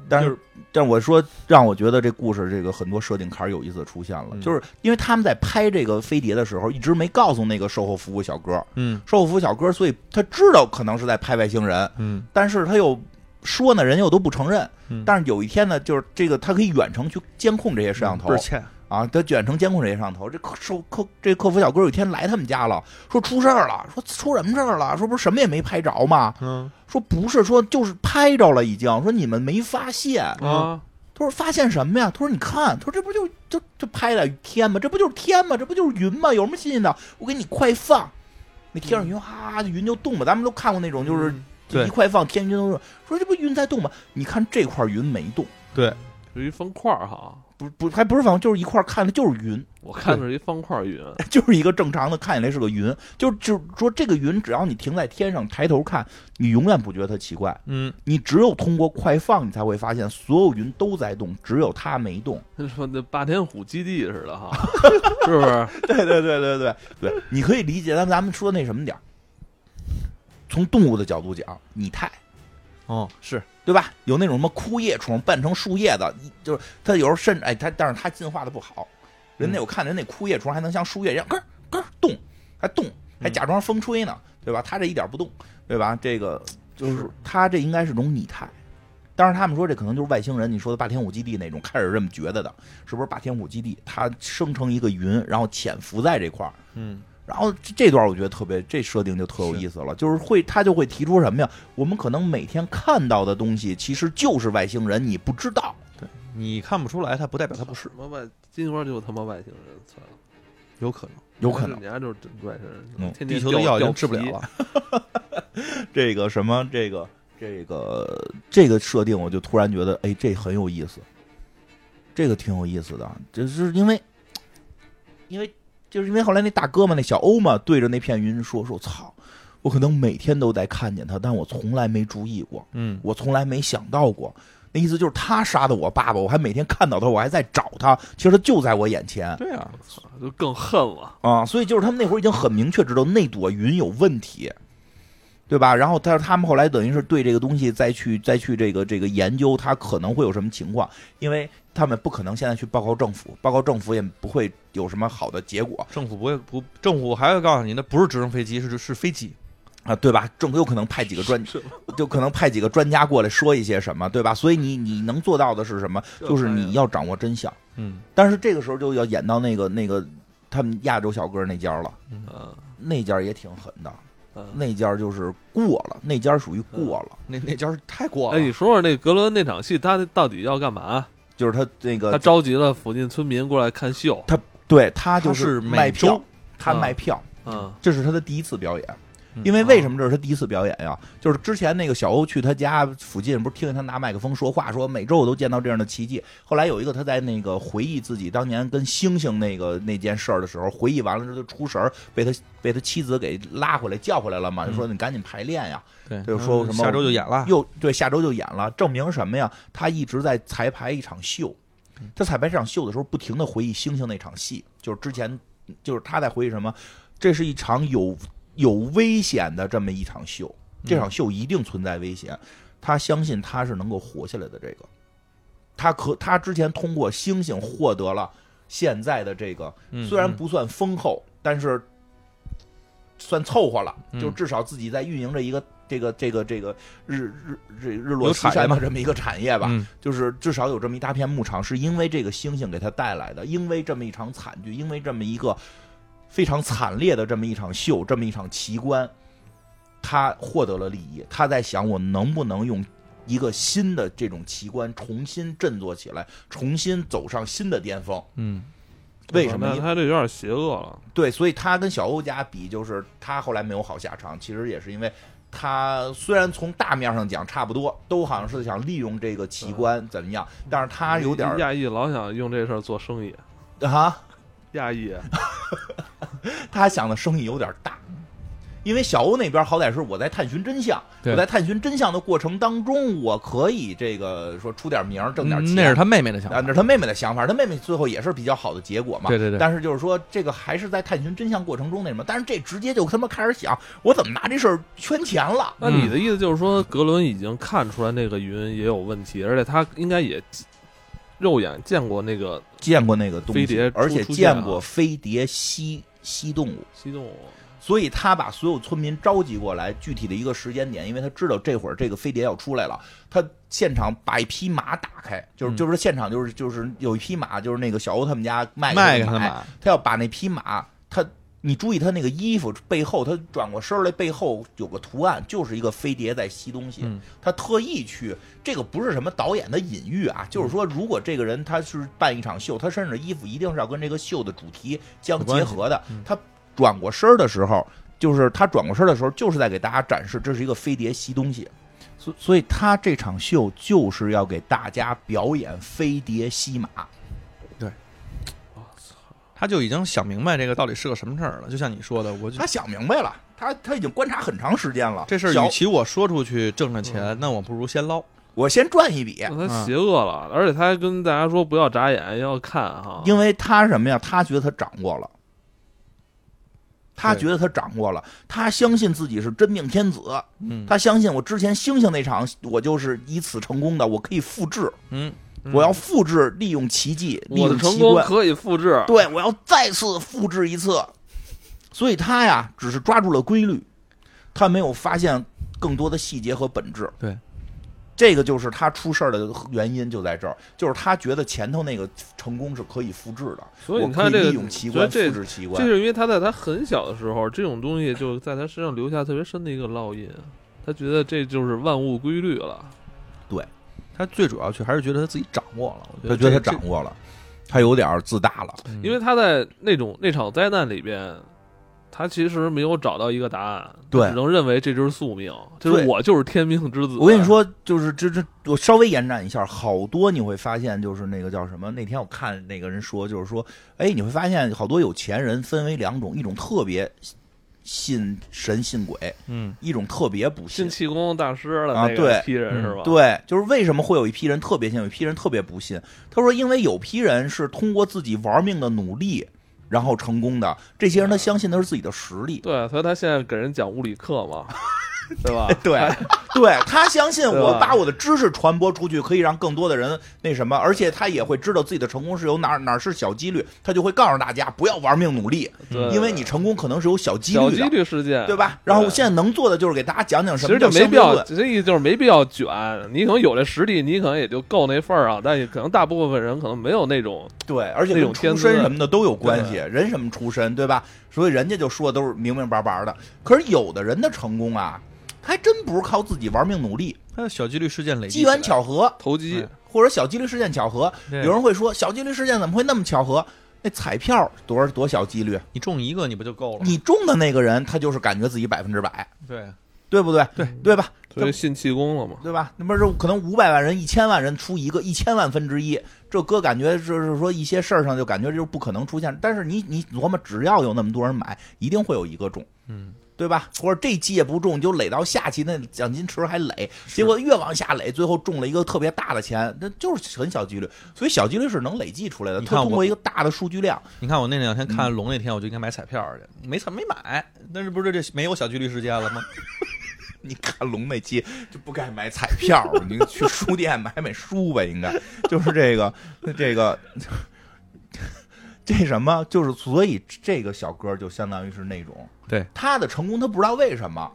Speaker 2: 但，
Speaker 3: 就是
Speaker 2: 但我说让我觉得这故事这个很多设定坎儿有意思出现了，
Speaker 3: 嗯
Speaker 2: 就是因为他们在拍这个飞碟的时候，一直没告诉那个售后服务小哥，
Speaker 3: 嗯
Speaker 2: 售后服务小哥，所以他知道可能是在拍外星人，
Speaker 3: 嗯
Speaker 2: 但是他又说呢，人又都不承认。
Speaker 3: 嗯
Speaker 2: 但是有一天呢，就是这个他可以远程去监控这些摄像头
Speaker 3: 倍儿欠
Speaker 2: 啊，他远程监控这些摄像头。这客售客这客服小哥有一天来他们家了，说出事儿了，说出什么事儿了？说不是什么也没拍着吗？
Speaker 3: 嗯
Speaker 2: 说不是，说就是拍着了，已经说你们没发现。
Speaker 1: 啊，
Speaker 2: 他说发现什么呀？他说你看，他说这不就就就拍了天吗？这不就是天吗？这不就是云吗？有什么新鲜的？我给你快放，那天上云哈、云就动吧。咱们都看过那种，就是
Speaker 1: 嗯
Speaker 3: 对
Speaker 2: 一快放天云都动。说这不云在动吗？你看这块云没动，
Speaker 1: 有一方块儿哈，
Speaker 2: 不不还不是放，就是一块看的就是云，
Speaker 1: 我看的是一方块儿云，
Speaker 2: 就是一个正常的看起来是个云。就就是说这个云，只要你停在天上抬头看，你永远不觉得它奇怪。
Speaker 3: 嗯，
Speaker 2: 你只有通过快放，你才会发现所有云都在动，只有它没动。
Speaker 1: 说那霸天虎基地似的哈，是不是？
Speaker 2: 对对对对对对，你可以理解。咱咱们说那什么点儿，从动物的角度讲，拟态，
Speaker 3: 哦是
Speaker 2: 对吧？有那种什么枯叶虫扮成树叶的，一就是它有时候甚至哎，它但是它进化的不好。人家
Speaker 3: 嗯
Speaker 2: 我看人那枯叶虫还能像树叶一样咯儿咯儿动，还动，还假装风吹呢，对吧？它这一点不动，对吧？这个就是它这应该是种拟态。当然，他们说这可能就是外星人，你说的霸天虎基地那种开始这么觉得的，是不是？霸天虎基地它生成一个云，然后潜伏在这块儿，
Speaker 3: 嗯
Speaker 2: 然后这这段我觉得特别，这设定就特有意思了，就是会他就会提出什么呀？我们可能每天看到的东西其实就是外星人，你不知道。
Speaker 3: 你看不出来，它不代表它不是
Speaker 1: 什，么外金花就他妈外星人，操！
Speaker 3: 有可能
Speaker 2: 有可能
Speaker 1: 你家就是真外星人
Speaker 2: 嗯，
Speaker 1: 天天
Speaker 3: 地球
Speaker 1: 掉
Speaker 3: 的药已
Speaker 1: 掉
Speaker 3: 经治不
Speaker 1: 皮
Speaker 3: 了了。
Speaker 2: 这个什么这个这个这个设定，我就突然觉得，哎，这很有意思，这个挺有意思的，就是因为因为就是因为后来那大哥嘛，那小欧嘛，对着那片云说说，操，我可能每天都在看见他，但我从来没注意过。
Speaker 3: 嗯
Speaker 2: 我从来没想到过。那意思就是他杀的我爸爸，我还每天看到他，我还在找他，其实他就在我眼前
Speaker 3: 对啊，
Speaker 1: 操就更恨了。
Speaker 2: 啊。所以就是他们那会儿已经很明确知道那朵云有问题，对吧？然后他他们后来等于是对这个东西再去再去这个这个研究，它可能会有什么情况，因为他们不可能现在去报告政府，报告政府也不会有什么好的结果
Speaker 3: 政府不会不，政府还会告诉你，那不是直升飞机，是是飞机。
Speaker 2: 啊，对吧？政府有可能派几个专
Speaker 1: 是吗，
Speaker 2: 就可能派几个专家过来说一些什么，对吧？所以你你能做到的是什么？就是你要掌握真相。
Speaker 3: 嗯，
Speaker 2: 但是这个时候就要演到那个那个他们亚洲小哥那家了，
Speaker 1: 嗯
Speaker 2: 那家也挺狠的，
Speaker 1: 嗯，
Speaker 2: 那家就是过了，那家属于过了，
Speaker 3: 那那家是太过
Speaker 1: 哎，你
Speaker 3: 了。
Speaker 1: 说说那格伦那场戏，他到底要干嘛？
Speaker 2: 就是他那
Speaker 1: 他
Speaker 3: 呃
Speaker 2: 个
Speaker 1: 召集了附近村民过来看秀。
Speaker 2: 对他就
Speaker 3: 他是每
Speaker 2: 卖票
Speaker 3: 周，
Speaker 2: 他
Speaker 1: 啊
Speaker 2: 卖票，
Speaker 1: 嗯，
Speaker 2: 这是他的第一次表演。
Speaker 3: 嗯
Speaker 2: 因为为什么这是他第一次表演呀？就是之前那个小欧去他家附近，不是听见他拿麦克风说话，说每周我都见到这样的奇迹。后来有一个他在那个回忆自己当年跟星星那个那件事儿的时候，回忆完了之后就出神儿，被他被他妻子给拉回来叫回来了嘛，就
Speaker 3: 嗯
Speaker 2: 说你赶紧排练呀。
Speaker 3: 对，
Speaker 2: 就说什么
Speaker 3: 下周就演了。
Speaker 2: 又对，下周就演了，证明什么呀？他一直在彩排一场秀，
Speaker 3: 嗯
Speaker 2: 他彩排这场秀的时候，不停的回忆星星那场戏，就是之前，就是他在回忆什么？这是一场有有危险的这么一场秀，
Speaker 3: 嗯
Speaker 2: 这场秀一定存在危险。他相信他是能够活下来的，这个，他可他之前通过星星获得了现在的这个，
Speaker 3: 嗯
Speaker 2: 虽然不算丰厚，但是算凑合了，
Speaker 3: 嗯
Speaker 2: 就至少自己在运营着一个这个这个这个日日日日
Speaker 3: 有
Speaker 2: 落西
Speaker 3: 产业
Speaker 2: 山的
Speaker 3: 吧
Speaker 2: 这么一个产业吧，
Speaker 3: 嗯
Speaker 2: 就是至少有这么一大片牧场，是因为这个星星给他带来的，因为这么一场惨剧，因为这么一个非常惨烈的这么一场秀，这么一场奇观，他获得了利益，他在想我能不能用一个新的这种奇观重新振作起来，重新走上新的巅峰。
Speaker 3: 嗯，
Speaker 2: 为什么？
Speaker 1: 那
Speaker 2: 因
Speaker 1: 他这有点邪恶了。
Speaker 2: 对，所以他跟小欧家比，就是他后来没有好下场，其实也是因为他虽然从大面上讲差不多，都好像是想利用这个
Speaker 3: 嗯
Speaker 2: 奇观怎么样，但是他有点
Speaker 1: 亚裔，老想用这事儿做生意。
Speaker 2: 儿啊，
Speaker 1: 亚裔，
Speaker 2: 嗯他想的生意有点大。因为小欧那边好歹是我在探寻真相，
Speaker 3: 对
Speaker 2: 我在探寻真相的过程当中，我可以这个说出点名儿挣点钱，
Speaker 3: 嗯那是他妹妹的想
Speaker 2: 啊，
Speaker 3: 法
Speaker 2: 那。是他妹妹的想法，他妹妹最后也是比较好的结果嘛。
Speaker 3: 对对对
Speaker 2: 但是就是说，这个还是在探寻真相过程中那什么，但是这直接就他妈开始想，我怎么拿这事儿圈钱了？
Speaker 1: 那你的意思就是说，格伦已经看出来那个云也有问题，而且他应该也肉眼见过那个
Speaker 2: 见过那个东西，
Speaker 1: 飞碟出
Speaker 2: 而且
Speaker 1: 出现
Speaker 2: 见
Speaker 1: 了
Speaker 2: 过飞碟吸吸动物，
Speaker 1: 西动物。
Speaker 2: 所以他把所有村民召集过来，具体的一个时间点，因为他知道这会儿这个飞碟要出来了，他现场把一匹马打开，就是
Speaker 3: 嗯
Speaker 2: 就是现场就是就是有一匹马，就是那个小欧他们家卖
Speaker 3: 卖给
Speaker 2: 他
Speaker 3: 他
Speaker 2: 们买
Speaker 3: 哎买，
Speaker 2: 他要把那匹马，他你注意他那个衣服背后，他转过身来，背后有个图案，就是一个飞碟在吸东西。
Speaker 3: 嗯
Speaker 2: 他特意去，这个不是什么导演的隐喻啊，就是说，如果这个人他是办一场秀，他身上的衣服一定是要跟这个秀的主题相结合的。他转过身的时候，就是他转过身的时候，就是在给大家展示这是一个飞碟吸东西。所所以，他这场秀就是要给大家表演飞碟吸马。
Speaker 3: 他就已经想明白这个到底是个什么事儿了。就像你说的，我就
Speaker 2: 他想明白了，他他已经观察很长时间了。
Speaker 3: 这事儿，
Speaker 2: 小
Speaker 3: 与其我说出去挣着钱，那我不如先捞。
Speaker 2: 我先赚一笔，
Speaker 1: 那他邪恶了，而且他还跟大家说不要眨眼，要看哈。
Speaker 2: 因为他什么呀？他觉得他掌握了，他
Speaker 3: 对
Speaker 2: 觉得他掌握了，他相信自己是真命天子，
Speaker 3: 嗯
Speaker 2: 他相信我之前星星那场，我就是以此成功的，我可以复制，
Speaker 3: 嗯，嗯
Speaker 2: 我要复制，利用奇迹，利
Speaker 1: 我的
Speaker 2: 用
Speaker 1: 成
Speaker 2: 奇
Speaker 1: 功
Speaker 2: 观，
Speaker 1: 可以复制，
Speaker 2: 对我要再次复制一次。所以他呀，只是抓住了规律，他没有发现更多的细节和本质。
Speaker 3: 对，
Speaker 2: 这个就是他出事儿的原因，就在这儿，就是他觉得前头那个成功是可以复制的，
Speaker 1: 所以
Speaker 2: 我
Speaker 1: 你
Speaker 2: 可
Speaker 1: 看
Speaker 2: 以
Speaker 1: 这个
Speaker 2: 利用奇观
Speaker 1: 所以这
Speaker 2: 复制奇
Speaker 1: 这
Speaker 2: 观。
Speaker 1: 是因为他在他很小的时候，这种东西就在他身上留下特别深的一个烙印。他觉得这就是万物规律了，
Speaker 3: 他最主要去还是觉得他自己掌握了。我
Speaker 2: 他
Speaker 3: 觉
Speaker 2: 觉
Speaker 3: 得
Speaker 2: 得他
Speaker 3: 这
Speaker 2: 掌握了，他有点儿自大了。
Speaker 3: 这
Speaker 1: 因为他在那种那场灾难里边，他其实没有找到一个答案，
Speaker 2: 对
Speaker 1: 只能认为这就是宿命，就是
Speaker 2: 对
Speaker 1: 我就是天命之子。
Speaker 2: 我跟你，说，就是这这，我稍微延展一下，好多你会发现，就是那个叫什么？那天我看那个人说，就是说，哎，你会发现好多有钱人分为两种，一种特别信神信鬼，
Speaker 3: 嗯，
Speaker 2: 一种特别不
Speaker 1: 信
Speaker 2: 信。
Speaker 1: 气功大师的
Speaker 2: 啊
Speaker 1: 那
Speaker 2: 对
Speaker 1: 个批人
Speaker 3: 嗯
Speaker 1: 是吧？
Speaker 2: 对，就是为什么会有一批人特别信，有一批人特别不信。他说，因为有批人是通过自己玩命的努力，然后成功的。这些人
Speaker 1: 嗯
Speaker 2: 他相信的是自己的实力，
Speaker 1: 对，所以他现在给人讲物理课 嘛，对吧？
Speaker 2: 对， 对他相信
Speaker 1: 对
Speaker 2: 我
Speaker 1: 吧
Speaker 2: 把我的知识传播出去，可以让更多的人那什么，而且他也会知道自己的成功是有哪哪是小几率，他就会告诉大家不要玩命努力，
Speaker 1: 对，
Speaker 2: 因为你成功可能是有小几
Speaker 1: 小
Speaker 2: 率
Speaker 1: 几
Speaker 2: 的，
Speaker 1: 率事件，
Speaker 2: 对吧？然后我
Speaker 1: 对
Speaker 2: 现在能做的就是给大家讲讲
Speaker 1: 其
Speaker 2: 什
Speaker 1: 实
Speaker 2: 么叫
Speaker 1: 就没
Speaker 2: 相
Speaker 1: 必
Speaker 2: 对
Speaker 1: 要，
Speaker 2: 论。
Speaker 1: 这意思就是没必要卷。你可能有这实力，你可能也就够那份儿啊。但也可能大部分人可能没有那种，
Speaker 2: 对，而且
Speaker 1: 那
Speaker 2: 跟
Speaker 1: 种
Speaker 2: 出
Speaker 1: 天
Speaker 2: 身
Speaker 1: 资
Speaker 2: 什么的都有关系，人什么出身，对吧？所以人家就说的都是明明白白的。可是有的人的成功啊，还真不是靠自己玩命努力，
Speaker 3: 他的小几率事件累积
Speaker 2: 机缘
Speaker 3: 起来
Speaker 2: 巧合，
Speaker 1: 投机
Speaker 3: 嗯，
Speaker 2: 或者小几率事件巧合。
Speaker 3: 对
Speaker 2: 有人会说，小几率事件怎么会那么巧合？那彩票多少多小几率？
Speaker 3: 你中一个你不就够了？
Speaker 2: 你中的那个人，他就是感觉自己百分之百，
Speaker 3: 对，
Speaker 2: 对不对？
Speaker 3: 对
Speaker 2: 对吧？
Speaker 1: 所以信气功了嘛。
Speaker 2: 对吧？那不是可能五百万人、一千万人出一个，一千万分之一，这哥感觉就是说一些事儿上就感觉就是不可能出现。但是你你琢磨，只要有那么多人买，一定会有一个中，
Speaker 3: 嗯，
Speaker 2: 对吧？或者这期也不中，你就垒到下期，那奖金池还垒，结果越往下垒，最后中了一个特别大的钱，那就是很小几率。所以小几率是能累计出来的，
Speaker 3: 你
Speaker 2: 它
Speaker 3: 看我
Speaker 2: 通过一个大的数据量。
Speaker 3: 你看我那两天看龙那天，我就应该买彩票去，没彩没买，但是不是这没有小几率事件了 吗？
Speaker 2: 你看龙那期就不该买彩票，你去书店买买书吧，应该就是这个这个这什么，就是所以这个小哥就相当于是那种
Speaker 3: 对
Speaker 2: 他的成功，他不知道为什么。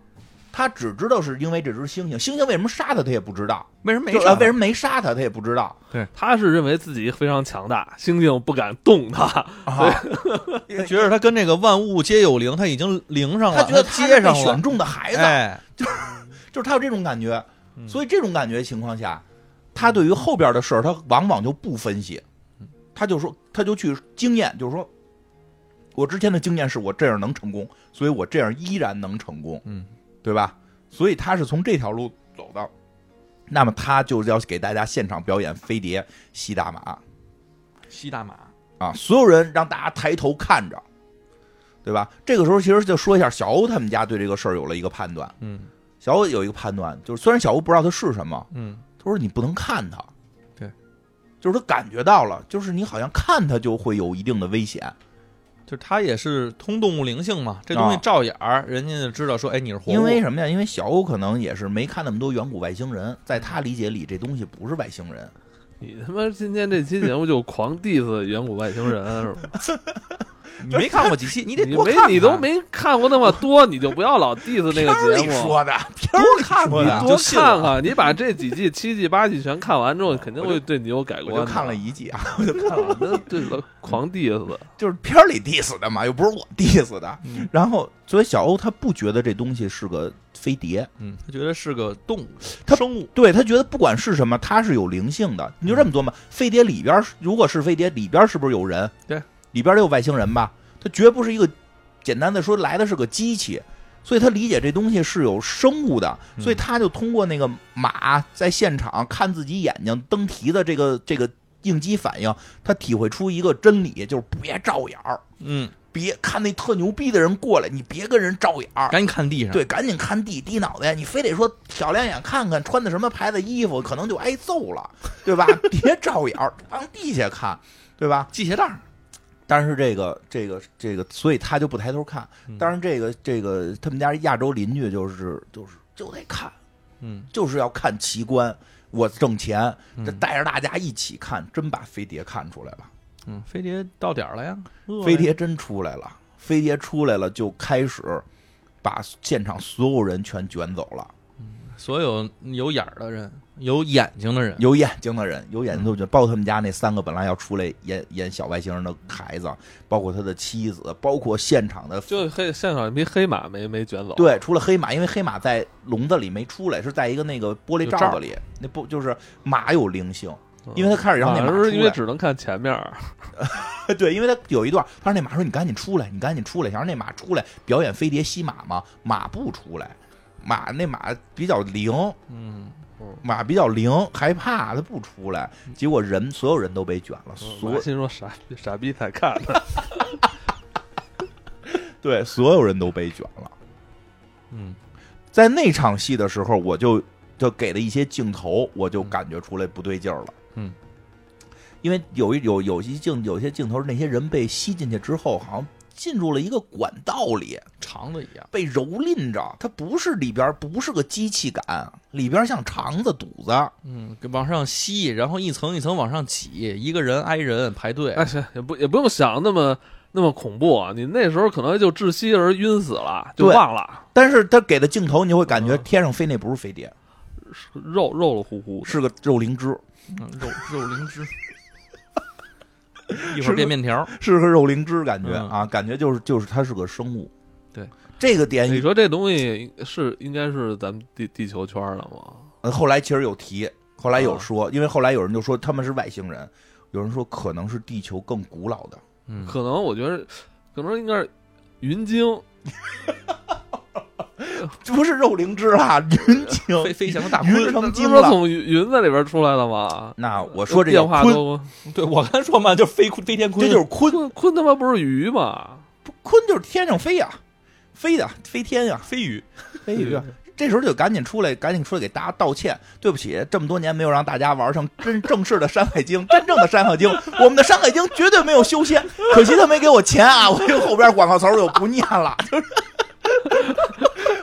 Speaker 2: 他只知道是因为这只猩猩，猩猩为什么杀他，他也不知道，
Speaker 3: 为什么没
Speaker 2: 就
Speaker 3: 上
Speaker 2: 呃为什么没杀他，他也不知道。
Speaker 1: 他是认为自己非常强大，猩猩不敢动他。
Speaker 2: 啊、
Speaker 3: 他觉得他跟这个万物皆有灵，他已经灵上了，
Speaker 2: 他觉得
Speaker 3: 他
Speaker 2: 他
Speaker 3: 接
Speaker 2: 是被
Speaker 3: 上
Speaker 2: 选
Speaker 3: 了，
Speaker 2: 中的孩子，
Speaker 3: 哎，
Speaker 2: 就是他有这种感觉。
Speaker 3: 嗯
Speaker 2: 所以这种感觉情况下，他对于后边的事儿，他往往就不分析，他就说，他就去经验，就是说，我之前的经验是我这样能成功，所以我这样依然能成功，
Speaker 3: 嗯，
Speaker 2: 对吧？所以他是从这条路走到，那么他就是要给大家现场表演飞碟吸大麻
Speaker 3: 吸大麻，
Speaker 2: 啊，所有人让大家抬头看着。对吧？这个时候其实就说一下小欧他们家对这个事儿有了一个判断。
Speaker 3: 嗯
Speaker 2: 小欧有一个判断，就是虽然小欧不知道它是什么，
Speaker 3: 嗯，
Speaker 2: 他说你不能看它，
Speaker 3: 对，
Speaker 2: 就是他感觉到了，就是你好像看它就会有一定的危险，
Speaker 3: 就是他也是通动物灵性嘛，这东西
Speaker 2: 啊
Speaker 3: 照眼儿，人家就知道说，哎，
Speaker 1: 哦
Speaker 3: 你是活物，
Speaker 2: 因为什么呀？因为小欧可能也是没看那么多远古外星人，在他理解里这东西不是外星人，
Speaker 1: 你他妈今天这期节目就狂 diss 远古外星人，是吧？
Speaker 3: 你没看过几期，你得
Speaker 1: 你
Speaker 3: 多
Speaker 1: 没
Speaker 3: 看看，
Speaker 1: 你都没看过那么多，你就不要老 diss 那
Speaker 2: 片儿
Speaker 1: 个节
Speaker 2: 里
Speaker 1: 目。
Speaker 2: 说的，片儿里
Speaker 3: 看
Speaker 2: 说
Speaker 3: 过
Speaker 1: 你
Speaker 3: 的
Speaker 2: 的，啊
Speaker 1: 多
Speaker 3: 就信了
Speaker 1: 看看，你把这几季、七季、八季全看完之后，肯定会对你有改
Speaker 2: 我
Speaker 1: 观的。
Speaker 2: 就看了一季啊，
Speaker 1: 啊，那对了，狂 diss，
Speaker 2: 就是片儿里 diss 的嘛，又不是我 diss 的。
Speaker 1: 嗯
Speaker 2: 然后，所以小欧他不觉得这东西是个飞碟，
Speaker 3: 嗯，他觉得是个动物，
Speaker 2: 他
Speaker 3: 生物，
Speaker 2: 对他觉得不管是什么，它是有灵性的。你就这么琢磨，飞碟里边儿如果是飞碟里边儿是不是有人？
Speaker 3: 对，
Speaker 2: 里边儿得有外星人吧？他绝不是一个简单的说来的是个机器，所以他理解这东西是有生物的，
Speaker 3: 嗯
Speaker 2: 所以他就通过那个马在现场看自己眼睛蹬蹄的这个这个应激反应，他体会出一个真理，就是别照眼儿，
Speaker 3: 嗯，
Speaker 2: 别看那特牛逼的人过来，你别跟人照眼儿。
Speaker 3: 赶紧看地上，
Speaker 2: 对，赶紧看地低脑袋，你非得说挑两眼看看穿的什么牌子衣服，可能就挨揍 了，对吧？别照眼儿，往地下看，对吧？
Speaker 3: 系鞋带儿，
Speaker 2: 但是这个这个这个，所以他就不抬头看
Speaker 3: 嗯。
Speaker 2: 当然，这个这个他们家亚洲邻居就是就是就得看，
Speaker 3: 嗯，
Speaker 2: 就是要看奇观。我挣钱，这
Speaker 3: 嗯
Speaker 2: 带着大家一起看，真把飞碟看出来了。
Speaker 3: 嗯，飞碟到点儿了呀，饿了呀
Speaker 2: 飞碟真出来了，飞碟出来了就开始把现场所有人全卷走了。
Speaker 3: 所有有眼儿的人，有眼睛的人，
Speaker 2: 有眼睛的人，有眼睛都觉得，包括他们家那三个本来要出来演演小外星人的孩子，包括他的妻子，包括现场的
Speaker 1: 就黑现场一匹黑马没没卷走。
Speaker 2: 对，除了黑马，因为黑马在笼子里没出来，是在一个那个玻璃罩子里，那不就是马有灵性，
Speaker 1: 嗯，
Speaker 2: 因为他开始让那马
Speaker 1: 好
Speaker 2: 出
Speaker 1: 像是因为
Speaker 2: 来，
Speaker 1: 只能看前面儿，
Speaker 2: 对，因为他有一段，他让那马说你赶紧出来，你赶紧出来，想让那马出来表演飞碟吸马嘛，马不出来，马那马比较灵，
Speaker 3: 嗯，
Speaker 2: 马比较灵，害怕它不出来，结果人所有人都被卷了，所
Speaker 1: 嗯我心说傻逼傻逼才看 的，
Speaker 2: 对，所有人都被卷了。
Speaker 3: 嗯，
Speaker 2: 在那场戏的时候，我就就给了一些镜头，我就感觉出来不对劲儿了。
Speaker 3: 嗯，
Speaker 2: 因为有一有有一镜有些镜头，那些人被吸进去之后，好像进入了一个管道里，
Speaker 3: 长的一样，
Speaker 2: 被蹂躏着。它不是里边儿不是个机器感，里边儿像肠子肚子。
Speaker 3: 嗯，给往上吸，然后一层一层往上挤，一个人挨人排队，
Speaker 1: 哎，行，也不也不用想那么那么恐怖啊，你那时候可能就窒息而晕死了，就
Speaker 2: 对
Speaker 1: 忘了，
Speaker 2: 但是他给的镜头，你会感觉
Speaker 1: 嗯
Speaker 2: 天上飞那不是飞碟，
Speaker 1: 肉肉了乎乎的。
Speaker 2: 是个肉灵芝，
Speaker 3: 嗯肉肉灵芝，一会儿变面条儿，
Speaker 2: 是个肉灵芝感觉
Speaker 3: 嗯
Speaker 2: 啊，感觉就是就是它是个生物。
Speaker 3: 对，
Speaker 2: 这个点
Speaker 1: 你说这东西是应该是咱们地地球圈的吗？
Speaker 2: 呃，后来其实有提，后来有
Speaker 1: 啊
Speaker 2: 说，因为后来有人就说他们是外星人，有人说可能是地球更古老的，
Speaker 3: 嗯，
Speaker 1: 可能我觉得，可能应该是云 鲸，
Speaker 2: 这不是肉灵芝啊，云鲸
Speaker 3: 飞飞翔 的大
Speaker 2: 云
Speaker 3: 鲲，
Speaker 2: 成
Speaker 1: 不
Speaker 2: 精
Speaker 1: 是
Speaker 2: 了。
Speaker 1: 从云云在里边出来的吗？
Speaker 2: 那我说这叫
Speaker 1: 变化
Speaker 2: 鲲，
Speaker 1: 都，
Speaker 3: 对我刚才说嘛，就是飞飞天鲲，
Speaker 2: 这就是鲲，
Speaker 1: 鲲鲲他妈不是鱼吗？
Speaker 2: 鲲就是天上飞呀、飞的飞天呀、
Speaker 3: 飞鱼，
Speaker 2: 飞鱼啊。这时候就赶紧出来，赶紧出来给大家道歉，对不起，这么多年没有让大家玩上真正式的《山海经》， 真正的《山海经》，我们的《山海经》绝对没有修 仙，可惜他没给我钱啊，我这后边广告词儿我就不念了， 就是。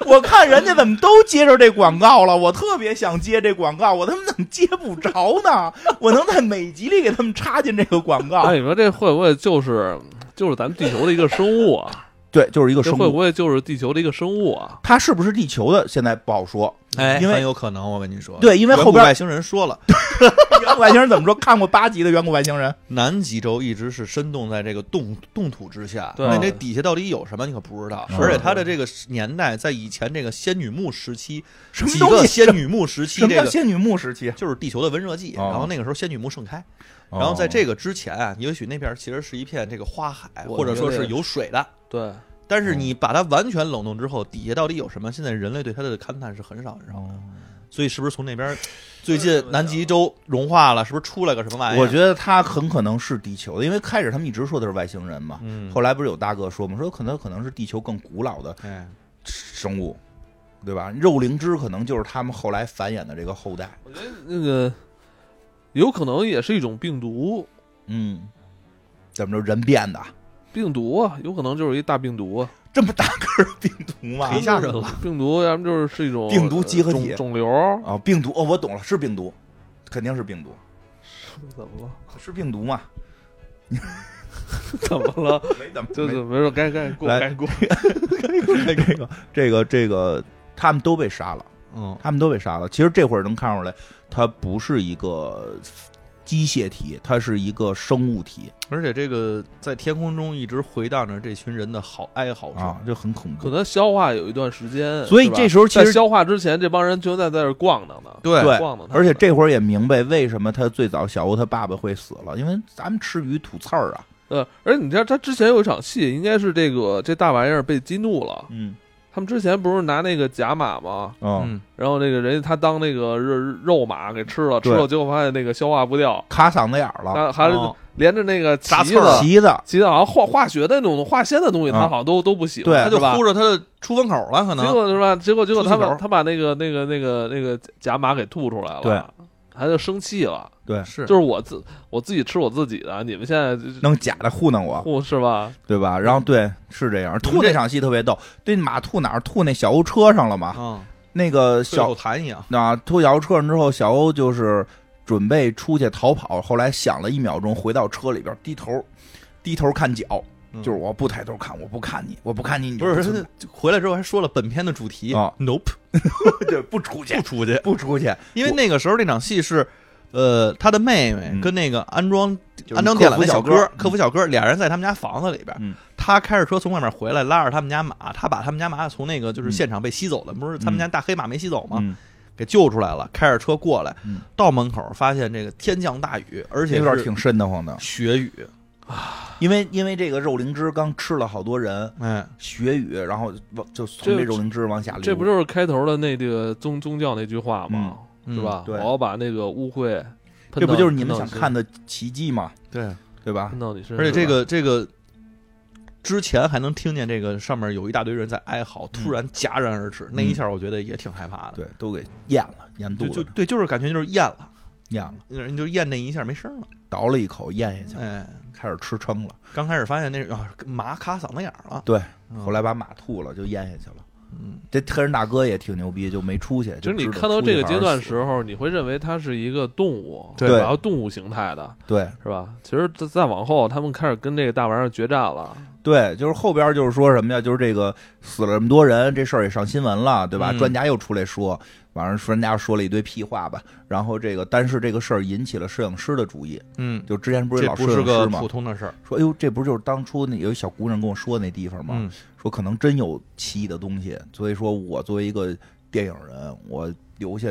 Speaker 2: 我看人家怎么都接着这广告了，我特别想接这广告，我他妈怎么接不着呢？ 我能在每集里给他们插进这个广告
Speaker 1: 哎哎，，你说这会不会就是就是咱们地球的一个生物啊？
Speaker 2: 对，就是 一个
Speaker 1: 这
Speaker 2: 生
Speaker 1: 会不
Speaker 2: 物。
Speaker 1: 会就是地球的一个生物啊？
Speaker 2: 它是不是地球的，现在不好 说。
Speaker 4: 哎，
Speaker 2: 因为
Speaker 4: 很有可能，我跟你说，
Speaker 2: 对因为后边
Speaker 4: 远古外星人说了，
Speaker 2: 远古外星人怎么说？看过八集的远古外星人，
Speaker 4: 南极洲一直是深冻在这个冻冻土之下，
Speaker 1: 对嗯
Speaker 4: 那这底下到底有什么，你可不知道。
Speaker 2: 是
Speaker 4: 而且它的这个年代，在以前这个仙女木时期，
Speaker 2: 什么
Speaker 4: 几
Speaker 2: 东
Speaker 4: 个
Speaker 2: 西
Speaker 4: 仙女木时
Speaker 2: 什
Speaker 4: 期，
Speaker 2: 么
Speaker 4: 这
Speaker 2: 叫
Speaker 4: 个
Speaker 2: 仙女木时期？
Speaker 4: 就是地球的温热季。
Speaker 2: 哦
Speaker 4: 然后那个时候仙女木盛开，然后
Speaker 1: 哦
Speaker 4: 在这个之前啊，也许那边其实是一片这个花海，
Speaker 1: 我
Speaker 4: 或者说
Speaker 1: 觉得
Speaker 4: 是有水的。
Speaker 1: 对，
Speaker 4: 但是你把它完全冷冻之后，底下到底有什么？现在人类对它的勘探是很少很少的，所以是不是从那边 最近南极洲融化了，是不是出来个什么玩意儿？
Speaker 2: 哎我觉得它很可能是地球的，因为开始他们一直说的是外星人嘛。
Speaker 4: 嗯
Speaker 2: 后来不是有大哥说嘛，说可能可能是地球更古老的
Speaker 4: 哎，
Speaker 2: 生物，对吧？肉灵芝可能就是他们后来繁衍的这个后代。
Speaker 1: 我觉得那个有可能也是一种病毒，
Speaker 2: 嗯，怎么着人变的？
Speaker 1: 病毒啊，有可能就是一大病毒啊，
Speaker 2: 这么大个儿病毒吗？
Speaker 4: 可以吓人了
Speaker 1: 病毒要么就是是一种
Speaker 2: 病毒集合体
Speaker 1: 呃肿肿瘤，
Speaker 2: 啊，病毒哦，我懂了，是病毒，肯定是病毒，
Speaker 1: 怎么了？
Speaker 2: 是病毒嘛？
Speaker 1: 怎么了？
Speaker 2: 没怎么
Speaker 1: 就
Speaker 2: 没
Speaker 1: 是没事，该该过
Speaker 2: 来
Speaker 1: 该过。
Speaker 2: 这个这个这个，他们都被杀了，
Speaker 4: 嗯，
Speaker 2: 他们都被杀了。其实这会儿能看出来，它不是一个机械体，它是一个生物体
Speaker 4: 而且这个在天空中一直回荡着这群人的好哀嚎
Speaker 1: 哦
Speaker 4: 声。
Speaker 2: 啊，这很恐
Speaker 1: 可
Speaker 2: 怖。
Speaker 1: 能消化有一段时间，
Speaker 2: 所以
Speaker 1: 是吧
Speaker 2: 这时候其
Speaker 1: 在
Speaker 2: 实
Speaker 1: 消化之前，这帮人全在在这儿逛荡呢，
Speaker 4: 对
Speaker 2: 对
Speaker 1: 逛荡他
Speaker 2: 而
Speaker 1: 们呢。
Speaker 2: 且这会儿也明白为什么他最早小欧他爸爸会死了，因为咱们吃鱼吐刺儿啊。
Speaker 1: 呃，而且你知道，他之前有一场戏，应该是这个这大玩意儿被激怒了。
Speaker 2: 嗯
Speaker 1: 他们之前不是拿那个假马吗？
Speaker 2: 嗯，
Speaker 4: 嗯，
Speaker 1: 然后那个人家他当那个肉肉马给吃了，吃
Speaker 2: 对啊
Speaker 1: 了结果发现那个消化不掉，
Speaker 2: 卡嗓子眼儿了，
Speaker 1: 还还
Speaker 4: 哦
Speaker 1: 连着那个旗
Speaker 4: 扎刺
Speaker 1: 子
Speaker 4: 儿，
Speaker 2: 旗子
Speaker 1: 旗子好像化化学的那种化纤的东西，他
Speaker 2: 啊
Speaker 1: 好像都都不喜
Speaker 2: 对
Speaker 1: 欢，
Speaker 4: 他就是
Speaker 1: 吧
Speaker 4: 呼？着他的出风口了，可
Speaker 1: 结
Speaker 4: 能
Speaker 1: 果是吧？结果结果
Speaker 4: 出
Speaker 1: 他
Speaker 4: 气球
Speaker 1: 把他把那个那个那个那个假马给吐出来了，
Speaker 2: 对，
Speaker 1: 他就生气了，
Speaker 2: 对，
Speaker 4: 是
Speaker 1: 就是我自我自己吃我自己的，你们现在就是
Speaker 2: 弄假的糊弄 我。
Speaker 1: 护是吧？
Speaker 2: 对吧？然后对，是这样。
Speaker 4: 嗯你
Speaker 2: 吐
Speaker 4: 们这
Speaker 2: 那场戏特别逗，对，马吐哪儿？吐那小欧车上了嘛？
Speaker 4: 啊，
Speaker 2: 那个
Speaker 4: 最
Speaker 2: 小
Speaker 4: 后痰一样。
Speaker 2: 啊，吐小欧车上之后，小欧就是准备出去逃跑，后来想了一秒钟，回到车里边，低头低头看脚，
Speaker 4: 嗯
Speaker 2: 就是我不抬头看，我不看你，我不看你，你就
Speaker 4: 不是，
Speaker 2: 存在
Speaker 4: 他回来之后还说了本片的主题
Speaker 2: 啊
Speaker 4: ，Nope，
Speaker 2: 对，不出去
Speaker 4: 不，出去，
Speaker 2: 不出去，
Speaker 4: 因为那个时候那场戏是，呃，他的妹妹
Speaker 2: 嗯
Speaker 4: 跟那个安装
Speaker 2: 就是
Speaker 4: 安装电缆
Speaker 2: 客服
Speaker 4: 的小
Speaker 2: 哥
Speaker 4: 哥，客服小哥，俩人在他们家房子里边
Speaker 2: 嗯，
Speaker 4: 他开着车从外面回来，拉着他们家马，他把他们家马从那个就是
Speaker 2: 嗯
Speaker 4: 现场被吸走的，不是他们家大黑马没吸走吗？
Speaker 2: 嗯，
Speaker 4: 给救出来了，开着车过来
Speaker 2: 嗯，
Speaker 4: 到门口发现这个天降大雨，而且
Speaker 2: 有点
Speaker 4: 是
Speaker 2: 挺瘆得慌 的，
Speaker 4: 雪雨，
Speaker 2: 因为因为这个肉灵芝刚吃了好多人，
Speaker 4: 哎，
Speaker 2: 血雨，然后往就从
Speaker 1: 这
Speaker 2: 这肉灵芝往下流，
Speaker 1: 这不就是开头的那这个宗宗教那句话吗？
Speaker 4: 嗯
Speaker 1: 是吧？
Speaker 2: 对
Speaker 1: 我要把那个污秽喷到，
Speaker 2: 这不就是你们
Speaker 1: 喷到嗯
Speaker 2: 想
Speaker 1: 身
Speaker 2: 看的奇迹吗？
Speaker 4: 对，
Speaker 2: 对吧？
Speaker 1: 喷到你身上？
Speaker 4: 嗯而且这个这个之前还能听见这个上面有一大堆人在哀嚎，突然戛然而止，那一下我觉得也挺害怕的。
Speaker 2: 对，都给咽了，咽肚
Speaker 4: 就就
Speaker 2: 子
Speaker 4: 对，就是感觉就是咽了，
Speaker 2: 咽了，
Speaker 4: 人就咽那一下没声了。
Speaker 2: 倒了一口咽下去，了，
Speaker 4: 哎，
Speaker 2: 开始吃撑了。
Speaker 4: 刚开始发现那是啊麻卡嗓子眼儿了，
Speaker 2: 对，
Speaker 4: 嗯
Speaker 2: 后来把马吐了，就咽下去了。
Speaker 4: 嗯，
Speaker 2: 这黑人大哥也挺牛逼，就没出去。
Speaker 1: 就是你
Speaker 2: 知道
Speaker 1: 看到
Speaker 2: 出去
Speaker 1: 这个
Speaker 2: 反而
Speaker 1: 阶段
Speaker 2: 死
Speaker 1: 时候，你会认为它是一个动物，
Speaker 4: 对
Speaker 1: 然后动物形态的，
Speaker 2: 对
Speaker 1: 是吧？其实再再往后，他们开始跟这个大玩意儿决战了，
Speaker 2: 对，就是后边就是说什么呀？就是这个死了这么多人，这事儿也上新闻了，对吧？
Speaker 4: 嗯
Speaker 2: 专家又出来说，晚上专家说了一堆屁话吧。然后这个，但是这个事儿引起了摄影师的注意。
Speaker 4: 嗯，
Speaker 2: 就之前不是
Speaker 4: 这
Speaker 2: 老
Speaker 4: 不
Speaker 2: 摄影
Speaker 4: 是
Speaker 2: 师
Speaker 4: 个
Speaker 2: 吗
Speaker 4: 普？通的事儿
Speaker 2: 说，哎呦，这不就是当初那有一小姑娘跟我说那地方吗？
Speaker 4: 嗯，
Speaker 2: 说可能真有奇异的东西，所以说我作为一个电影人，我留下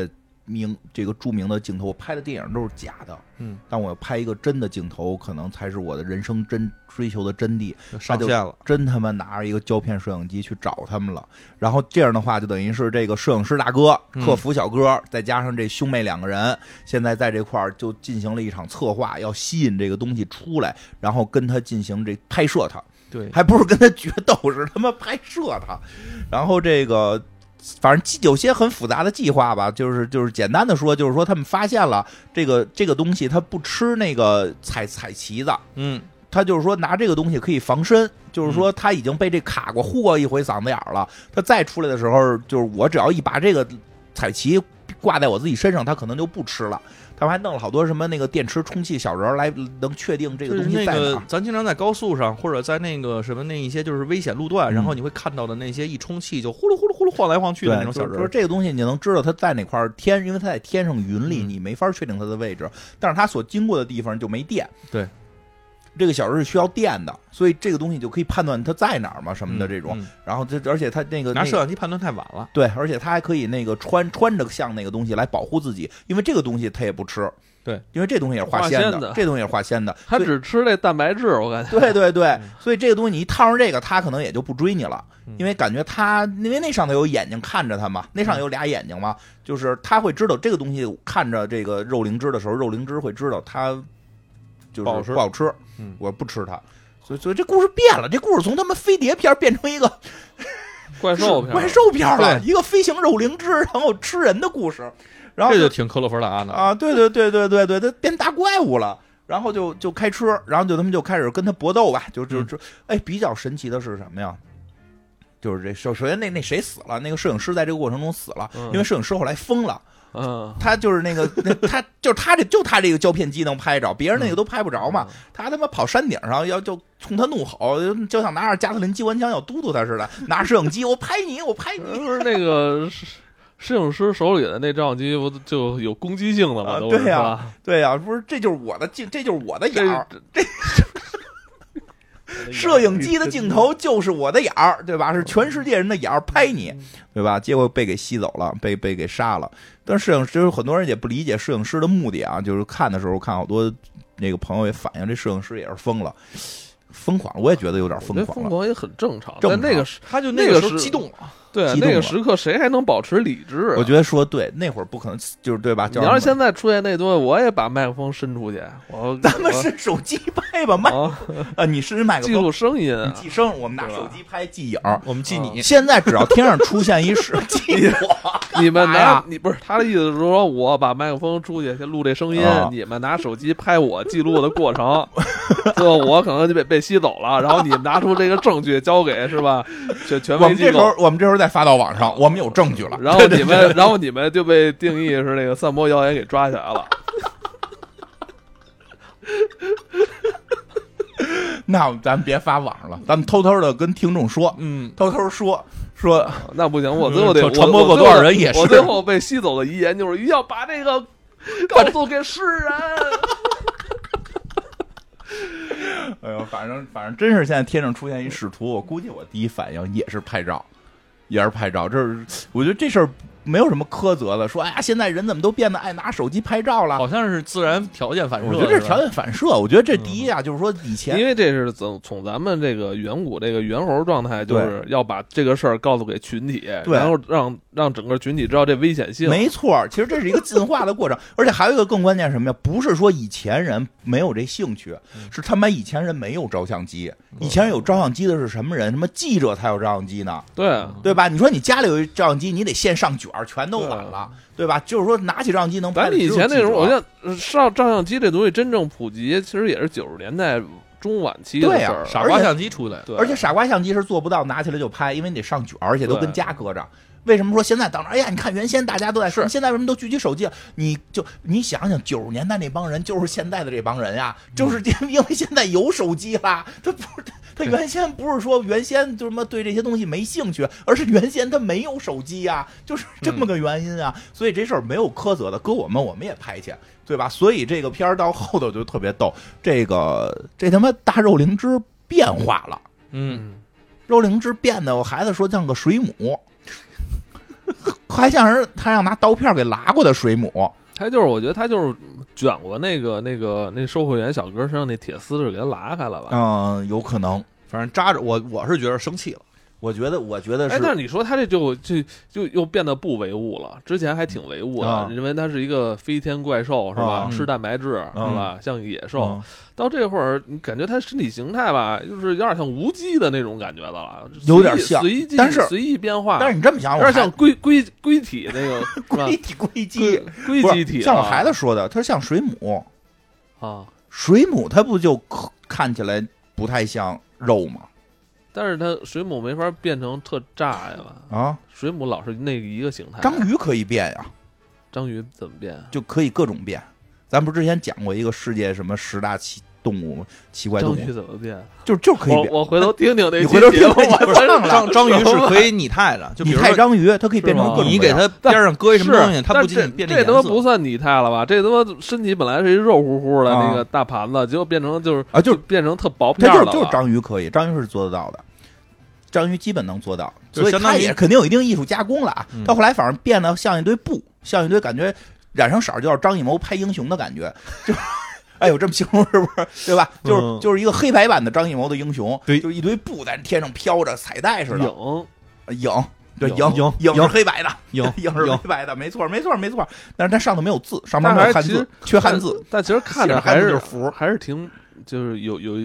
Speaker 2: 名这个著名的镜头，我拍的电影都是假的，
Speaker 4: 嗯，
Speaker 2: 但我要拍一个真的镜头，可能才是我的人生真追求的真谛。
Speaker 4: 就上线了。
Speaker 2: 真他妈拿着一个胶片摄影机去找他们了，然后这样的话，就等于是这个摄影师大哥、
Speaker 4: 嗯
Speaker 2: 客服小哥，再加上这兄妹两个人，现在在这块儿就进行了一场策划，要吸引这个东西出来，然后跟他进行这拍摄他。
Speaker 4: 对，
Speaker 2: 还不是跟他决斗，是他妈拍摄他。然后这个，反正有些很复杂的计划吧，就是就是简单的说，就是说他们发现了这个这个东西，它不吃那个彩彩旗子。
Speaker 4: 嗯，
Speaker 2: 他就是说拿这个东西可以防身，就是说
Speaker 3: 嗯
Speaker 2: 他已经被这卡过、呼过一回嗓子眼儿了。他再出来的时候，就是我只要一把这个彩旗挂在我自己身上，它可能就不吃了。他们还弄了好多什么那个电池充气小人儿来能确定这
Speaker 3: 就
Speaker 2: 个
Speaker 3: 是
Speaker 2: 东西
Speaker 3: 那
Speaker 2: 在哪
Speaker 3: 个
Speaker 2: 儿。，
Speaker 3: 咱经常在高速上或者在那个什么那一些就是危险路
Speaker 2: 嗯
Speaker 3: 段，然后你会看到的那些一充气就呼噜呼噜呼噜晃来晃去的
Speaker 2: 对，
Speaker 3: 那种小
Speaker 2: 就是
Speaker 3: 人
Speaker 2: 说
Speaker 3: 儿，
Speaker 2: 这个东西你能知道它在哪块儿天，因为它在天上云里，
Speaker 3: 嗯
Speaker 2: 你没法确定它的位置，但是它所经过的地方就没电。
Speaker 3: 对，
Speaker 2: 这个小人儿是需要电的，所以这个东西就可以判断它在哪儿嘛什么的这种。
Speaker 3: 嗯
Speaker 2: 然后这而且它那个
Speaker 3: 拿
Speaker 2: 那
Speaker 3: 摄像机判断太晚了。
Speaker 2: 对，而且它还可以那个穿穿着像那个东西来保护自己，因为这个东西它也不吃。
Speaker 3: 对，
Speaker 2: 因为这东西也是
Speaker 1: 化
Speaker 2: 鲜
Speaker 1: 纤的
Speaker 2: 这东西也是化鲜的。
Speaker 1: 他
Speaker 2: 所以
Speaker 1: 只吃这蛋白质，我感觉。
Speaker 2: 对对对
Speaker 3: 嗯，
Speaker 2: 所以这个东西你一套上这个，它可能也就不追你了
Speaker 3: 嗯，
Speaker 2: 因为感觉它因为那上头有眼睛看着它嘛，那上有俩眼睛嘛，就是它会知道这个东西看着这个肉灵芝的时候，肉灵芝会知道它就是
Speaker 3: 不好吃
Speaker 2: 不好吃
Speaker 3: 嗯，
Speaker 2: 我不吃它。所以，所以这故事变了，这故事从他妈飞碟片儿变成一个
Speaker 1: 怪兽片儿，
Speaker 2: 怪兽片儿了，
Speaker 3: 对
Speaker 2: 一个飞行肉灵芝然后吃人的故事，然后
Speaker 3: 这
Speaker 2: 就
Speaker 3: 就挺克洛弗达的，
Speaker 2: 啊，对对对对对对，他变大怪物了。然后就就开车，然后就他们就开始跟他搏斗吧，就就就，哎，比较神奇的是什么呀？就是这首首先那那谁死了，那个摄影师在这个过程中死了，
Speaker 1: 嗯
Speaker 2: 因为摄影师后来疯了，
Speaker 1: 嗯，
Speaker 2: 他就是那个那他就是他这就他这个胶片机能拍着，别人那个都拍不着
Speaker 1: 嗯
Speaker 2: 嘛。他他妈跑山顶上要就冲他怒吼，就像拿着加特林机关枪要嘟嘟他似的，拿着摄影机我拍你我拍你，
Speaker 1: 嗯不是那个摄摄影师手里的那照相机，不就有攻击性的吗？
Speaker 2: 啊
Speaker 1: 都是
Speaker 2: 对呀
Speaker 1: 是吧
Speaker 2: 对呀、不是这就是我的镜，这就是我的眼儿， 摄
Speaker 4: 摄
Speaker 2: 影
Speaker 4: 影
Speaker 2: 机
Speaker 4: 机
Speaker 2: 的
Speaker 4: 的
Speaker 2: 镜
Speaker 4: 镜头
Speaker 1: 嗯
Speaker 2: 头就是我的眼儿，对吧？是全世界人的眼儿拍你，
Speaker 1: 嗯
Speaker 2: 对吧？结果被给吸走了，被被给杀了。但是摄影师有很多人也不理解摄影师的目的啊，就是看的时候看好多那个朋友也反映，这摄影师也是疯了，疯狂了。我也觉得有点
Speaker 1: 我觉得
Speaker 2: 疯狂
Speaker 1: 疯
Speaker 2: 了。
Speaker 1: 狂也很正常，
Speaker 2: 正
Speaker 1: 但那
Speaker 2: 常
Speaker 1: 个时
Speaker 3: 他就
Speaker 1: 那
Speaker 3: 个
Speaker 1: 个
Speaker 3: 时候
Speaker 1: 是
Speaker 3: 激动了，
Speaker 1: 对啊
Speaker 2: 激动
Speaker 1: 那个
Speaker 2: 了
Speaker 1: 时刻，谁还能保持理智啊？
Speaker 2: 我觉得说对，那会儿不可能，就是对吧？
Speaker 1: 你要是
Speaker 2: 叫什
Speaker 1: 现在出现那东西，我也把麦克风伸出去，我
Speaker 2: 么咱们是手机拍吧，麦
Speaker 1: 我啊
Speaker 2: 啊，你是麦克
Speaker 1: 记
Speaker 2: 风，
Speaker 1: 录声音啊
Speaker 2: 你，记声，我们拿
Speaker 1: 对吧
Speaker 2: 手机拍记影儿。嗯
Speaker 3: 我们记你，
Speaker 2: 现在只要天上出现一是记我，
Speaker 1: 你们
Speaker 2: 干嘛
Speaker 1: 拿
Speaker 2: 呀
Speaker 1: 你不是他的意思是说，我把麦克风出去先录这声音
Speaker 2: 啊，
Speaker 1: 你们拿手机拍我记录的过程，最后我可能就被被吸走了，然后你们拿出这个证据交给是吧？权权
Speaker 2: 我
Speaker 1: 威
Speaker 2: 们
Speaker 1: 机
Speaker 2: 这时候
Speaker 1: 构，，
Speaker 2: 我们这时候再发到网上，我们有 证据了。
Speaker 1: 然后你们然后你们就被定义是那个散播谣言给抓起来 了。
Speaker 2: 那咱别发网上了，咱们偷偷的跟听众说，
Speaker 3: 嗯，
Speaker 2: 偷偷说说，
Speaker 1: 那不行，我最后得
Speaker 3: 嗯
Speaker 1: 我
Speaker 3: 传播过多少人也是
Speaker 1: 我最后我最后被吸走的遗言就是一定要把这 个告诉给世 人。
Speaker 2: 哎呦，反正反正真是现在天上出现一使徒，我估计我第一反应也是拍照，也是拍照。这是我觉得这事儿没有什么苛责的，说哎呀，现在人怎么都变得爱拿手机拍照
Speaker 4: 哦
Speaker 2: 了？
Speaker 3: 好像是自然条件反射。
Speaker 2: 我觉得这是条
Speaker 3: 件，
Speaker 2: 件反射。我觉得这第一啊，就是说以前
Speaker 1: 因为这是从从咱们这个远古这个猿猴状态，就
Speaker 2: 对
Speaker 1: 是要把这个事儿告诉给群体，
Speaker 2: 对
Speaker 1: 然后让让整个群体知道这危险性。
Speaker 2: 没错儿，其实这是一个进化的过程， 而且还有一个更关键是什么呀？不是说以前人没有这兴趣，
Speaker 1: 嗯
Speaker 2: 是他妈以前人没有照相机，以前有照相机的是什么人？什么记者才有照相机呢？
Speaker 1: 对，
Speaker 3: 嗯
Speaker 2: 对吧？你说你家里有一照相机，你得线上卷儿，全都晚了，对吧？就是说拿起照相机能拍
Speaker 1: 咱
Speaker 2: 的
Speaker 1: 们
Speaker 2: 只
Speaker 1: 以
Speaker 2: 有
Speaker 1: 前那
Speaker 2: 记
Speaker 1: 时候，
Speaker 2: 者
Speaker 1: 我像照照相机这东西真正普及，其实也是九十年代中晚期的
Speaker 2: 对
Speaker 3: 啊
Speaker 1: 事
Speaker 2: 呀
Speaker 1: 儿。
Speaker 3: 傻瓜相机出来了，
Speaker 1: 对，
Speaker 2: 而且傻瓜相机是做不到拿起来就拍，因为你得上卷儿，而且都
Speaker 1: 对
Speaker 2: 跟家搁着。为什么说现在当然？哎呀，你看原先大家都在说，现在为什么都聚集手机了？你就你想想，九十年代那帮人就是现在的这 帮人呀，就是因因为现在有手机啦，他不是他原先不是说原先就什么对这些东西没兴趣，而是原先他没有手机呀，就是这么个原因啊。所以这事儿没有苛责的，搁我们我们也拍去，对吧？所以这个片儿到后头就特别逗，这个这他妈大肉灵芝变化了。
Speaker 3: 嗯，
Speaker 1: 嗯，
Speaker 2: 肉灵芝变得我孩子说像个水母，还像是他让拿刀片给拉过的水母。
Speaker 1: 他就是我觉得他就是卷过那个那个那售货员小哥身上那铁丝，给他拉开了吧。
Speaker 2: 嗯，有可能。
Speaker 3: 反正扎着我，我是觉得生气了，
Speaker 2: 我觉得，我觉得
Speaker 1: 哎，但
Speaker 2: 是
Speaker 1: 是你说他这就就就又变得不唯物了，之前还挺唯物的，
Speaker 2: 啊
Speaker 1: 认为他是一个飞天怪兽是吧？
Speaker 2: 啊
Speaker 1: 吃蛋白质、是吧？像野兽。
Speaker 2: 嗯
Speaker 1: 到这会儿，你感觉他身体形态吧，就是有点像无机的那种感觉的了，
Speaker 2: 有点像
Speaker 1: 随意随意
Speaker 2: 但是
Speaker 1: 随意变化，
Speaker 2: 但是你这么想，
Speaker 1: 有点
Speaker 2: 我
Speaker 1: 像龟龟龟体那 个是吧
Speaker 2: 龟体龟鸡
Speaker 1: 龟，龟
Speaker 2: 不
Speaker 1: 基
Speaker 2: 是
Speaker 1: 体啊，
Speaker 2: 像我孩子说的，他像水母，
Speaker 1: 啊，
Speaker 2: 水母它不就可看起来不太像肉吗？
Speaker 1: 但是他水母没法变成特炸呀吧？
Speaker 2: 啊，
Speaker 1: 水母老是那个一个形态，
Speaker 2: 章鱼可以变呀、
Speaker 1: 章鱼怎么变啊？
Speaker 2: 就可以各种变。咱不是之前讲过一个世界什么十大奇动物奇怪动
Speaker 1: 章
Speaker 2: 物
Speaker 1: 鱼，怎么变啊？
Speaker 2: 就就是可以
Speaker 1: 我
Speaker 2: 变。
Speaker 1: 我回头听听那
Speaker 2: 你
Speaker 1: 期
Speaker 2: 回头听
Speaker 1: 节目，
Speaker 2: 听
Speaker 1: 我
Speaker 2: 就
Speaker 1: 真
Speaker 2: 上来
Speaker 3: 章章鱼是可以拟态的，就比
Speaker 2: 你
Speaker 3: 如
Speaker 2: 太
Speaker 3: 说
Speaker 2: 章鱼，它可以变成
Speaker 1: 是吗
Speaker 2: 各种
Speaker 3: 你
Speaker 2: 各
Speaker 3: 给
Speaker 2: 样
Speaker 3: 它边上搁一什么东西，它不
Speaker 1: 但
Speaker 3: 仅
Speaker 1: 这
Speaker 3: 仅变成
Speaker 1: 这他妈
Speaker 3: 颜色
Speaker 1: 不算拟态了吧？这他妈身体本来是一肉乎乎的
Speaker 2: 啊
Speaker 1: 那个大盘子，结果变成就是
Speaker 2: 啊，就是
Speaker 1: 变成特薄片
Speaker 2: 它
Speaker 1: 儿
Speaker 2: 就
Speaker 1: 了
Speaker 2: 是
Speaker 1: 吧。
Speaker 2: 就是章鱼可以，章鱼是做得到的，章鱼基本能做到，
Speaker 3: 就
Speaker 2: 所以
Speaker 3: 相当
Speaker 2: 它
Speaker 3: 于
Speaker 2: 也肯定有一定艺术加工了啊
Speaker 3: 嗯。
Speaker 2: 到后来反而变得像一堆布，像一堆感觉染上色儿，就要张艺谋拍英雄的感觉， 就。哎呦，这么形容是不是对吧？就是、
Speaker 3: 嗯
Speaker 2: 就是一个黑白版的张艺谋的英雄，
Speaker 3: 对
Speaker 2: 就是一堆布在天上飘着，彩带似的，
Speaker 1: 影
Speaker 2: 影对
Speaker 1: 影
Speaker 2: 影
Speaker 3: 影
Speaker 2: 影是
Speaker 3: 影
Speaker 2: 黑白的，
Speaker 3: 影
Speaker 2: 影是黑
Speaker 3: 影
Speaker 2: 白的，没错没错没错。但是它上头没有字，上面没
Speaker 1: 但还
Speaker 2: 有汉
Speaker 1: 其
Speaker 2: 字
Speaker 1: 实，
Speaker 2: 缺汉字，
Speaker 1: 但，但其实看着
Speaker 2: 写着汉
Speaker 1: 还
Speaker 2: 字
Speaker 1: 是
Speaker 2: 就是服
Speaker 1: 还是挺就是有有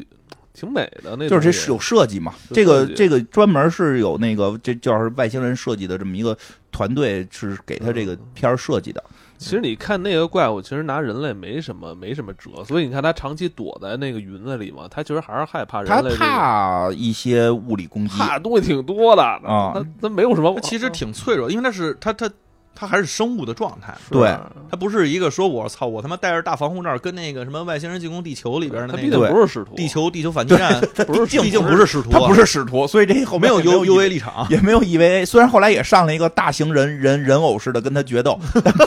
Speaker 1: 挺美的那种，
Speaker 2: 就是这是有设计嘛，
Speaker 1: 有
Speaker 2: 这个
Speaker 1: 设计
Speaker 2: 这个专门是有那个这叫是外星人设计的这么一个团队是给他这
Speaker 1: 嗯
Speaker 2: 个片儿设计的，
Speaker 1: 其实你看那个怪物，其实拿人类没什么没什么辙，所以你看它长期躲在那个云子里嘛，它其实还是害怕人
Speaker 2: 他
Speaker 1: 类、这个，
Speaker 2: 怕一些物理攻击，
Speaker 1: 怕的东西挺多的
Speaker 2: 啊
Speaker 1: 它它没有什么，啊
Speaker 3: 它
Speaker 2: 哦
Speaker 3: 其实挺脆弱，因为它是它它它还是生物的状态。
Speaker 1: 是
Speaker 2: 对
Speaker 1: 吧
Speaker 3: 它不是一个说我操，我他妈戴着大防护罩跟那个什么外星人进攻地球里边的
Speaker 1: 它
Speaker 3: 那
Speaker 1: 毕
Speaker 3: 个
Speaker 1: 竟
Speaker 2: 对
Speaker 1: 不是使徒，
Speaker 3: 地球地球反击战，
Speaker 1: 不是
Speaker 3: 毕竟
Speaker 1: 不
Speaker 3: 不是使徒啊，
Speaker 2: 他不是使徒，所以这后
Speaker 3: 没
Speaker 2: 面
Speaker 3: 有
Speaker 2: 也
Speaker 3: U U A
Speaker 2: 立
Speaker 3: 立场，
Speaker 2: 也没有 EVA，虽然后来也上了一个大型人人人偶似的跟他 决斗，但不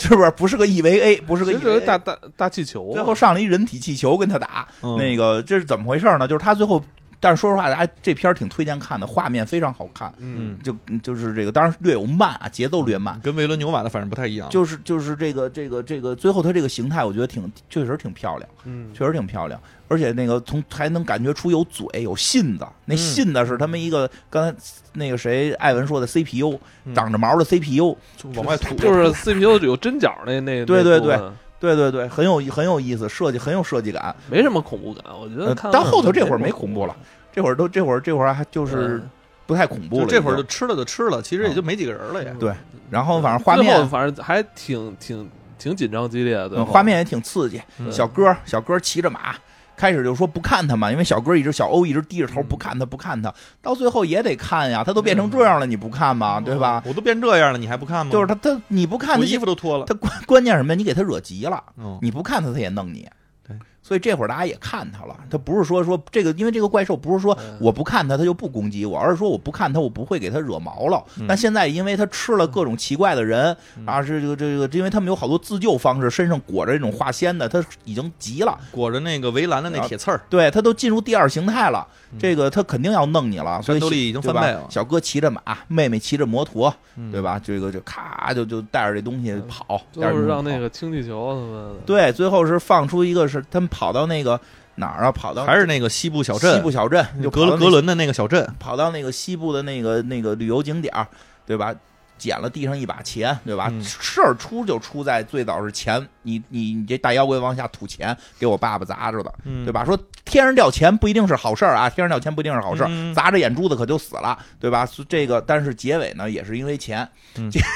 Speaker 2: 是是不是不是个 EVA，不是
Speaker 1: 其
Speaker 2: 个
Speaker 1: 实就是
Speaker 2: EVA，
Speaker 1: 大大大气球，啊
Speaker 2: 最后上了一人体气球跟他打，
Speaker 3: 嗯
Speaker 1: 嗯
Speaker 2: 那个这是怎么回事呢？就是他最后，但是说实话，大家这片儿挺推荐看的，画面非常好看。
Speaker 1: 嗯
Speaker 3: 嗯，
Speaker 2: 就就是这个，当然略有慢啊，节奏略慢。
Speaker 3: 跟维伦纽瓦的反正不太一样，
Speaker 2: 就是就是这个这个这个，最后它这个形态，我觉得挺确实挺漂亮，
Speaker 1: 嗯，
Speaker 2: 确实挺漂亮。而且那个从还能感觉出有嘴有信子，那
Speaker 3: 嗯
Speaker 2: 信子是他们一个刚才那个谁艾文说的 CPU，
Speaker 3: 嗯
Speaker 2: 长着毛的 CPU，
Speaker 3: 就往外吐，
Speaker 1: 就是 CPU 有针脚那那
Speaker 2: 嗯对
Speaker 1: 那
Speaker 2: 对
Speaker 1: 部分
Speaker 2: 对对对，很有很有意思，设计很有设计感。
Speaker 1: 没什么恐怖感，我觉得
Speaker 2: 呃
Speaker 1: 看
Speaker 2: 但
Speaker 1: 了
Speaker 2: 后头
Speaker 1: 没
Speaker 2: 这会儿
Speaker 1: 什么
Speaker 2: 没恐怖了，这会儿都这会儿这会儿还就
Speaker 1: 怖，
Speaker 2: 是
Speaker 1: 嗯
Speaker 2: 不太恐怖
Speaker 3: 就
Speaker 2: 了，哦
Speaker 3: 这会儿
Speaker 2: 已
Speaker 3: 就
Speaker 2: 经
Speaker 3: 吃了就吃了，其实也就没几个人了也。
Speaker 2: 对然后反正画
Speaker 1: 最
Speaker 2: 面
Speaker 1: 后反正还挺挺挺紧张激烈的，最
Speaker 2: 嗯，
Speaker 1: 后
Speaker 2: 画面也挺刺激。
Speaker 3: 嗯
Speaker 2: 小哥，小哥骑着马，开始就说不看他嘛，因为小哥一直小欧一直低着头
Speaker 1: 嗯
Speaker 2: 不看他，不看他，到最后也得看呀，他都
Speaker 3: 嗯
Speaker 2: 变成这样了，你不看吗？对吧？嗯
Speaker 3: 我都变这样了，你还不看吗？
Speaker 2: 就是他他你不看
Speaker 3: 嗯我
Speaker 2: 他
Speaker 3: 衣服都脱了。
Speaker 2: 他关关键是什么呀？你给他惹急了，
Speaker 3: 嗯，
Speaker 2: 你不看他他也弄你
Speaker 3: 对。
Speaker 2: 所以这会儿大家也看他了，他不是说说这个，因为这个怪兽不是说
Speaker 1: 嗯
Speaker 2: 我不看他他就不攻击我，而是说我不看他我不会给他惹毛了
Speaker 3: 嗯。
Speaker 2: 但现在因为他吃了各种奇怪的人
Speaker 3: 嗯
Speaker 2: 啊，是这个这个，因为他们有好多自救方式，身上裹着这种化纤的，他已经急了，
Speaker 3: 裹着那个围栏的那铁刺儿，
Speaker 2: 对他都进入第二形态了，
Speaker 3: 嗯
Speaker 2: 这个他肯定要弄你了，所以
Speaker 3: 战斗力已经
Speaker 2: 对
Speaker 3: 翻
Speaker 2: 吧
Speaker 3: 倍了
Speaker 2: 小哥骑着马，妹妹骑着摩托，
Speaker 3: 嗯
Speaker 2: 对？吧？这个就咔就就带着这东西跑，
Speaker 1: 最后是让那
Speaker 2: 个
Speaker 1: 个氢气球他妈的，
Speaker 2: 嗯对，最后是放出一个是他们跑到那个哪儿啊？跑到
Speaker 3: 还是那个西部小镇，
Speaker 2: 西部小镇，就跑
Speaker 3: 格伦
Speaker 2: 到那
Speaker 3: 格伦的那个小镇，
Speaker 2: 跑到那个西部的那个那个旅游景点儿，对吧？捡了地上一把钱，对吧？
Speaker 3: 嗯
Speaker 2: 事儿出就出在最早是钱，你你你这大妖怪往下吐钱，给我爸爸砸着的，
Speaker 3: 嗯
Speaker 2: 对？吧？说天上掉钱不一定是好事儿啊，天上掉钱不一定是好事儿，
Speaker 3: 嗯
Speaker 2: 砸着眼珠子可就死了，对吧？所以这个但是结尾呢也是因为钱，
Speaker 3: 嗯
Speaker 2: 这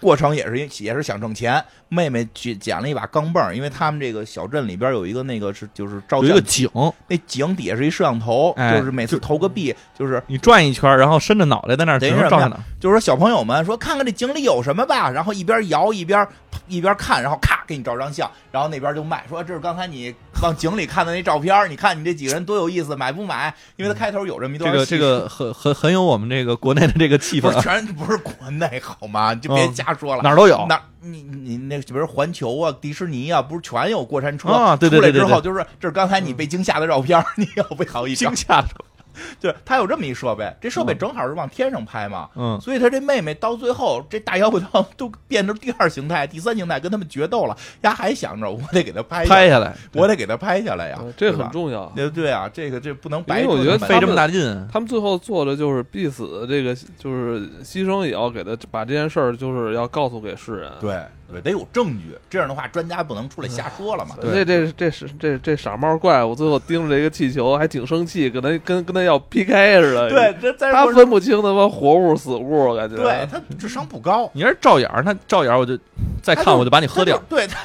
Speaker 2: 过程也是因也是想挣钱。妹妹去捡了一把钢镚儿，因为他们这个小镇里边有一个那个是就是照
Speaker 3: 有一
Speaker 2: 相
Speaker 3: 个井，
Speaker 2: 那井底下是一摄像头，
Speaker 3: 哎
Speaker 2: 就是每次投个币，就是
Speaker 3: 你转一圈，然后伸着脑袋在那儿
Speaker 2: 等于
Speaker 3: 只能
Speaker 2: 什么呀
Speaker 3: 转呢。
Speaker 2: 就是说小朋友们说看看这井里有什么吧，然后一边摇一边一边看，然后咔给你照张相，然后那边就卖说这是刚才你往井里看的那照片儿，你看你这几个人多有意思，买不买？因为他开头有这么一
Speaker 3: 这
Speaker 2: 段
Speaker 3: 个
Speaker 2: 戏
Speaker 3: 这个很很很有我们这个国内的这个气
Speaker 2: 不
Speaker 3: 氛
Speaker 2: 是
Speaker 3: 啊，
Speaker 2: 全不是国内好吗？你就别
Speaker 3: 嗯
Speaker 2: 瞎说了。
Speaker 3: 哪儿都有。
Speaker 2: 哪你你那比如环球啊、迪士尼啊，不是全有过山车？
Speaker 3: 啊对对对对
Speaker 2: 出来之后
Speaker 3: 对
Speaker 2: 就是这是刚才你被惊吓的照片儿，你要不要一张
Speaker 3: 惊？吓着，
Speaker 2: 就是它有这么一设备，这设备正好是往天上拍嘛。
Speaker 3: 嗯，
Speaker 2: 所以他这妹妹到最后，这大妖怪到都变成第二形态、第三形态，跟他们决斗了。丫还想着我得给他拍下
Speaker 3: 拍，下来，
Speaker 2: 我得给他拍下来呀
Speaker 1: 嗯，这
Speaker 2: 啊对吧
Speaker 1: 很。重要。
Speaker 2: 对对啊，这个这不能白
Speaker 1: 因为我
Speaker 2: 折
Speaker 1: 觉得
Speaker 2: 腾
Speaker 1: 他
Speaker 3: 费
Speaker 2: 呗
Speaker 3: 这
Speaker 1: 们
Speaker 3: 么大劲，
Speaker 1: 他们最后做的就是必死，这个就是牺牲也要给他把这件事儿，就是要告诉给世人。
Speaker 2: 对对，得有证据，这样的话专家不能出来瞎说了嘛。
Speaker 1: 这这这是这这傻帽怪物最后盯着这个气球，还挺生气，跟他跟跟他要 PK 似的。
Speaker 2: 对，，这在
Speaker 1: 他分不清他妈活物死物，我感觉。
Speaker 2: 对他智商不 高，
Speaker 3: 你要是照眼儿，那照眼儿我就再
Speaker 2: 他
Speaker 3: 看
Speaker 2: 就
Speaker 3: 我就把你喝掉
Speaker 2: 他。就对他，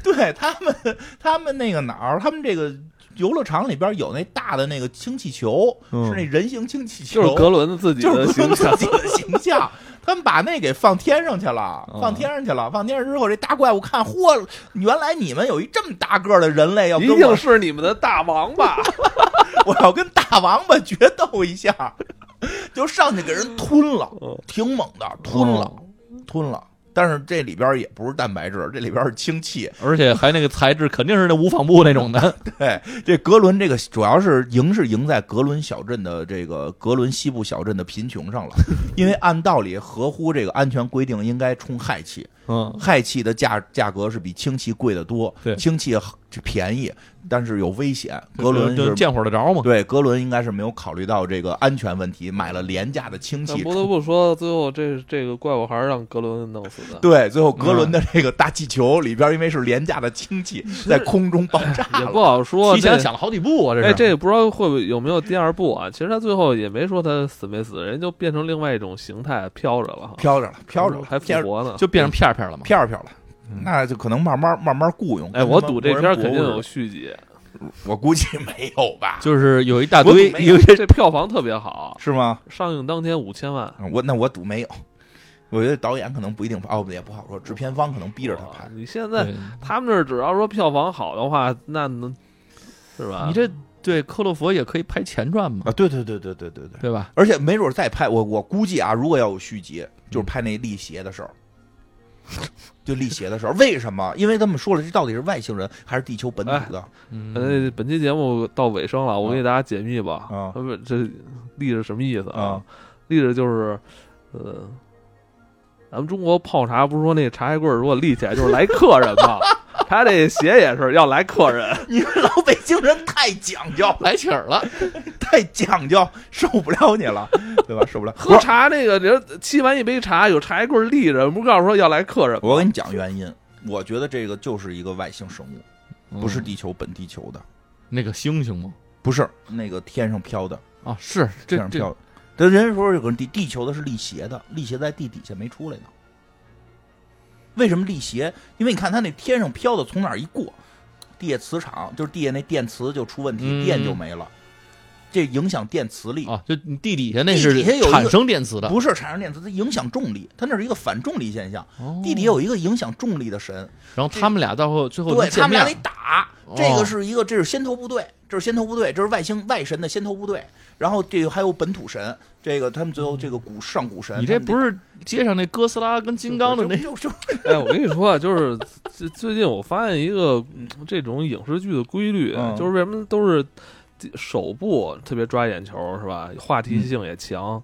Speaker 2: 对他们，他们那个哪儿，他们这个游乐场里边有那大的那个氢气球，
Speaker 4: 嗯
Speaker 2: 是那人形氢气球，
Speaker 1: 就是格伦自己
Speaker 2: 就是
Speaker 1: 的
Speaker 2: 形
Speaker 1: 形象
Speaker 2: 自。己的形象。他们把那给放天上去了，
Speaker 1: 嗯
Speaker 2: 放天上去了，放天上之后，这大怪物看，嚯，原来你们有一这么大个儿的人类要
Speaker 1: 一
Speaker 2: 跟我
Speaker 1: 定是你们的大王吧？
Speaker 2: 我要跟大王八决斗一下，就上去给人吞了，
Speaker 1: 嗯
Speaker 2: 挺猛的，吞了，吞了。但是这里边也不是蛋白质，这里边是氢气。
Speaker 3: 而且还那个材质肯定是那无纺布那种的，
Speaker 2: 对，这格伦这个主要是赢是赢在格伦小镇的这个格伦西部小镇的贫穷上了，因为按道理合乎这个安全规定应该充氦气，
Speaker 3: 嗯，
Speaker 2: 氦气的价价格是比氢气贵得多，
Speaker 3: 对
Speaker 2: 氢气便宜，但是有危险。格伦
Speaker 3: 就是见火得着嘛，
Speaker 2: 对，格伦应该是没有考虑到这个安全问题，买了廉价的氢
Speaker 1: 但
Speaker 2: 气。
Speaker 1: 不得不说，最后这这个怪物还是让格伦弄死的，
Speaker 2: 对，最后格伦的这个大气球里边，因为是廉价的氢气，在空中爆炸
Speaker 1: 也
Speaker 2: 了。
Speaker 1: 不好说。
Speaker 3: 提前
Speaker 1: 这
Speaker 3: 想了好几步啊，这是。
Speaker 1: 哎，这也不知道会不会有没有第二部啊？其实他最后也没说他死没死，人就变成另外一种形态飘着了哈，
Speaker 2: 飘着了，飘着了，
Speaker 1: 还复
Speaker 2: 天
Speaker 1: 活呢。
Speaker 3: 就变成片儿片儿了嘛。
Speaker 2: 飘着飘着了。那就可能慢慢慢慢雇佣。
Speaker 1: 哎，我赌这片儿肯定有
Speaker 2: 我，
Speaker 1: 续集，
Speaker 2: 我估计没有吧？
Speaker 3: 就是有一大堆
Speaker 2: 我，没有
Speaker 3: 有
Speaker 1: 这票房特别好，
Speaker 2: 是吗？
Speaker 1: 上映当天五千万。
Speaker 2: 我那我赌没有。我觉得导演可能不一定哦，也不好说，制片方可能逼着他
Speaker 1: 哇
Speaker 2: 拍。
Speaker 1: 你现在
Speaker 3: 对
Speaker 1: 他们这儿只要说票房好的话，那能是吧？
Speaker 3: 你这对克洛佛也可以拍前传嘛，
Speaker 2: 啊，对对对对对对对。
Speaker 3: 对吧？
Speaker 2: 而且没准再拍，我我估计啊，如果要有续集，
Speaker 1: 嗯
Speaker 2: 就是拍那历邪的事儿，就历邪的事儿。为什么？因为他们说了，这到底是外星人还是地球本土的？
Speaker 3: 嗯，
Speaker 1: 呃，本期节目到尾声了，我给大家解密吧。
Speaker 2: 啊
Speaker 1: 呃，不，这立着什么意思
Speaker 2: 啊？
Speaker 1: 立着就是，呃，咱们中国泡茶不是说那茶叶棍儿如果立起来就是来客人嘛，他这鞋也是要来客人。
Speaker 2: 你们老北京人太讲究，
Speaker 3: 来气儿了，
Speaker 2: 太讲究，受不了你了，对吧？受不了。
Speaker 1: 喝茶那个，人沏完一杯茶，有茶叶棍儿立着，不是告诉说要来客人吗？
Speaker 2: 我跟你讲原因，我觉得这个就是一个外星生物，不
Speaker 1: 嗯
Speaker 2: 是地球本地球的，
Speaker 3: 嗯那个星星吗？
Speaker 2: 不是那个天上飘的，
Speaker 3: 啊，是
Speaker 2: 天
Speaker 3: 这
Speaker 2: 上飘
Speaker 3: 这
Speaker 2: 的。但人家说有个地地球的是力邪的，力邪在地底下没出来呢。为什么力邪？因为你看它那天上飘的，从哪儿一过，地下磁场就是地下那电磁就出问题，
Speaker 3: 嗯
Speaker 2: 电就没了，这影响电磁力。
Speaker 3: 啊，就你地底下那
Speaker 2: 地
Speaker 3: 是
Speaker 2: 底下有一个
Speaker 3: 产生电磁的，
Speaker 2: 不是产生电磁，它影响重力，它那是一个反重力现象。
Speaker 3: 哦
Speaker 2: 地底有一个影响重力的神，
Speaker 3: 然后他们俩到后最后
Speaker 2: 对他
Speaker 3: 能哦见
Speaker 2: 们俩得
Speaker 3: 面，
Speaker 2: 打
Speaker 3: 哦。
Speaker 2: 这个是一个，这是先头部队，这是先头部队，这是外星外神的先头部队。然后这个还有本土神，这个他们最后这个古上古神，
Speaker 3: 嗯你这不是街上那哥斯拉跟金刚的那
Speaker 2: 就就
Speaker 1: 哎，我跟你说啊，就是最最近我发现一个嗯这种影视剧的规律，啊
Speaker 2: 嗯
Speaker 1: 就是为什么都是首部特别抓眼球，是吧？话题
Speaker 3: 嗯
Speaker 1: 性也强，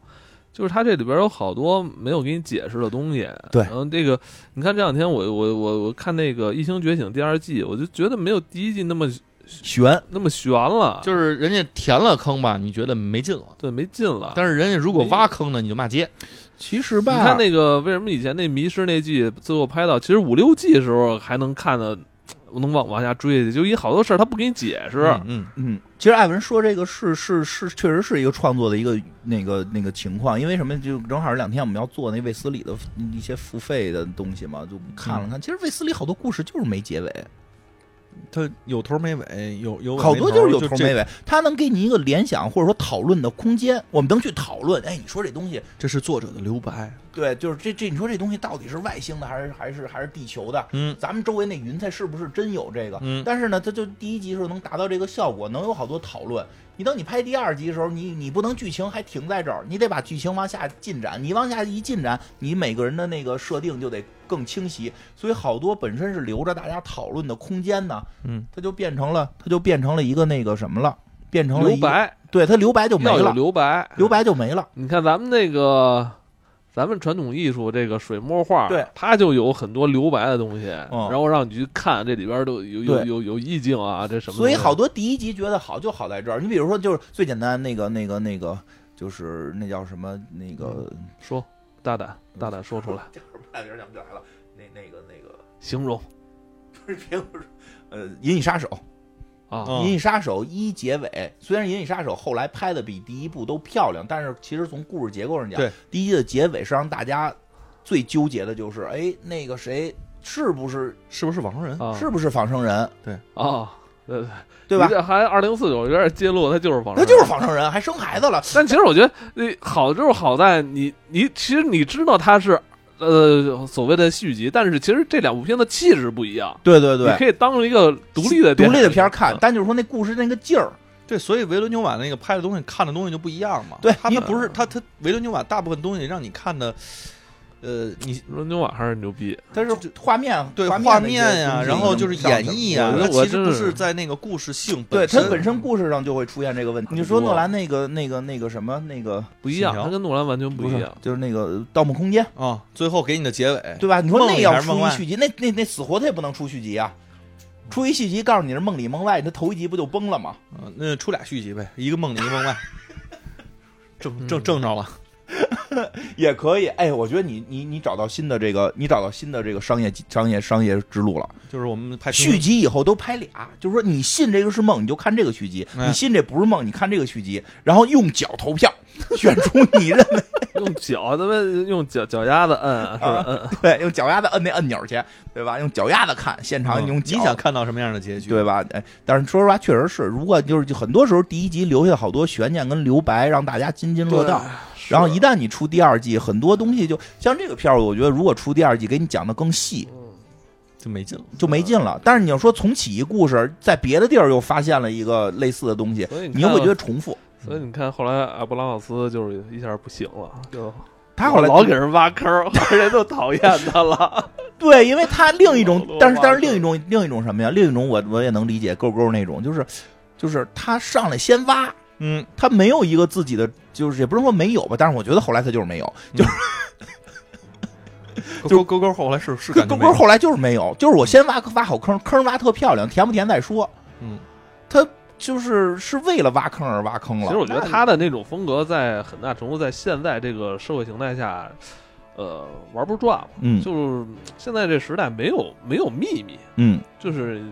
Speaker 1: 就是它这里边有好多没有给你解释的东西。
Speaker 2: 对
Speaker 1: 然后这个你看这两天我我我我看那个《异星觉醒》第二季，我就觉得没有第一季那么
Speaker 2: 悬，
Speaker 1: 那么悬了，
Speaker 3: 就是人家填了坑吧，你觉得没劲了。啊
Speaker 1: 对没劲了。
Speaker 3: 但是人家如果挖坑呢，你就骂街。
Speaker 2: 其实
Speaker 1: 你看那个为什么以前那迷失那季最后拍到，其实五六季的时候还能看的，能往往下追下去，就因为好多事儿他不给你解释。
Speaker 3: 嗯，
Speaker 2: 嗯，其实艾文说这个是是是，确实是一个创作的一个那个那个情况，因为什么？就正好这两天我们要做那卫斯理的一些付费的东西嘛，就看了看。其实卫斯理好多故事就是没结尾，
Speaker 3: 嗯他有头没尾，有有尾
Speaker 2: 好
Speaker 3: 没
Speaker 2: 多就是有
Speaker 3: 就
Speaker 2: 头
Speaker 3: 这
Speaker 2: 没尾，它能给你一个联想或者说讨论的空间，我们能去讨论。哎，你说这东西，
Speaker 3: 这是作者的留白。
Speaker 2: 对，就是这这，你说这东西到底是外星的还是还是还是地球的？
Speaker 3: 嗯，
Speaker 2: 咱们周围那云彩是不是真有这个？
Speaker 3: 嗯
Speaker 2: 但是呢，它就第一集时候能达到这个效果，能有好多讨论。你等你拍第二集的时候，你你不能剧情还停在这儿，你得把剧情往下进展。你往下一进展，你每个人的那个设定就得更清晰。所以好多本身是留着大家讨论的空间呢，
Speaker 3: 嗯，
Speaker 2: 它就变成了它就变成了一个那个什么了，变成了
Speaker 1: 留
Speaker 2: 一个，
Speaker 1: 白
Speaker 2: 对，它留白就没
Speaker 1: 要有
Speaker 2: 了，
Speaker 1: 留白，
Speaker 2: 留。白就没了。
Speaker 1: 你看咱们那个，咱们传统艺术这个水墨画，
Speaker 2: 对，
Speaker 1: 它就有很多留白的东西，
Speaker 2: 嗯
Speaker 1: 然后让你去看这里边都有有
Speaker 2: 对
Speaker 1: 有有意境啊，这什么东
Speaker 2: 所
Speaker 1: 西？
Speaker 2: 以好多第一集觉得好就好在这儿。你比如说，就是最简单那个那个那个，就是那叫什么那个
Speaker 1: 说，大胆嗯大胆说出来，
Speaker 2: 叫什么来着？想不起来了。那那个那个
Speaker 1: 形容
Speaker 2: 不是别不是，呃，《银翼杀手》
Speaker 1: 啊，
Speaker 3: 嗯
Speaker 2: 《银翼杀手》一结尾，虽然《银翼杀手》后来拍的比第一部都漂亮，但是其实从故事结构上讲
Speaker 3: 对，
Speaker 2: 第一的结尾是让大家最纠结的就是，哎，那个谁是不是
Speaker 3: 是不是王人？
Speaker 1: 啊
Speaker 2: 是不是仿生人？
Speaker 1: 啊，呃，
Speaker 2: 对吧
Speaker 1: 你？这还二零四九，有点揭露他就是仿生人，
Speaker 2: 他就是仿生人，还生孩子了，
Speaker 1: 但其实我觉得，那好就是好在你你其实你知道它是呃所谓的续集，但是其实这两部片子气质不一样，
Speaker 2: 对对
Speaker 1: 你
Speaker 2: 对，
Speaker 1: 可以当成一个独立的
Speaker 2: 独
Speaker 1: 电影
Speaker 2: 立的片儿看
Speaker 1: 嗯，
Speaker 2: 但就是说那故事那个劲儿，
Speaker 3: 对，所以维伦纽瓦那个拍的东西、看的东西就不一样嘛。
Speaker 2: 对
Speaker 3: 他
Speaker 2: 因
Speaker 3: 他
Speaker 2: 为
Speaker 3: 不是他他维伦纽瓦大部分东西让你看的，呃，你
Speaker 1: 伦纽瓦还是牛逼，
Speaker 2: 它是画面
Speaker 3: 对
Speaker 2: 画
Speaker 3: 画面
Speaker 2: 呀、
Speaker 3: 呀，然后就是演绎啊
Speaker 1: 我，觉
Speaker 3: 它
Speaker 1: 得我
Speaker 3: 其实不
Speaker 1: 真
Speaker 3: 是
Speaker 1: 是
Speaker 3: 在那个故事性
Speaker 2: 对
Speaker 3: 身
Speaker 2: 它本身故事上就会出现这个问题。你说诺兰那个那个那个什么那个
Speaker 1: 不一样，
Speaker 3: 信条
Speaker 1: 它跟诺兰完全不一
Speaker 2: 是
Speaker 1: 样。
Speaker 2: 就是那个《盗梦空间》，
Speaker 3: 啊，最后给你的结尾，啊
Speaker 2: 对吧？你说
Speaker 3: 梦
Speaker 2: 那
Speaker 3: 里
Speaker 2: 要
Speaker 3: 还是
Speaker 2: 出
Speaker 3: 梦
Speaker 2: 一
Speaker 3: 外
Speaker 2: 续集，那那那死活他也不能出续集啊！出一续集，告诉你是梦里梦外，那头一集不就崩了吗？
Speaker 3: 嗯那出俩续集呗，一个梦里一个梦外，正正
Speaker 1: 嗯
Speaker 3: 正着了。
Speaker 2: 也可以，哎，我觉得你你你找到新的这个，你找到新的这个商业商业商业之路了。
Speaker 3: 就是我们拍
Speaker 2: 续集以后都拍俩，就是说你信这个是梦，你就看这个续集；
Speaker 3: 哎
Speaker 2: 你信这不是梦，你看这个续集，然后用脚投票 选出你认为
Speaker 1: 用脚，他们用脚脚丫子摁，是
Speaker 2: 啊
Speaker 1: 吧？摁，
Speaker 2: 对， 用脚丫子摁那按钮去，对吧？用脚丫子看现场，
Speaker 3: 嗯
Speaker 2: 用脚
Speaker 3: 你想看到什么样的结局？
Speaker 2: 对吧？哎，但是说实话，确实是，如果就是就很多时候第一集留下好多悬念跟留白，让大家津津乐道。
Speaker 1: 是
Speaker 2: 然后一旦你出第二季，很多东西就像这个片儿，我觉得如果出第二季，给你讲的更细，
Speaker 3: 就没劲了。
Speaker 2: 就没劲了。但是你要说重启一故事，在别的地儿又发现了一个类似的东西，
Speaker 1: 所以看
Speaker 2: 你又会觉得，重复。
Speaker 1: 所以你看后来阿布拉姆斯就是一下不行了，就
Speaker 2: 他后来
Speaker 1: 老给人挖坑儿， 人都讨厌他 了。
Speaker 2: 对，因为他另一种
Speaker 1: 老，
Speaker 2: 但是但是
Speaker 1: 老
Speaker 2: 另一种另一种什么呀？另一种我我也能理解，勾勾那种就是就是他上来先挖，
Speaker 3: 嗯，
Speaker 2: 他没有一个自己的，就是也不是说没有吧，但是我觉得后来他就是没有，
Speaker 3: 勾勾勾后来是是
Speaker 2: 勾
Speaker 3: 感觉
Speaker 2: 勾
Speaker 3: 没有
Speaker 2: 勾后来就是没有，就是我先挖挖好坑，坑挖特漂亮，甜不甜再说，
Speaker 3: 嗯，
Speaker 2: 就是是为了挖坑而挖坑
Speaker 1: 其
Speaker 2: 了。
Speaker 1: 实我觉得他的那种风格，在很大程度在现在这个社会形态下，呃，玩不转了。
Speaker 2: 嗯
Speaker 1: 就是现在这时代没有没有秘密，
Speaker 2: 嗯，
Speaker 1: 就是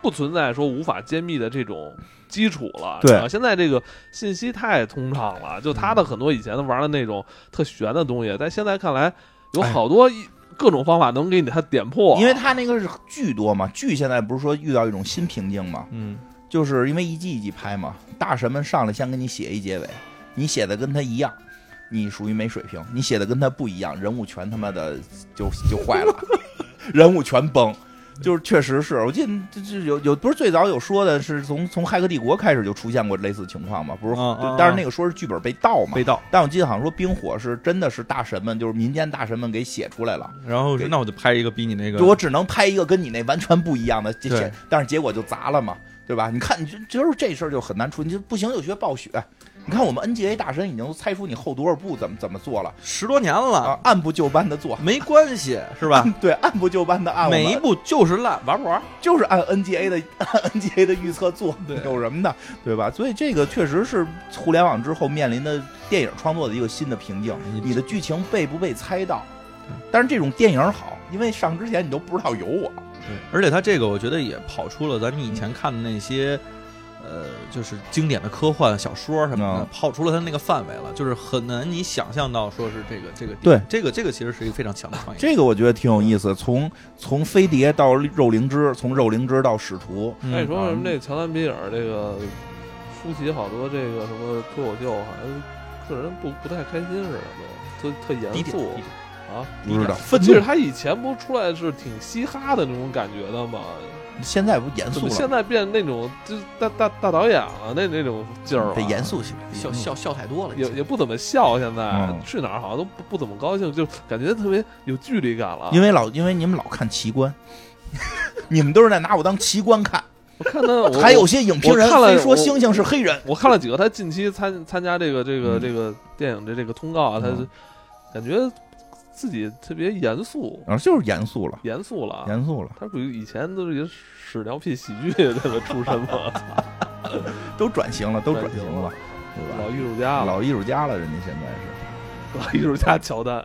Speaker 1: 不存在说无法揭秘的这种基础了。
Speaker 2: 对嗯
Speaker 1: 然后现在这个信息太通畅了，就他的很多以前的玩的那种特玄的东西，在现在看来有
Speaker 2: 哎
Speaker 1: 好多一各种方法能给你他点破，
Speaker 2: 因为他那个是剧多嘛，剧现在不是说遇到一种新瓶颈嘛，
Speaker 3: 嗯，
Speaker 2: 就是因为一季一季拍嘛，大神们上来先给你写一结尾，你写的跟他一样，你属于没水平；你写的跟他不一样，人物全他妈的就就坏 了，人物全崩。就是确实是我记得这这有有不是最早有说的是从从《骇客帝国》开始就出现过类似情况嘛，不是？
Speaker 3: 啊啊
Speaker 2: 但是那个说是剧本被盗嘛
Speaker 3: 被，盗，
Speaker 2: 但我记得好像说冰火是真的是大神们，就是民间大神们给写出来了。
Speaker 3: 然后
Speaker 2: 对
Speaker 3: 那我就拍一个比你那个
Speaker 2: 就我只能拍一个跟你那完全不一样的，这
Speaker 3: 对
Speaker 2: 些，但是结果就砸了嘛，对吧？你看，你就就是这事儿就很难处理，你就不行就学暴雪。你看我们 NGA 大神已经猜出你后多少步怎么怎么做了
Speaker 3: 十多年了，
Speaker 2: 啊，按部就班的做，
Speaker 3: 没关系 是吧？
Speaker 2: 对，按部就班的按，
Speaker 3: 每一
Speaker 2: 我们
Speaker 3: 部就是烂，玩不玩？
Speaker 2: 就是按 NGA 的按 NGA 的预测做，
Speaker 3: 对
Speaker 2: 有什么的，对吧？所以这个确实是互联网之后面临的电影创作的一个新的瓶颈，
Speaker 3: 你
Speaker 2: 你的剧情被不被猜到？但是这种电影好，因为上之前你都不知道有我，
Speaker 3: 对，而且它这个我觉得也跑出了咱们以前看的那些，呃，就是经典的科幻小说什么的
Speaker 2: 嗯，
Speaker 3: 跑出了它那个范围了，就是很难你想象到说是这个这个地
Speaker 2: 对
Speaker 3: 这个这个其实是一个非常强的创意。
Speaker 2: 这个我觉得挺有意思，从从飞碟到肉灵芝，从肉灵芝到使徒，
Speaker 3: 嗯
Speaker 1: 哎，你说什么这乔丹比尔这个出席好多这个什么脱口秀，好像这人不不太开心似的，都特特
Speaker 3: 低
Speaker 1: 严
Speaker 3: 调
Speaker 1: 肃
Speaker 3: 低
Speaker 1: 啊。
Speaker 2: 不知道愤
Speaker 1: 其
Speaker 2: 怒
Speaker 1: 实，他以前不是出来是挺嘻哈的那种感觉的嘛，
Speaker 2: 现在不严
Speaker 1: 怎
Speaker 2: 肃
Speaker 1: 么现
Speaker 2: 了，
Speaker 1: 在变那种就是大大大导演了那那种劲儿了？啊
Speaker 2: 得严肃起来，
Speaker 3: 笑笑笑太多了，
Speaker 1: 也也不怎么笑，现在、
Speaker 2: 嗯
Speaker 1: 去哪儿好像都不不怎么高兴，就感觉特别有距离感了。
Speaker 2: 因为老因为你们老看奇观， 你们都是在拿我当奇观看，
Speaker 1: 我看 他，我
Speaker 2: 还有些影评人
Speaker 1: 我看了
Speaker 2: 非说
Speaker 1: 我
Speaker 2: 猩猩是黑人，
Speaker 1: 我看了几个他近期参参加这个这个
Speaker 2: 嗯
Speaker 1: 这个电影的这个通告啊，他是
Speaker 2: 嗯
Speaker 1: 感觉自己特别严肃，
Speaker 2: 啊，就是严肃了，
Speaker 1: 严肃了啊。
Speaker 2: 严肃了，
Speaker 1: 他不以前都是一个屎尿屁喜剧这个出身 吗？
Speaker 2: 都转型了，都转型了，
Speaker 1: 老
Speaker 2: 对
Speaker 1: 艺术家
Speaker 2: 吧？
Speaker 1: 了，
Speaker 2: 老艺术家了，人家现在是。
Speaker 1: 老艺术家乔丹，